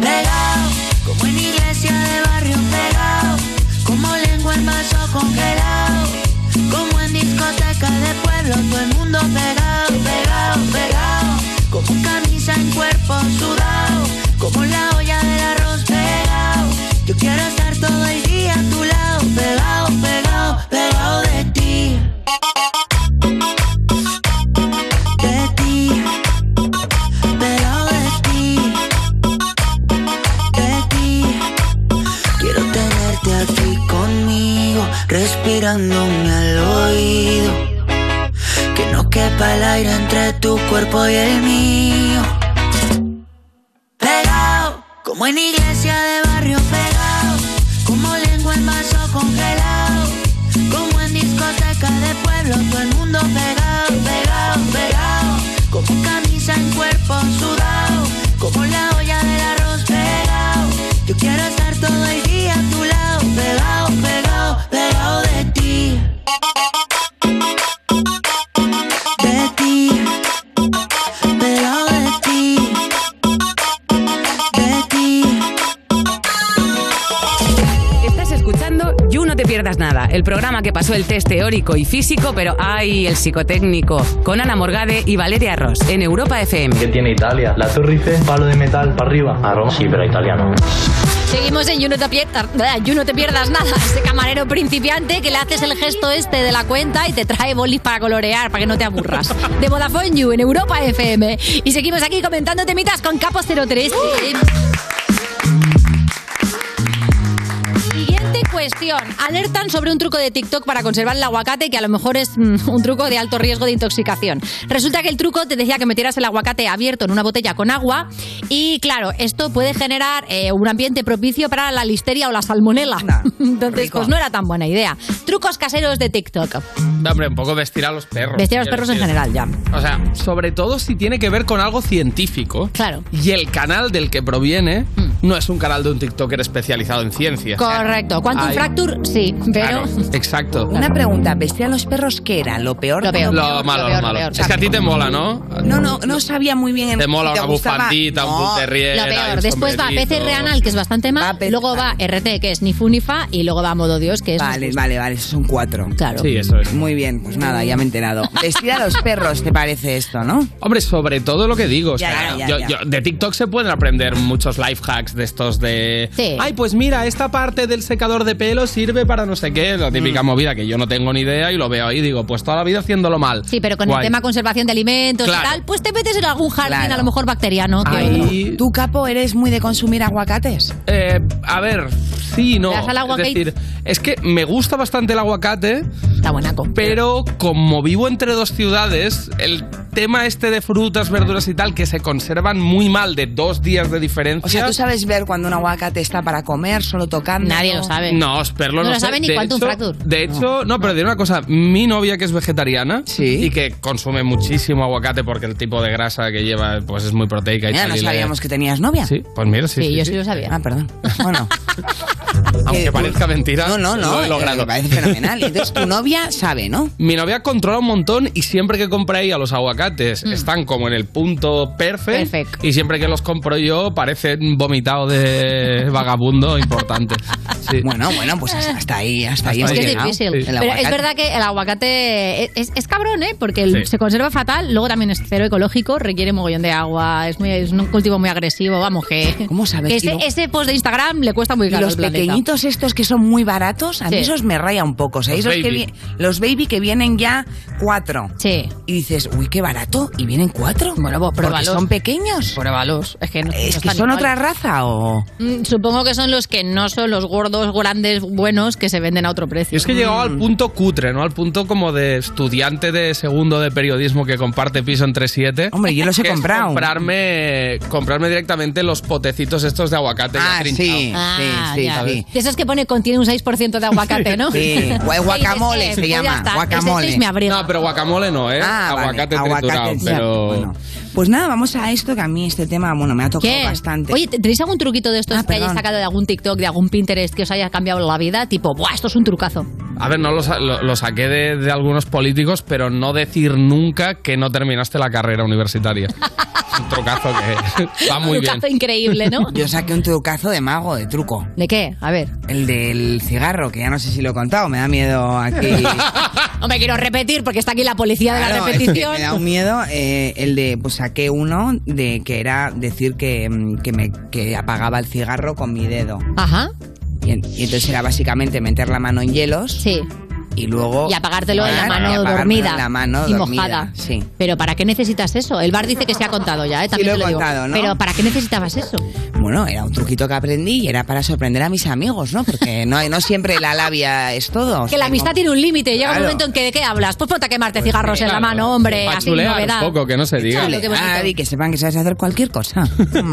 S38: Pegado, como en iglesia de barrio pegado, como lengua en vaso congelado. Como en discoteca de pueblo, todo el mundo pegado, pegado, pegado. Como camisa en cuerpo sudado, como la olla del arroz pegado. Yo quiero estar todo el día a tu lado, pegado, pegado, pegado de ti. De ti, pegado de ti. De ti. Quiero tenerte aquí conmigo, respirándome al oído. Que no quepa el aire entre tu cuerpo y el mío. Pegado, como en iglesia de barrio pegado, como lengua en vaso congelado, como en discoteca de pueblo, todo el mundo pegado, pegado, pegado, como camisa en cuerpo sudado, como la olla del arroz pegado. Yo quiero estar todo el día a tu lado, pegado, pegado, pegado de ti. De ti, pegado de ti, de ti.
S5: Estás escuchando You No Te Pierdas Nada, el programa que pasó el test teórico y físico, pero ¡ay! el psicotécnico, con Ana Morgade y Valeria Ross en Europa FM.
S18: ¿Qué tiene Italia? La torrice, palo de metal para arriba. A Roma. Sí, pero italiano.
S3: Seguimos en You No Te Pierdas, You No Te Pierdas Nada. Ese camarero principiante que le haces el gesto este de la cuenta y te trae bolis para colorear, para que no te aburras. De Vodafone You en Europa FM. Y seguimos aquí comentando temitas con Capo Eh, 03. Siguiente cuestión. Alertan sobre un truco de TikTok para conservar el aguacate que a lo mejor es mm, un truco de alto riesgo de intoxicación. Resulta que el truco te decía que metieras el aguacate abierto en una botella con agua y claro, esto puede generar eh, un ambiente propicio para la listeria o la salmonela. Entonces, pues no era tan buena idea. Trucos caseros de TikTok.
S15: No, hombre, un poco vestir a los perros.
S3: Vestir a los
S15: quiero
S3: perros en general, ya.
S15: O sea, sobre todo si tiene que ver con algo científico.
S3: Claro. Mm.
S15: Y el canal del que proviene no es un canal de un TikToker especializado en ciencia.
S3: Correcto. Quantum
S15: Ay.
S3: Fracture, sí, pero...
S15: Claro, exacto.
S4: Una pregunta, ¿vestir a los perros qué era? ¿Lo peor?
S15: Lo, malo, lo, malo. Es que a ti te mola, ¿no?
S4: No, no, no sabía muy bien.
S15: Te mola
S4: si
S15: una
S4: gustaba.
S15: bufandita, un
S4: No.
S15: puterrier.
S3: Lo peor. Después va PCR anal, que es bastante mal. luego va RT, que es ni fu ni fa. Y luego va modo Dios, que es.
S4: Vale, vale, vale, esos son cuatro.
S3: Claro.
S15: Sí, eso es.
S4: Muy bien, pues nada, ya me he enterado. Vestir a los perros, ¿te parece esto, no?
S15: Hombre, sobre todo lo que digo. o
S4: Ya,
S15: sea,
S4: ya, ya,
S15: yo-
S4: ya.
S15: yo- de TikTok se pueden aprender muchos life hacks de estos de. Ay, pues mira, esta parte del secador de pelo sirve para no sé qué. La
S3: Mm.
S15: típica movida que yo no tengo ni idea y lo veo ahí y digo, pues toda la vida haciéndolo mal.
S3: Sí, pero con el
S15: Guay.
S3: tema conservación de alimentos
S15: Claro.
S3: y tal, pues te metes en algún jardín,
S15: Claro.
S3: a lo mejor bacteriano. que
S15: Ahí-
S3: otro.
S4: ¿Tú, Capo, eres muy de consumir aguacates?
S15: Eh, a ver, sí, no.
S4: ¿Le das al aguacate?
S15: Es decir, es que me gusta bastante el aguacate.
S3: Está buenaco.
S15: Pero como vivo entre dos ciudades, el tema este de frutas, verduras y tal, que se conservan muy mal de dos días de diferencia.
S4: O sea, ¿tú sabes ver cuando un aguacate está para comer, solo tocando?
S3: Nadie lo
S4: eh,
S3: sabe.
S15: No, Osperlo no,
S3: No lo
S15: sé.
S3: sabe ni
S15: De
S3: Quantum
S15: hecho-
S3: Fracture.
S15: De hecho, no, pero diré una cosa. Mi novia, que es vegetariana y que consume muchísimo aguacate porque el tipo de grasa que lleva pues es muy proteica y
S4: Mira,
S15: tal.
S4: no
S15: y le-
S4: sabíamos que tenías novia.
S15: Sí, pues mira, sí. sí, sí.
S4: lo sabía. Ah, perdón.
S15: Aunque parezca mentira,
S4: No, no, no.
S15: lo he logrado.
S4: Me parece fenomenal. Y Entonces, tu novia sabe, ¿no?
S15: Mi novia controla un montón y siempre que compra ella los aguacates están como en el punto Mm. perfect, y siempre que los compro yo parecen vomitado de vagabundo importante.
S4: Bueno, bueno, pues hasta, hasta ahí, hasta, ahí.
S15: Hasta
S4: hemos
S15: ahí.
S4: llegado.
S15: Es que es difícil.
S4: El
S15: Pero
S3: Pero
S4: aguacate.
S3: es verdad que el aguacate es, es- es cabrón, ¿eh? Porque el-
S4: Sí.
S3: se conserva fatal, luego también es cero ecológico, requiere mogollón de agua, es, muy- es un cultivo muy agresivo, vamos, que...
S4: ¿Cómo sabes?
S3: que
S4: Y
S3: ese,
S4: lo-
S3: ese post de Instagram le cuesta muy
S4: Y
S3: caro
S4: los
S3: al planeta.
S4: pequeñitos estos que son muy baratos, a mí
S3: Sí.
S4: esos me raya un poco. ¿sabéis?
S3: Los
S4: Los, que
S3: baby.
S4: vi- los baby que vienen ya cuatro.
S3: Sí.
S4: Y dices, uy, qué barato. Y vienen cuatro. Bueno, vos
S3: pruébalos.
S4: ¿Son pequeños?
S3: Pruébalos. Es que, no,
S4: es
S3: no
S4: que
S3: están
S4: son
S3: igual.
S4: otra raza o...
S3: Mm, Supongo que son los que no son los gordos, grandes, buenos que se venden a otro precio.
S15: Y es que he llegado al punto cutre, ¿no? Al punto como de estudiante de segundo de periodismo que comparte piso entre siete.
S4: Hombre, yo los he
S15: que es
S4: comprado.
S15: Comprarme, comprarme directamente los potecitos estos de aguacate. ya
S4: Ah, sí,
S15: trinchado.
S4: sí,
S3: Ah,
S4: sí,
S3: ya.
S15: ¿sabes?
S3: De esos que pone contiene un 6% de aguacate, ¿no?
S15: Sí,
S4: guay, guacamole
S3: Seis de
S4: se
S3: seis,
S4: llama,
S3: pues ya está.
S4: guacamole.
S3: Ese seis me abriga.
S15: No, pero guacamole no, ¿eh?
S4: Ah, vale,
S15: aguacate
S4: aguacate,
S15: triturado,
S4: sí.
S15: pero...
S4: Pues nada, vamos a esto que a mí este tema, bueno, me ha tocado
S3: ¿Qué?
S4: bastante. Ah,
S3: Oye, ¿tenéis algún truquito de estos que hayáis sacado de algún TikTok, de algún Pinterest que os haya cambiado la vida? Tipo, ¡buah, esto es un trucazo!
S15: A ver, no lo, sa- lo- lo saqué de, de algunos políticos, pero no decir nunca que no terminaste la carrera universitaria. Es un trocazo que va muy
S3: un
S15: bien.
S3: trucazo increíble, ¿no?
S4: Ah, Yo saqué un trucazo de mago, de truco.
S3: ¿De qué? A ver.
S4: El del cigarro, que ya no sé si lo he contado, me da miedo aquí.
S3: No me quiero repetir porque está aquí la policía de la
S4: Claro, es que
S3: repetición.
S4: Me da un miedo eh, el de, pues saqué uno de que era decir que, mm, que me que apagaba el cigarro con mi dedo.
S3: Ajá.
S4: Y, en- y entonces era básicamente meter la mano en hielos.
S3: Sí.
S4: Y luego.
S3: Y apagártelo en la
S4: apagar-
S3: mano
S4: y apagármelo
S3: dormida
S4: en la mano
S3: y
S4: dormida,
S3: mojada.
S4: Sí.
S3: Pero ¿para qué necesitas eso? El bar dice que se ha contado ya, ¿eh? También
S4: lo
S3: te
S4: he
S3: digo.
S4: contado, ¿no?
S3: Pero ¿para qué necesitabas eso?
S4: Bueno, era un truquito que aprendí y era para sorprender a mis amigos, ¿no? Porque no, no siempre la labia es todo. o
S3: Que
S4: sea,
S3: la
S4: como-
S3: amistad tiene un límite. Llega un
S4: Claro.
S3: momento en que ¿de qué hablas? Pues ponte a quemarte cigarros en la mano, hombre.
S15: Pa'
S3: Así,
S15: chulear
S3: novedad.
S15: un poco, que no se diga.
S3: Chulo, qué bonito.
S4: Ah, y que sepan que sabes hacer cualquier cosa.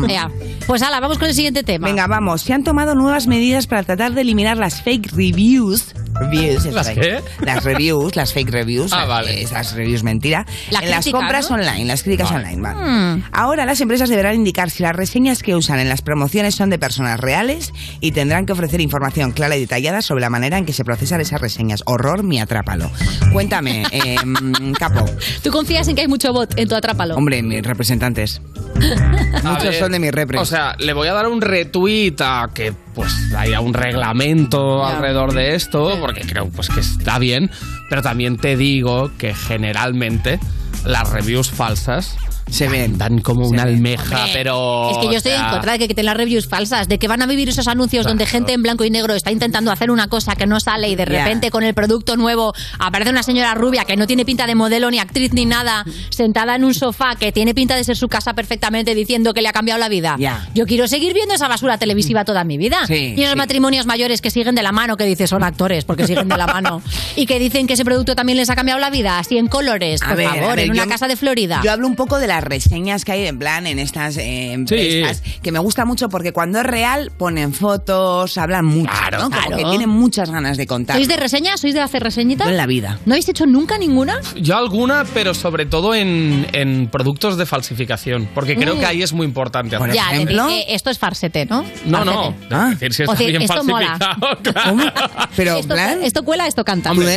S3: Ea. Pues ala, vamos con el siguiente tema.
S4: Mm. Venga, vamos. Se han tomado nuevas medidas para tratar de eliminar las fake reviews. Reviews, eso
S15: ¿Las
S4: es.
S15: qué?
S4: Las reviews, las fake reviews.
S15: Ah,
S4: eh,
S15: vale.
S4: Esas reviews mentira.
S15: La
S4: en las
S15: crítica,
S4: compras
S15: ¿no?
S4: online, las críticas online, vale. Ahora las empresas deberán indicar si las reseñas que usan en las promociones son de personas reales y tendrán que ofrecer información clara y detallada sobre la manera en que se procesan esas reseñas. Horror, mi atrápalo. Cuéntame, eh, mm, capo.
S3: ¿Tú confías en que hay mucho bot en tu atrápalo?
S4: Hombre, mis representantes.
S15: A
S4: Muchos
S15: ver,
S4: son de mis repres.
S15: O sea, le voy a dar un retweet a que pues haya un reglamento alrededor de esto, porque creo pues que está bien, pero también te digo que generalmente las reviews falsas se ven. Dan como una almeja,
S3: Hombre,
S15: pero.
S3: Es que yo estoy
S15: o sea,
S3: en contra de que quiten las reviews falsas, de que van a vivir esos anuncios donde gente en blanco y negro está intentando hacer una cosa que no sale y de
S18: Ya.
S3: repente con el producto nuevo aparece una señora rubia que no tiene pinta de modelo ni actriz ni nada, sentada en un sofá que tiene pinta de ser su casa perfectamente diciendo que le ha cambiado la vida.
S18: Ya.
S3: Yo quiero seguir viendo esa basura
S4: Mm.
S3: televisiva toda mi vida.
S18: Sí,
S3: y esos
S18: sí.
S3: matrimonios mayores que siguen de la mano, que dices son actores porque siguen de la mano y que dicen que ese producto también les ha cambiado la vida, así en colores,
S4: A
S3: por
S4: ver, a
S3: favor,
S4: ver,
S3: en una
S4: yo-
S3: casa de Florida.
S4: Yo hablo un poco de las reseñas que hay en plan en estas eh, empresas, que me gusta mucho porque cuando es real ponen fotos, hablan mucho, ¿no? Como
S3: claro.
S4: que tienen muchas ganas de contar.
S3: ¿Sois de reseñas? ¿Sois de hacer reseñitas?
S4: Yo en la vida.
S3: ¿No habéis hecho nunca ninguna?
S15: Yo alguna, pero sobre todo en, en productos de falsificación, porque creo
S3: Mm.
S15: que ahí es muy importante. hacer-
S3: ya, de- eh, esto es farsete, ¿no?
S15: No,
S3: Farsete.
S15: no. Es decir, si
S3: O
S15: está
S3: sea,
S15: bien
S3: esto mola.
S15: falsificado. claro.
S4: Pero,
S3: Esto, esto cuela, esto canta.
S15: Hombre,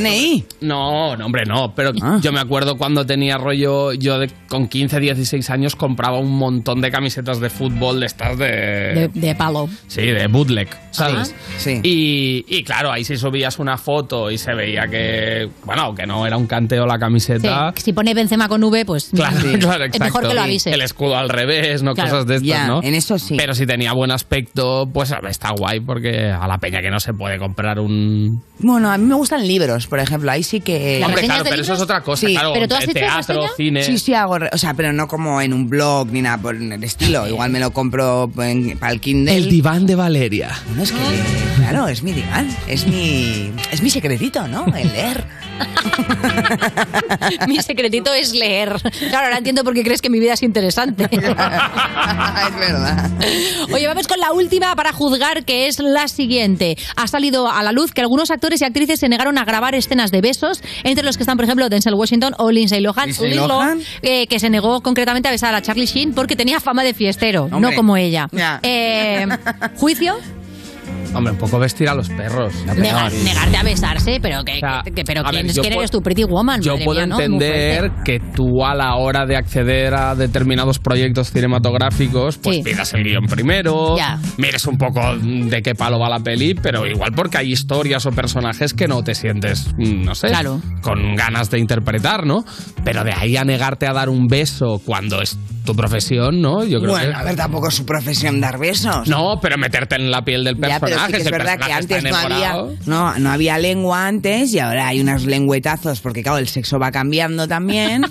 S15: No, no, hombre, no. Pero
S4: Ah.
S15: yo me acuerdo cuando tenía rollo, yo de- con 15, 16 años compraba un montón de camisetas de fútbol de estas de...
S3: De, de palo.
S15: Sí, de bootleg, ¿sabes?
S4: Sí.
S15: Y, y claro, ahí si subías una foto y se veía que, bueno, que no era un canteo la
S3: Sí,
S15: camiseta.
S3: que si pone Benzema con V, pues
S15: Claro, claro,
S3: es
S15: exacto.
S3: mejor que lo avise.
S15: El escudo al revés, no
S3: Claro.
S15: cosas de estas,
S3: Ya,
S15: ¿no?
S4: en eso sí.
S15: Pero si tenía buen aspecto, pues está guay porque a la peña que no se puede comprar un...
S4: Bueno, a mí me gustan libros, por ejemplo, ahí sí que...
S15: Hombre, claro, pero eso es otra cosa,
S4: Sí.
S15: claro. te- teatro, cine...
S4: Sí, sí, hago, re- o sea, pero no como en un blog ni nada por el
S3: Ah,
S4: estilo. Igual me lo compro en- para el Kindle.
S15: El diván de Valeria.
S4: Bueno, es que, claro, es mi diván, es mi, es mi secretito, ¿no? El leer.
S3: Mi secretito es leer. Claro, ahora entiendo por qué crees que mi vida es interesante.
S4: es verdad.
S3: Oye, vamos con la última para juzgar, que es la siguiente. Ha salido a la luz que algunos actores y actrices se negaron a grabar escenas de besos, entre los que están, por ejemplo, Denzel Washington o Lindsay Lohan,
S18: Lindsay
S3: Lindsay
S18: Lohan.
S3: eh, que se negó concretamente a besar a Charlie Sheen porque tenía fama de fiestero,
S15: Hombre.
S3: no como ella.
S15: Ya.
S3: Eh, ¿Juicio?
S15: Hombre, un poco vestir a los perros.
S3: Negar- negarte a besarse, pero, que,
S15: sea,
S3: que- que- pero
S15: a
S3: ¿quién,
S15: ver,
S3: es
S15: yo
S3: quién
S15: puedo-
S3: eres tú? Pretty Woman.
S15: Yo
S3: madre
S15: puedo
S3: mía, ¿no? Muy
S15: entender
S3: fuerte.
S15: que tú a la hora de acceder a determinados proyectos cinematográficos, pues pidas el guión primero,
S3: Ya.
S15: mires un poco mm, de qué palo va la peli, pero igual porque hay historias o personajes que no te sientes, mm, no sé,
S3: Claro.
S15: con ganas de interpretar, ¿no? Pero de ahí a negarte a dar un beso cuando es tu profesión, ¿no? Yo creo
S4: Bueno,
S15: que...
S4: a ver, tampoco es su profesión dar besos.
S15: No, pero meterte en la piel del
S4: Ya,
S15: personaje.
S4: pero sí que
S15: si
S4: es
S15: el
S4: verdad que
S15: personaje está
S4: antes no había,
S15: enamorado.
S4: no, no había lengua antes y ahora hay unos lengüetazos porque, claro, el sexo va cambiando también.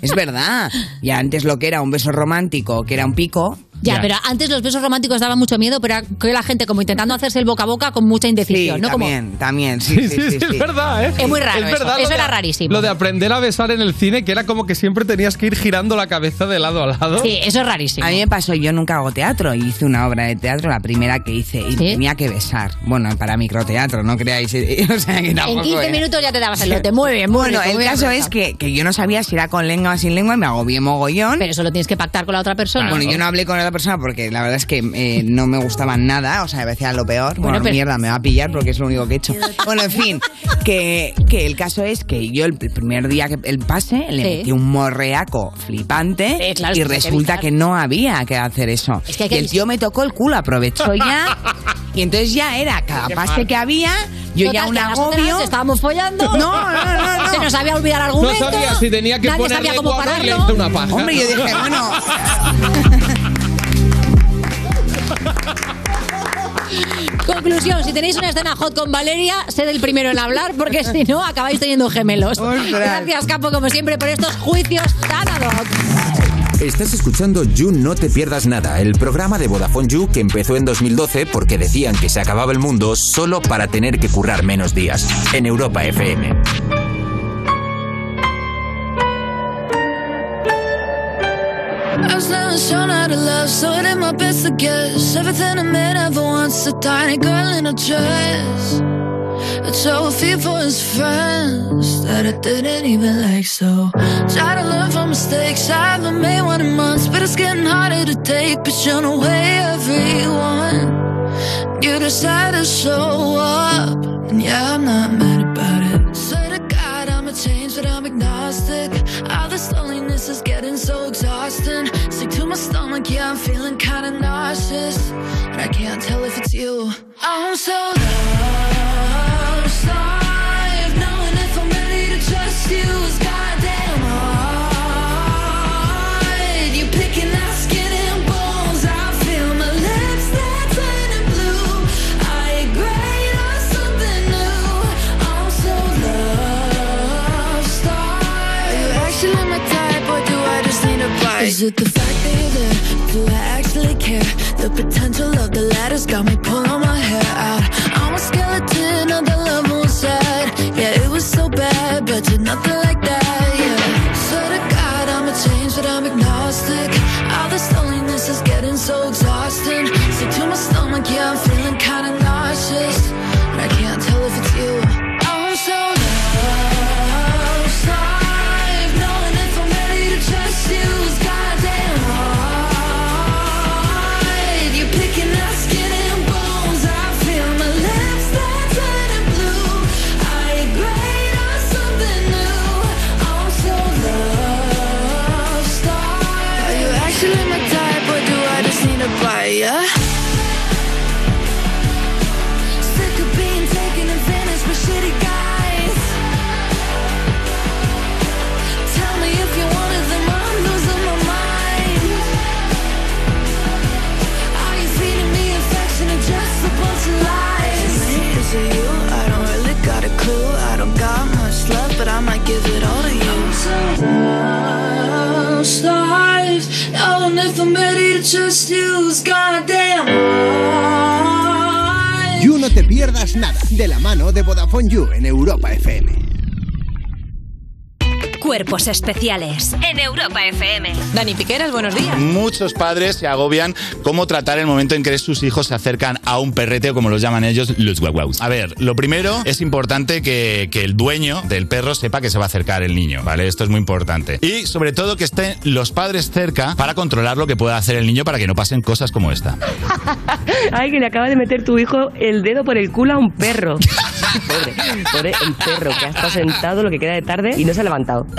S4: es verdad. Y antes lo que era un beso romántico, que era un pico.
S3: Ya, pero antes los besos románticos daban mucho miedo, pero era que la gente como intentando hacerse el boca a boca con mucha indecisión,
S4: Sí,
S3: ¿no? Como-
S4: también, también. Sí, sí, sí, sí.
S15: es verdad, ¿eh?
S3: Es muy raro
S15: Es
S3: eso.
S15: verdad, lo
S3: Eso
S15: de-
S3: era rarísimo.
S15: Lo de aprender a besar en el cine, que era como que siempre tenías que ir girando la cabeza de lado a lado.
S3: eso es rarísimo.
S4: A mí me pasó, yo nunca hago teatro, y hice una obra de teatro, la primera que hice, y tenía que besar. Bueno, para microteatro, no creáis. O sea, que tampoco
S3: en 15
S4: era.
S3: minutos ya te dabas el lote. Muy bien, muy
S4: Bueno,
S3: rico,
S4: el
S3: muy
S4: caso
S3: bien.
S4: es que, que yo no sabía si era con lengua o sin lengua y me agobié mogollón.
S3: Pero eso lo tienes que pactar con la otra persona.
S4: Bueno, yo no hablé con la otra persona porque la verdad es que eh, no me gustaban nada, o sea, me parecían lo peor. Bueno,
S3: Bueno, pero-
S4: mierda, me va a pillar porque es lo único que he hecho. Bueno, en fin, que, que el caso es que yo el primer día que el pase le
S3: Sí.
S4: metí un morreaco flipante
S3: Sí, claro, es
S4: y
S3: que hay que
S4: resulta
S3: evitar.
S4: que no había que hacer eso.
S3: Es que hay que
S4: y el tío me tocó el culo, aprovechó ya. Y entonces ya era cada
S3: Qué
S4: pase
S3: mal.
S4: que había, yo
S3: Total,
S4: ya un
S3: que nosotras
S4: agobio.
S3: Ah, estábamos follando.
S4: No, no, no, no.
S3: Se nos había olvidado el
S15: No
S3: argumento.
S15: sabía si tenía que
S3: nadie
S15: ponerle
S3: sabía cómo
S15: guapa y le
S3: pararlo.
S15: hice una paja.
S4: Hombre, yo dije, bueno.
S3: Conclusión, si tenéis una escena hot con Valeria, sed el primero en hablar porque si no acabáis teniendo gemelos. Gracias, Capo, como siempre, por estos juicios tan ad hoc.
S32: Estás escuchando You No Te Pierdas Nada, el programa de Vodafone You que empezó en 2012 porque decían que se acababa el mundo solo para tener que currar menos días. En Europa FM.
S18: I was never shown how to love, so I did my best to guess. Everything I made ever wants a tiny girl in a dress. A trophy for his friends that I didn't even like, so. Try to learn from mistakes, I haven't made one in months, but it's getting harder to take. But you know, way everyone. You decide to show up, and yeah, I'm not mad about it. Swear to God, I'm a change, but I'm agnostic. All this loneliness is getting so exhausting. Sick to my stomach, yeah, I'm feeling kinda nauseous. And I can't tell if it's you. I'm so lost. I've knowing if I'm ready to trust you is goddamn hard. it the fact that you're there? Do I actually care? The potential of the ladder's got me pulling my hair out. I'm a skeleton of the love on side. Yeah, it was so bad, but you're nothing like that. Yeah. Swear to God, I'm a change, but I'm agnostic. All this loneliness is getting so exhausting. Sick to my stomach, yeah, I'm feeling kinda nauseous. And I can't tell if it's you. I'm so lost. I'm knowing if I'm ready to trust you is goddamn hard. You're picking out skin and bones. I feel my lips they're turning blue. I agree on something new. I'm so lost. Are you actually my type, or do I just need a buyer? Sick of being taken advantage by shitty guys. Tell me if you're one of them. I'm losing my mind. Are you feeding me affection or just a bunch of lies?
S39: Is it me? Is it you? I don't really got a clue. I don't got much love, but I might give it all to you.
S18: Lost life, knowing if I'm ready to trust you is goddamn hard.
S5: You no te pierdas nada de la mano de Vodafone You en Europa FM.
S23: Cuerpos especiales en Europa FM.
S40: Dani Piqueras, buenos días.
S29: Muchos padres se agobian cómo tratar el momento en que sus hijos se acercan a un perrete o como los llaman ellos, los guaguaus. A ver, lo primero es importante que, que el dueño del perro sepa que se va a acercar el niño, ¿vale? Esto es muy importante. Y sobre todo que estén los padres cerca para controlar lo que pueda hacer el niño para que no pasen cosas como esta.
S32: Ay, que le acaba de meter tu hijo el dedo por el culo a un perro. Pobre, pobre el perro que ha estado sentado lo que queda de tarde y no se ha levantado.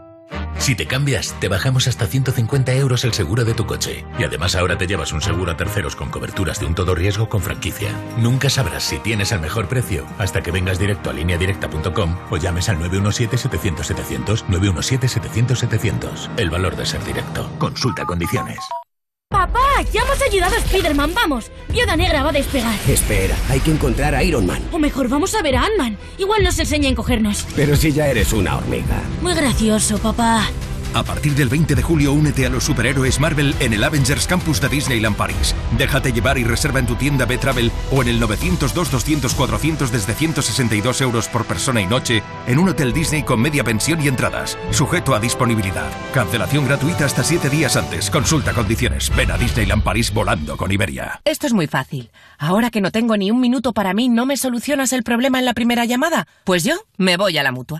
S14: Si te cambias, te bajamos hasta 150 euros el seguro de tu coche. Y además ahora te llevas un seguro a terceros con coberturas de un todo riesgo con franquicia. Nunca sabrás si tienes el mejor precio hasta que vengas directo a lineadirecta.com o llames al 917-700-700, 917-700-700. El valor de ser directo. Consulta condiciones.
S28: Papá, ya hemos ayudado a Spider-Man, vamos. Viuda Negra va a despegar.
S41: Espera, hay que encontrar a Iron Man.
S28: O mejor, vamos a ver a Ant-Man. Igual nos enseña a encogernos.
S41: Pero si ya eres una hormiga.
S28: Muy gracioso, papá.
S42: A partir del 20 de julio únete a los superhéroes Marvel en el Avengers Campus de Disneyland París. Déjate llevar y reserva en tu tienda B-Travel o en el 902-200-400 desde 162 euros por persona y noche en un hotel Disney con media pensión y entradas, sujeto a disponibilidad. Cancelación gratuita hasta 7 días antes. Consulta condiciones. Ven a Disneyland París volando con Iberia.
S3: Esto es muy fácil. Ahora que no tengo ni un minuto para mí, ¿no me solucionas el problema en la primera llamada? Pues yo me voy a la mutua.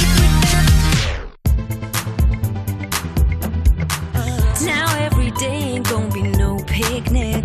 S43: Now every day ain't gonna be no picnic.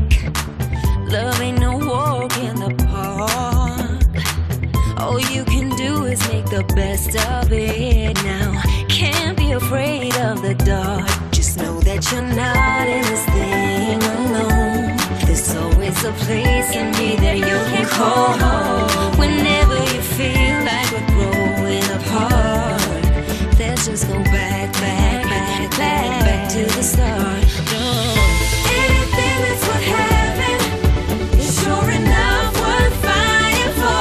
S43: Love ain't no walk in the park. All you can do is make the best of it now. Can't be afraid of the dark. Just know that you're not in this thing alone. There's always a place in me that you can call home. Whenever you feel like we're growing apart. Let's just go back, back, back, back, back to the start. No. Anything that's what happened is sure enough worth fighting for.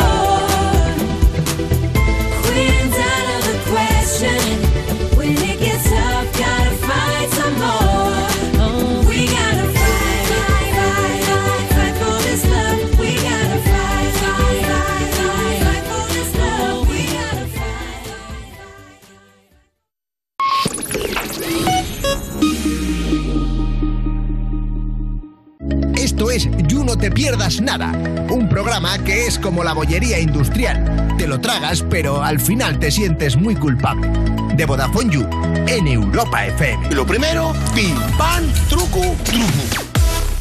S25: es You No Te Pierdas Nada, un programa que es como la bollería industrial. Te lo tragas, pero al final te sientes muy culpable. De Vodafone You, en Europa FM.
S1: Lo primero, pim, pan, truco, truco.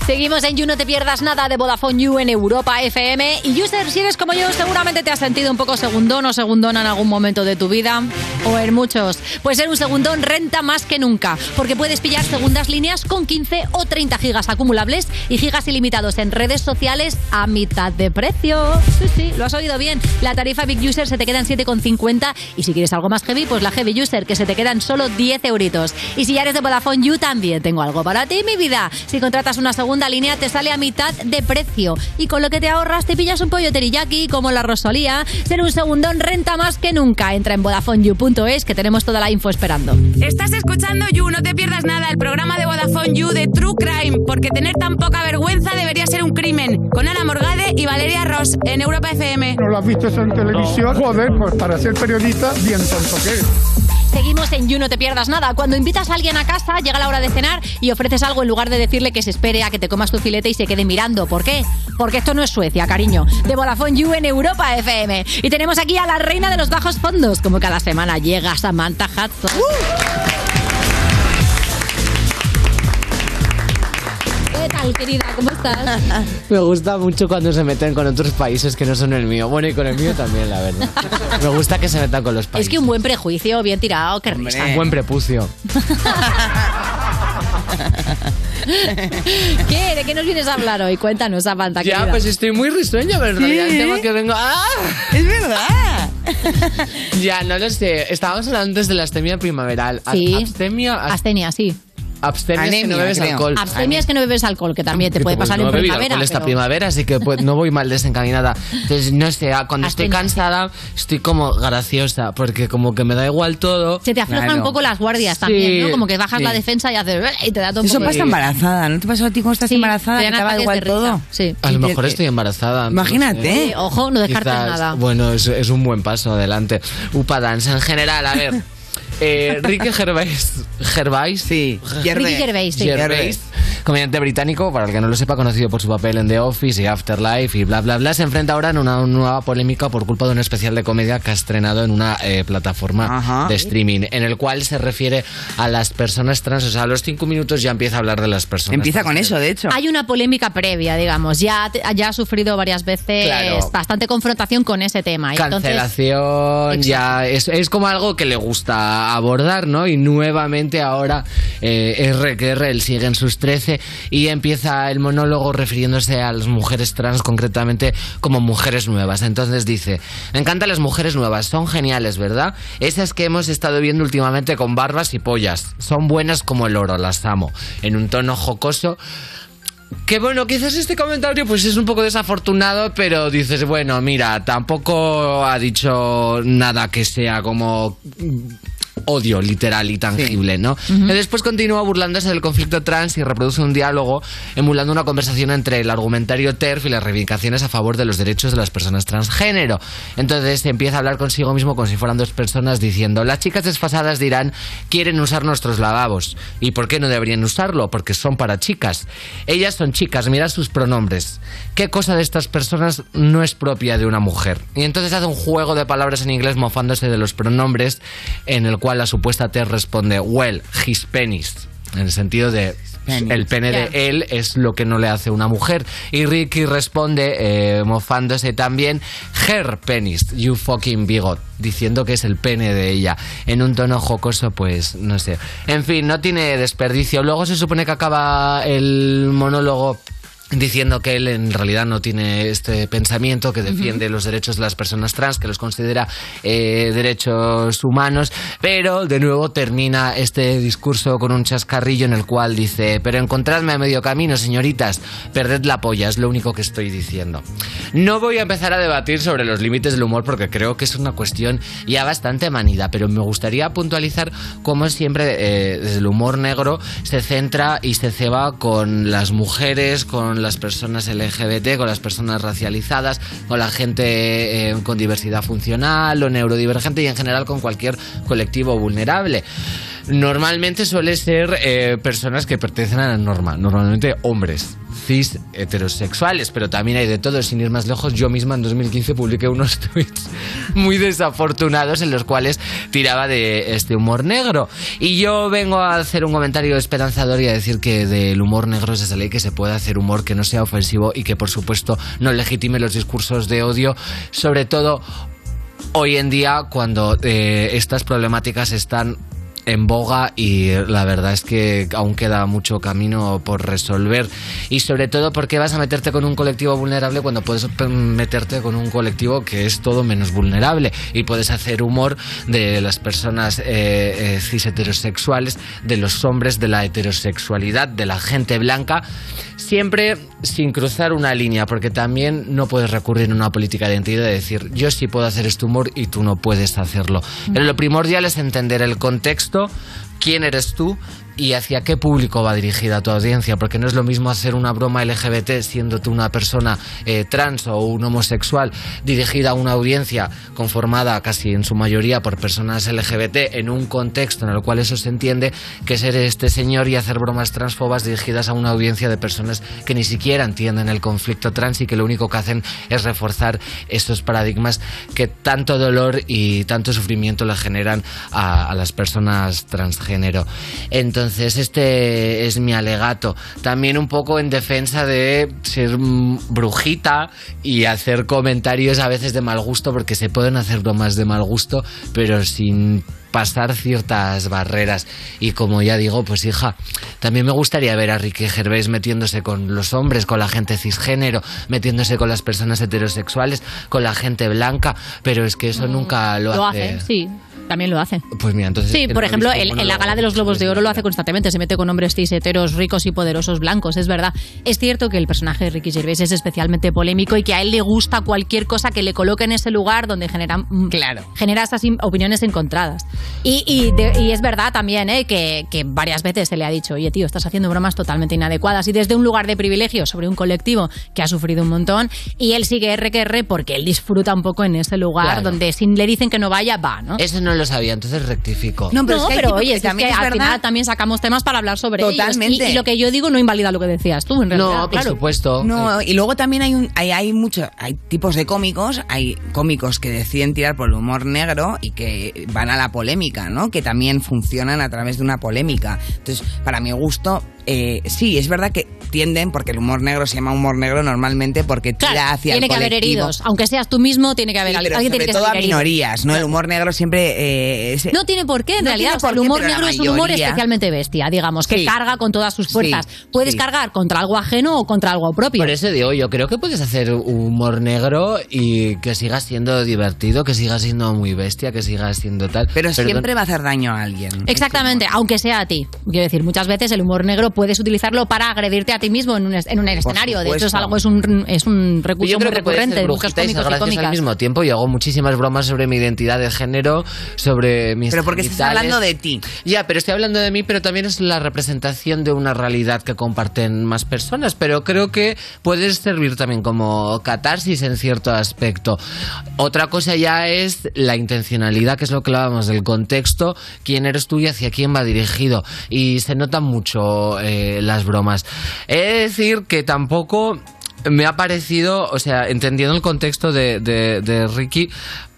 S3: Seguimos en You No Te Pierdas Nada de Vodafone You en Europa FM. Y user, si eres como yo, seguramente te has sentido un poco segundón o segundona en algún momento de tu vida, o en muchos. Pues ser un segundón renta más que nunca, porque puedes pillar segundas líneas con 15 o 30 gigas acumulables y gigas ilimitados en redes sociales a mitad de precio. Sí, sí, lo has oído bien. La tarifa Big User se te queda en 7,50 y si quieres algo más heavy, pues la Heavy User, que se te quedan solo 10 euritos. Y si ya eres de Vodafone You, también tengo algo para ti, mi vida. Si contratas una segunda segunda línea te sale a mitad de precio. Y con lo que te ahorras te pillas un pollo teriyaki como la Rosalía. Ser un segundón renta más que nunca. Entra en VodafoneYou.es que tenemos toda la info esperando.
S5: Estás escuchando You, no te pierdas nada, el programa de Vodafone You de True Crime, porque tener tan poca vergüenza debería ser un crimen. Con Ana Morgade y Valeria Ross en Europa FM.
S2: ¿No lo has visto eso en televisión? Joder, pues para ser periodista, bien tonto que eres.
S3: Seguimos en You, no te pierdas nada. Cuando invitas a alguien a casa, llega la hora de cenar y ofreces algo en lugar de decirle que se espere a que te comas tu filete y se quede mirando. ¿Por qué? Porque esto no es Suecia, cariño. De Vodafone You en Europa FM. Y tenemos aquí a la reina de los bajos fondos, como cada semana llega Samantha Hudson.
S27: ¡Uh!
S3: ¿Qué tal, querida? ¿Cómo estás?
S27: Me gusta mucho cuando se meten con otros países que no son el mío. Bueno, y con el mío también, la verdad. Me gusta que se metan con los
S3: Es
S27: países.
S3: que un buen prejuicio, bien tirado, qué risa.
S27: Un buen prepucio.
S3: ¿Qué? ¿De qué nos vienes a hablar hoy? Cuéntanos, Samantha,
S27: Ya,
S3: querida.
S27: pues estoy muy risueña, pero en
S3: Sí.
S27: realidad el tema que vengo... ¡Ah!
S4: ¡Es verdad!
S27: Ya, no lo sé. Estábamos hablando antes de la astemia primaveral. A-
S3: Sí.
S27: Abstemia... as-
S3: Abstenia, sí.
S27: Abstemia es que no bebes alcohol. Pues
S3: Abstenia es que no bebes alcohol, que también te puede pasar
S27: no he
S3: en
S27: bebido
S3: primavera.
S27: alcohol esta
S3: pero-
S27: primavera, así que pues, no voy mal desencaminada. Entonces, no sé, ah, cuando estoy cansada, estoy como graciosa, porque como que me da igual todo.
S3: Se te aflojan un poco las guardias también, ¿no? Como que bajas la defensa y haces... y te da todo un
S4: Eso
S3: poco de-
S4: pasa embarazada, ¿no te pasó a ti cuando estás embarazada?
S3: te
S4: Que
S3: dan
S4: te daba
S3: ataques
S4: igual
S3: de
S4: todo.
S3: risa. Sí.
S27: A lo mejor estoy embarazada.
S4: Imagínate. ¿eh?
S27: sé.
S4: Sí, ojo, no descartes nada.
S27: Bueno, es, es un buen paso adelante. Upa Dance en general, a ver. Eh, Ricky Gervais. Gervais. Sí.
S4: Gervais. Ricky Gervais, sí. Gervais.
S27: Comediante británico, para el que no lo sepa, conocido por su papel en The Office y Afterlife y bla bla bla, se enfrenta ahora en una nueva polémica por culpa de un especial de comedia que ha estrenado en una eh, plataforma de streaming, en el cual se refiere a las personas trans. O sea, a los cinco minutos ya empieza a hablar de las personas
S4: Empieza
S27: trans.
S4: con eso, de hecho.
S3: Hay una polémica previa, digamos. Ya, te- ya ha sufrido varias veces
S27: Claro.
S3: bastante confrontación con ese tema. Y Entonces,
S27: cancelación, ya es, es como algo que le gusta abordar, ¿no? Y nuevamente ahora eh, R que R, él sigue en sus 13 y empieza el monólogo refiriéndose a las mujeres trans concretamente como mujeres nuevas. Entonces dice, me encantan las mujeres nuevas, son geniales, ¿verdad? Esas que hemos estado viendo últimamente con barbas y pollas, son buenas como el oro, las amo. En un tono jocoso, que bueno, quizás este comentario pues es un poco desafortunado, pero dices, bueno, mira, tampoco ha dicho nada que sea como odio literal y tangible, ¿no? Y Después continúa burlándose del conflicto trans y reproduce un diálogo emulando una conversación entre el argumentario TERF y las reivindicaciones a favor de los derechos de las personas transgénero. Entonces empieza a hablar consigo mismo como si fueran dos personas diciendo, las chicas desfasadas de Irán quieren usar nuestros lavabos. ¿Y por qué no deberían usarlo? Porque son para chicas. Ellas son chicas, mira sus pronombres. ¿Qué cosa de estas personas no es propia de una mujer? Y entonces hace un juego de palabras en inglés mofándose de los pronombres, en el cual la supuesta T responde, well, his penis. En el sentido de. El pene
S44: Ya.
S27: de él es lo que no le hace una mujer. Y Ricky responde, eh, mofándose también, her penis, you fucking bigot, diciendo que es el pene de ella. En un tono jocoso, pues, no sé. En fin, no tiene desperdicio. Luego se supone que acaba el monólogo diciendo que él en realidad no tiene este pensamiento, que defiende los derechos de las personas trans, que los considera eh, derechos humanos, pero de nuevo termina este discurso con un chascarrillo en el cual dice, pero encontradme a medio camino, señoritas, perded la polla, es lo único que estoy diciendo. No voy a empezar a debatir sobre los límites del humor porque creo que es una cuestión ya bastante manida, pero me gustaría puntualizar cómo siempre eh, desde el humor negro se centra y se ceba con las mujeres, con las personas LGBT, con las personas racializadas, con la gente eh, con diversidad funcional o neurodivergente y en general con cualquier colectivo vulnerable. Normalmente suele ser eh, personas que pertenecen a la norma, normalmente hombres cis heterosexuales, pero también hay de todo. Sin ir más lejos, yo misma en 2015 publiqué unos tweets muy desafortunados en los cuales tiraba de este humor negro. Y yo vengo a hacer un comentario esperanzador y a decir que del humor negro se sale y que se puede hacer humor que no sea ofensivo y que por supuesto no legitime los discursos de odio, sobre todo hoy en día cuando eh, estas problemáticas están en boga y la verdad es que aún queda mucho camino por resolver y sobre todo porque vas a meterte con un colectivo vulnerable cuando puedes pe- meterte con un colectivo que es todo menos vulnerable y puedes hacer humor de las personas eh, eh, cis heterosexuales de los hombres de la heterosexualidad de la gente blanca siempre sin cruzar una línea porque también no puedes recurrir a una política de identidad de decir yo sí puedo hacer este humor y tú no puedes hacerlo pero lo primordial es entender el contexto, quién eres tú y hacia qué público va dirigida tu audiencia, porque no es lo mismo hacer una broma LGBT siendo tú una persona eh, trans o un homosexual dirigida a una audiencia conformada casi en su mayoría por personas LGBT en un contexto en el cual eso se entiende que ser este señor y hacer bromas transfobas dirigidas a una audiencia de personas que ni siquiera entienden el conflicto trans y que lo único que hacen es reforzar estos paradigmas que tanto dolor y tanto sufrimiento le generan a, a las personas transgénero. Entonces, este es mi alegato. También un poco en defensa de ser mm, brujita y hacer comentarios a veces de mal gusto, porque se pueden hacer bromas de mal gusto, pero sin pasar ciertas barreras. Y como ya digo, pues hija, también me gustaría ver a Ricky Gervais metiéndose con los hombres, con la gente cisgénero, metiéndose con las personas heterosexuales, con la gente blanca, pero es que eso nunca lo,
S3: Mm. Lo hace, sí. También lo hace.
S27: Pues mira, entonces...
S3: Sí,
S27: el
S3: por ejemplo,
S27: obispo
S3: el- en la
S27: monólogo.
S3: gala de los Globos de Oro lo hace constantemente. Se mete con hombres cis, heteros, ricos y poderosos blancos, es verdad. Es cierto que el personaje de Ricky Gervais es especialmente polémico y que a él le gusta cualquier cosa que le coloque en ese lugar donde genera, mm, genera esas im- opiniones encontradas. Y, y de- y es verdad también ¿eh? que, que varias veces se le ha dicho, oye tío, estás haciendo bromas totalmente inadecuadas y desde un lugar de privilegio sobre un colectivo que ha sufrido un montón y él sigue R que R porque él disfruta un poco en ese lugar
S27: Claro.
S3: donde si le dicen que no vaya, va, ¿no?
S27: Eso no lo sabía, entonces rectifico.
S3: No, pero,
S4: es que hay tipos
S3: oye,
S4: que
S3: si es
S4: también
S3: que
S4: es
S3: al
S4: verdad-
S3: final también sacamos temas para hablar sobre ellos. Y-
S4: Totalmente.
S3: Y, lo que yo digo no invalida lo que decías tú, en realidad.
S4: No, por
S3: claro.
S27: supuesto.
S4: No,
S3: Eh.
S4: y luego también hay, un, hay, hay mucho- hay tipos de cómicos, hay cómicos que deciden tirar por el humor negro y que van a la polémica, ¿no? Que también funcionan a través de una polémica. Entonces, para mi gusto, eh, sí, es verdad que tienden, porque el humor negro se llama humor negro normalmente porque tira hacia
S3: Tiene
S4: el
S3: que haber
S4: colectivo.
S3: heridos. Aunque seas tú mismo, tiene que haber alguien.
S4: Pero
S3: alguien
S4: sobre
S3: tiene que
S4: todo a
S3: salir herido.
S4: minorías, ¿no? El humor negro siempre... eh, es-
S3: No tiene por qué, en
S4: No
S3: realidad.
S4: tiene
S3: O sea,
S4: por
S3: el
S4: qué,
S3: humor
S4: pero la
S3: negro es un humor
S4: mayoría-
S3: especialmente bestia, digamos, que
S4: Sí.
S3: carga con todas sus fuerzas.
S27: Sí,
S3: Puedes
S27: sí.
S3: cargar contra algo ajeno o contra algo propio.
S27: Por eso digo, yo creo que puedes hacer humor negro y que siga siendo divertido, que siga siendo muy bestia, que siga siendo tal. Pero
S4: siempre va a hacer daño a alguien.
S3: Exactamente, aunque sea a ti. Quiero decir, muchas veces el humor negro puedes utilizarlo para agredirte a ti mismo en un, es- en un escenario. De hecho, es
S27: supuesto.
S3: algo, es un, es un recurso
S27: Yo
S3: muy
S27: creo que puedes
S3: recurrente
S27: ser
S3: de muchos
S27: brujita y
S3: cómicos y
S27: ser graciosa al
S3: cómicas.
S27: mismo tiempo. Yo hago muchísimas bromas sobre mi identidad de género, sobre mis
S4: Pero porque estás
S27: genitales.
S4: hablando de ti.
S27: Ya, pero estoy hablando de mí, pero también es la representación de una realidad que comparten más personas. Pero creo que puedes servir también como catarsis en cierto aspecto. Otra cosa ya es la intencionalidad, que es lo que hablábamos del contexto, quién eres tú y hacia quién va dirigido. Y se notan mucho eh, las bromas. He de decir que tampoco me ha parecido, o sea, entendiendo el contexto de, de- de Ricky,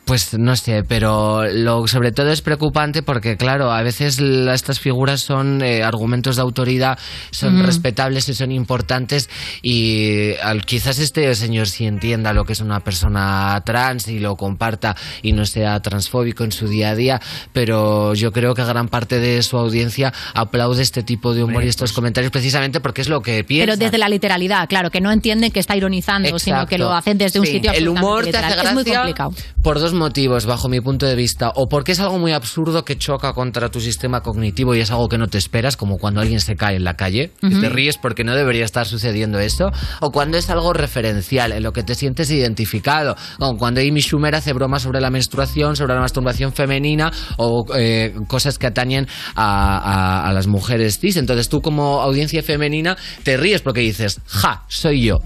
S27: pues no sé, pero lo sobre todo es preocupante porque, claro, a veces la- estas figuras son eh, argumentos de autoridad, son
S44: Mm.
S27: respetables y son importantes y al- quizás este señor sí entienda lo que es una persona trans y lo comparta y no sea transfóbico en su día a día, pero yo creo que gran parte de su audiencia aplaude este tipo de humor y estos comentarios precisamente porque es lo que piensa.
S3: pues Pero desde la literalidad, claro, que no entienden que está ironizando, sino que lo
S27: Exacto.
S3: hacen desde un
S27: Sí.
S3: sitio
S27: El
S3: absolutamente
S27: humor te hace
S3: literal. Es muy
S27: gracia
S3: complicado.
S27: por dos motivos, bajo mi punto de vista. O porque es algo muy absurdo que choca contra tu sistema cognitivo y es algo que no te esperas, como cuando alguien se cae en la calle, que
S44: Ujú.
S27: te ríes porque no debería estar sucediendo eso. O cuando es algo referencial, en lo que te sientes identificado. Como cuando Amy Schumer hace bromas sobre la menstruación, sobre la masturbación femenina o eh, cosas que atañen a, a- a las mujeres cis. Entonces tú como audiencia femenina te ríes porque dices, ja, soy yo.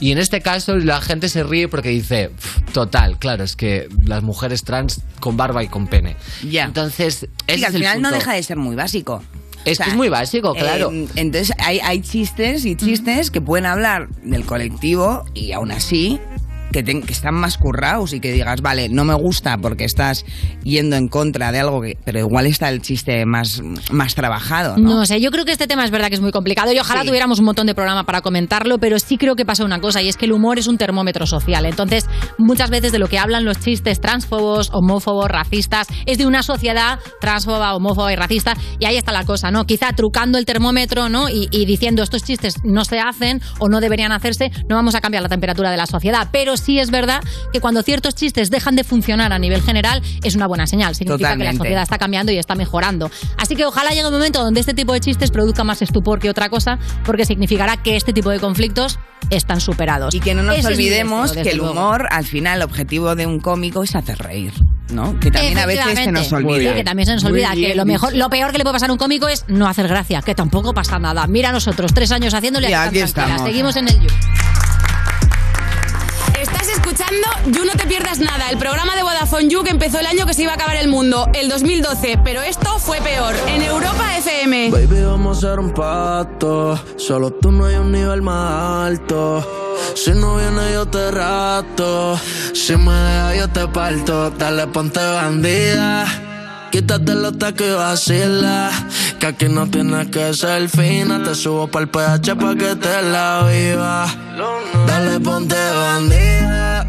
S27: Y en este caso la gente se ríe porque dice, "Pf, total, claro, es que las mujeres trans con barba y con pene.
S4: Ya.
S27: Entonces, ese
S4: al
S27: es el
S4: final no
S27: punto.
S4: deja de ser muy básico.
S27: Es que es muy básico, claro.
S4: eh, entonces hay, hay chistes y chistes que pueden hablar del colectivo y aún así que, ten- que están más currados y que digas, vale, no me gusta porque estás yendo en contra de algo, que, pero igual está el chiste más, más trabajado, ¿no?
S3: No sé, yo creo que este tema es verdad que es muy complicado y ojalá tuviéramos un montón de programa para comentarlo, pero sí creo que pasa una cosa y es que el humor es un termómetro social. Entonces, muchas veces de lo que hablan los chistes transfobos, homófobos, racistas, es de una sociedad transfoba, homófoba y racista y ahí está la cosa, ¿no? Quizá trucando el termómetro, ¿no? Y, y diciendo estos chistes no se hacen o no deberían hacerse, no vamos a cambiar la temperatura de la sociedad. Pero sí es verdad que cuando ciertos chistes dejan de funcionar a nivel general, es una buena señal. Significa que la
S4: Totalmente.
S3: sociedad está cambiando y está mejorando. Así que ojalá llegue un momento donde este tipo de chistes produzca más estupor que otra cosa, porque significará que este tipo de conflictos están superados. Y que
S4: No nos olvidemos que el humor, al final, el objetivo de un cómico es hacer reír, ¿no? Que también a veces se nos olvida.
S3: que también se nos olvida que lo mejor, lo peor que le puede pasar a un cómico es no hacer gracia, que tampoco pasa nada. Mira a nosotros, tres años haciéndole
S4: Ya,
S3: aquí
S4: aquí
S3: tan tranquilas.
S4: estamos.
S3: Seguimos en el You.
S5: Estás escuchando You No Te Pierdas Nada, el programa de Vodafone You que empezó el año que se iba a acabar el mundo, el 2012, pero esto fue peor, en Europa
S7: Eh.
S5: FM.
S44: Baby, vamos a hacer un pacto. Solo tú no hay un nivel más alto. Si no viene yo te rato. Si me dejas yo te parto. Dale, ponte bandida. Quítate los tacos y vacila. Que aquí no tienes que ser fina. Te subo pa'l PH pa' que te la viva. Dale, ponte bandida.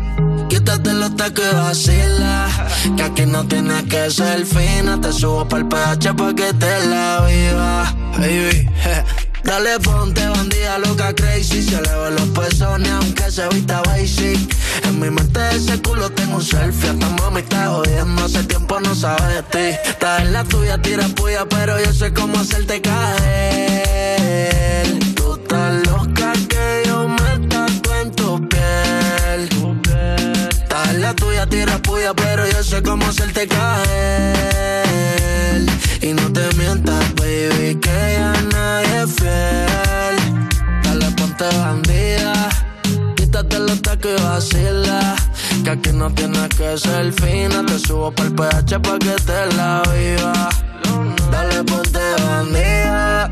S44: Quítate los tacos y vacila. Que aquí no tienes que ser fina. Te subo pa'l PH pa' que te la viva. Baby, je. Dale ponte bandida loca crazy Se le ven los pezones aunque se vista basic En mi mente de ese culo tengo un selfie Esta mami está jodiendo hace tiempo no sabe de ti Estás en la tuya, tira puya Pero yo sé cómo hacerte caer Tú estás loca que yo me tatué en tu piel Estás en la tuya, tira puya Pero yo sé cómo hacerte caer Y no te mientas, baby Que ya nadie es fiel Dale, ponte bandida Quítate los tacos y vacila Que aquí no tienes que ser fina Te subo pa'l PH pa' que te la viva Dale, ponte bandida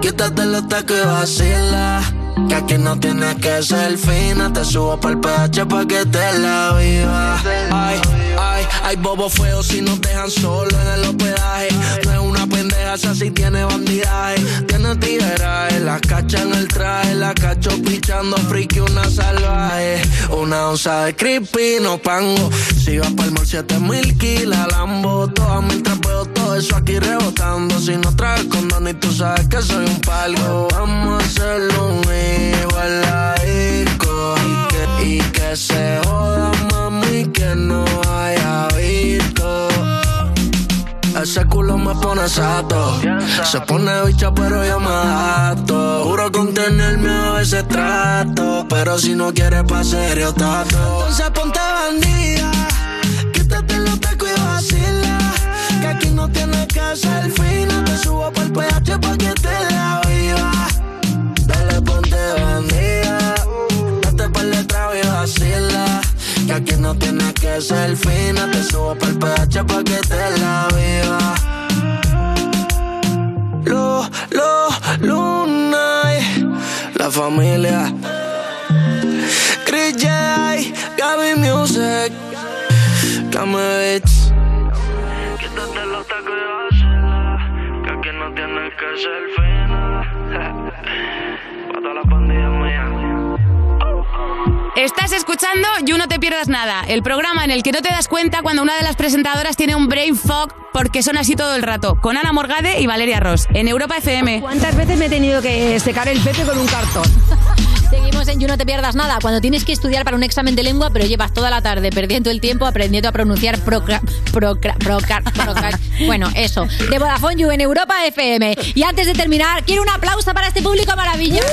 S44: Quítate los tacos y vacila Que aquí no tienes que ser fina Te subo pa'l PH pa' que te la viva Ay, ay, ay, bobo feo si nos dejan solo en el hospedaje No es una pendeja, esa sí tiene bandidaje Tiene tiraje, la cacha en el traje La cacho pichando friki, una salvaje Una onza de creepy, no pango Si vas pa'l mall, siete mil kilas Lambo, todas mientras veo todo eso aquí rebotando Si no traes condón y tú sabes que soy un palgo Vamos a hacerlo un igual a disco y que, y que se joda mami que no haya visto ese culo me pone sato. Se pone bicha, pero yo me adapto. Juro con tenerme a veces trato. Pero si no quieres pa' serio, tato. Entonces ponte bandida. Quítate los tacos y vacila. Que aquí no tienes que ser fina. Te subo pa'l PH pa' que te la viva. Dale, ponte bandida. Date pa'l letrado y vacila. Que aquí no tienes que ser fina. Te subo pa'l PH pa' que te la viva. Lo, lo, luna. y La familia. Chris J. Gaby Music. Kame Beats. Quítate los tacos y vacila. Que aquí no tienes que ser fina. Pa' toda la pandilla mía.
S5: Estás escuchando You No Te Pierdas Nada, el programa en el que no te das cuenta cuando una de las presentadoras tiene un brain fog porque son así todo el rato, con Ana Morgade y Valeria Ross, en Europa FM.
S15: ¿Cuántas veces me he tenido que secar el pepe con un cartón?
S3: Seguimos en You No Te Pierdas Nada. Cuando tienes que estudiar para un examen de lengua, pero llevas toda la tarde perdiendo el tiempo aprendiendo a pronunciar procra, procra, procar- procar- Bueno, eso. De Vodafone You en Europa FM. Y antes de terminar, quiero un aplauso para este público maravilloso.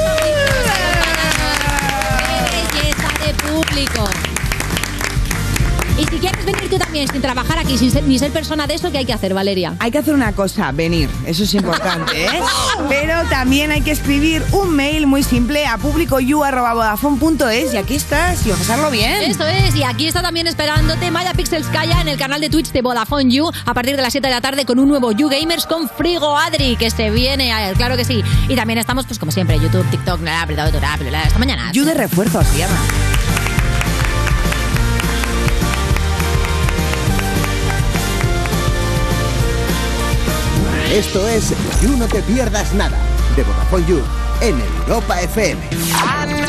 S3: ¡Qué belleza de público! Y si quieres venir tú también sin trabajar aquí, sin ser- ni ser persona de eso, ¿qué hay que hacer, Valeria?
S4: Hay que hacer una cosa, venir. Eso es importante, ¿eh? Pero también hay que escribir un mail muy simple a publicoyu.vodafone.es y aquí estás y a pasarlo bien.
S3: Eso es, y aquí está también esperándote Maya Pixels Calla en el canal de Twitch de Vodafone You a partir de las 7 de la tarde con un nuevo You Gamers con Frigo Adri, que se viene, a él, claro que sí. Y también estamos, pues como siempre, YouTube, TikTok, nada, apretado, nada, bla, bla, esta mañana.
S4: You de refuerzo se llama.
S5: Esto es You No Te Pierdas Nada, de Vodafone You, en Europa FM.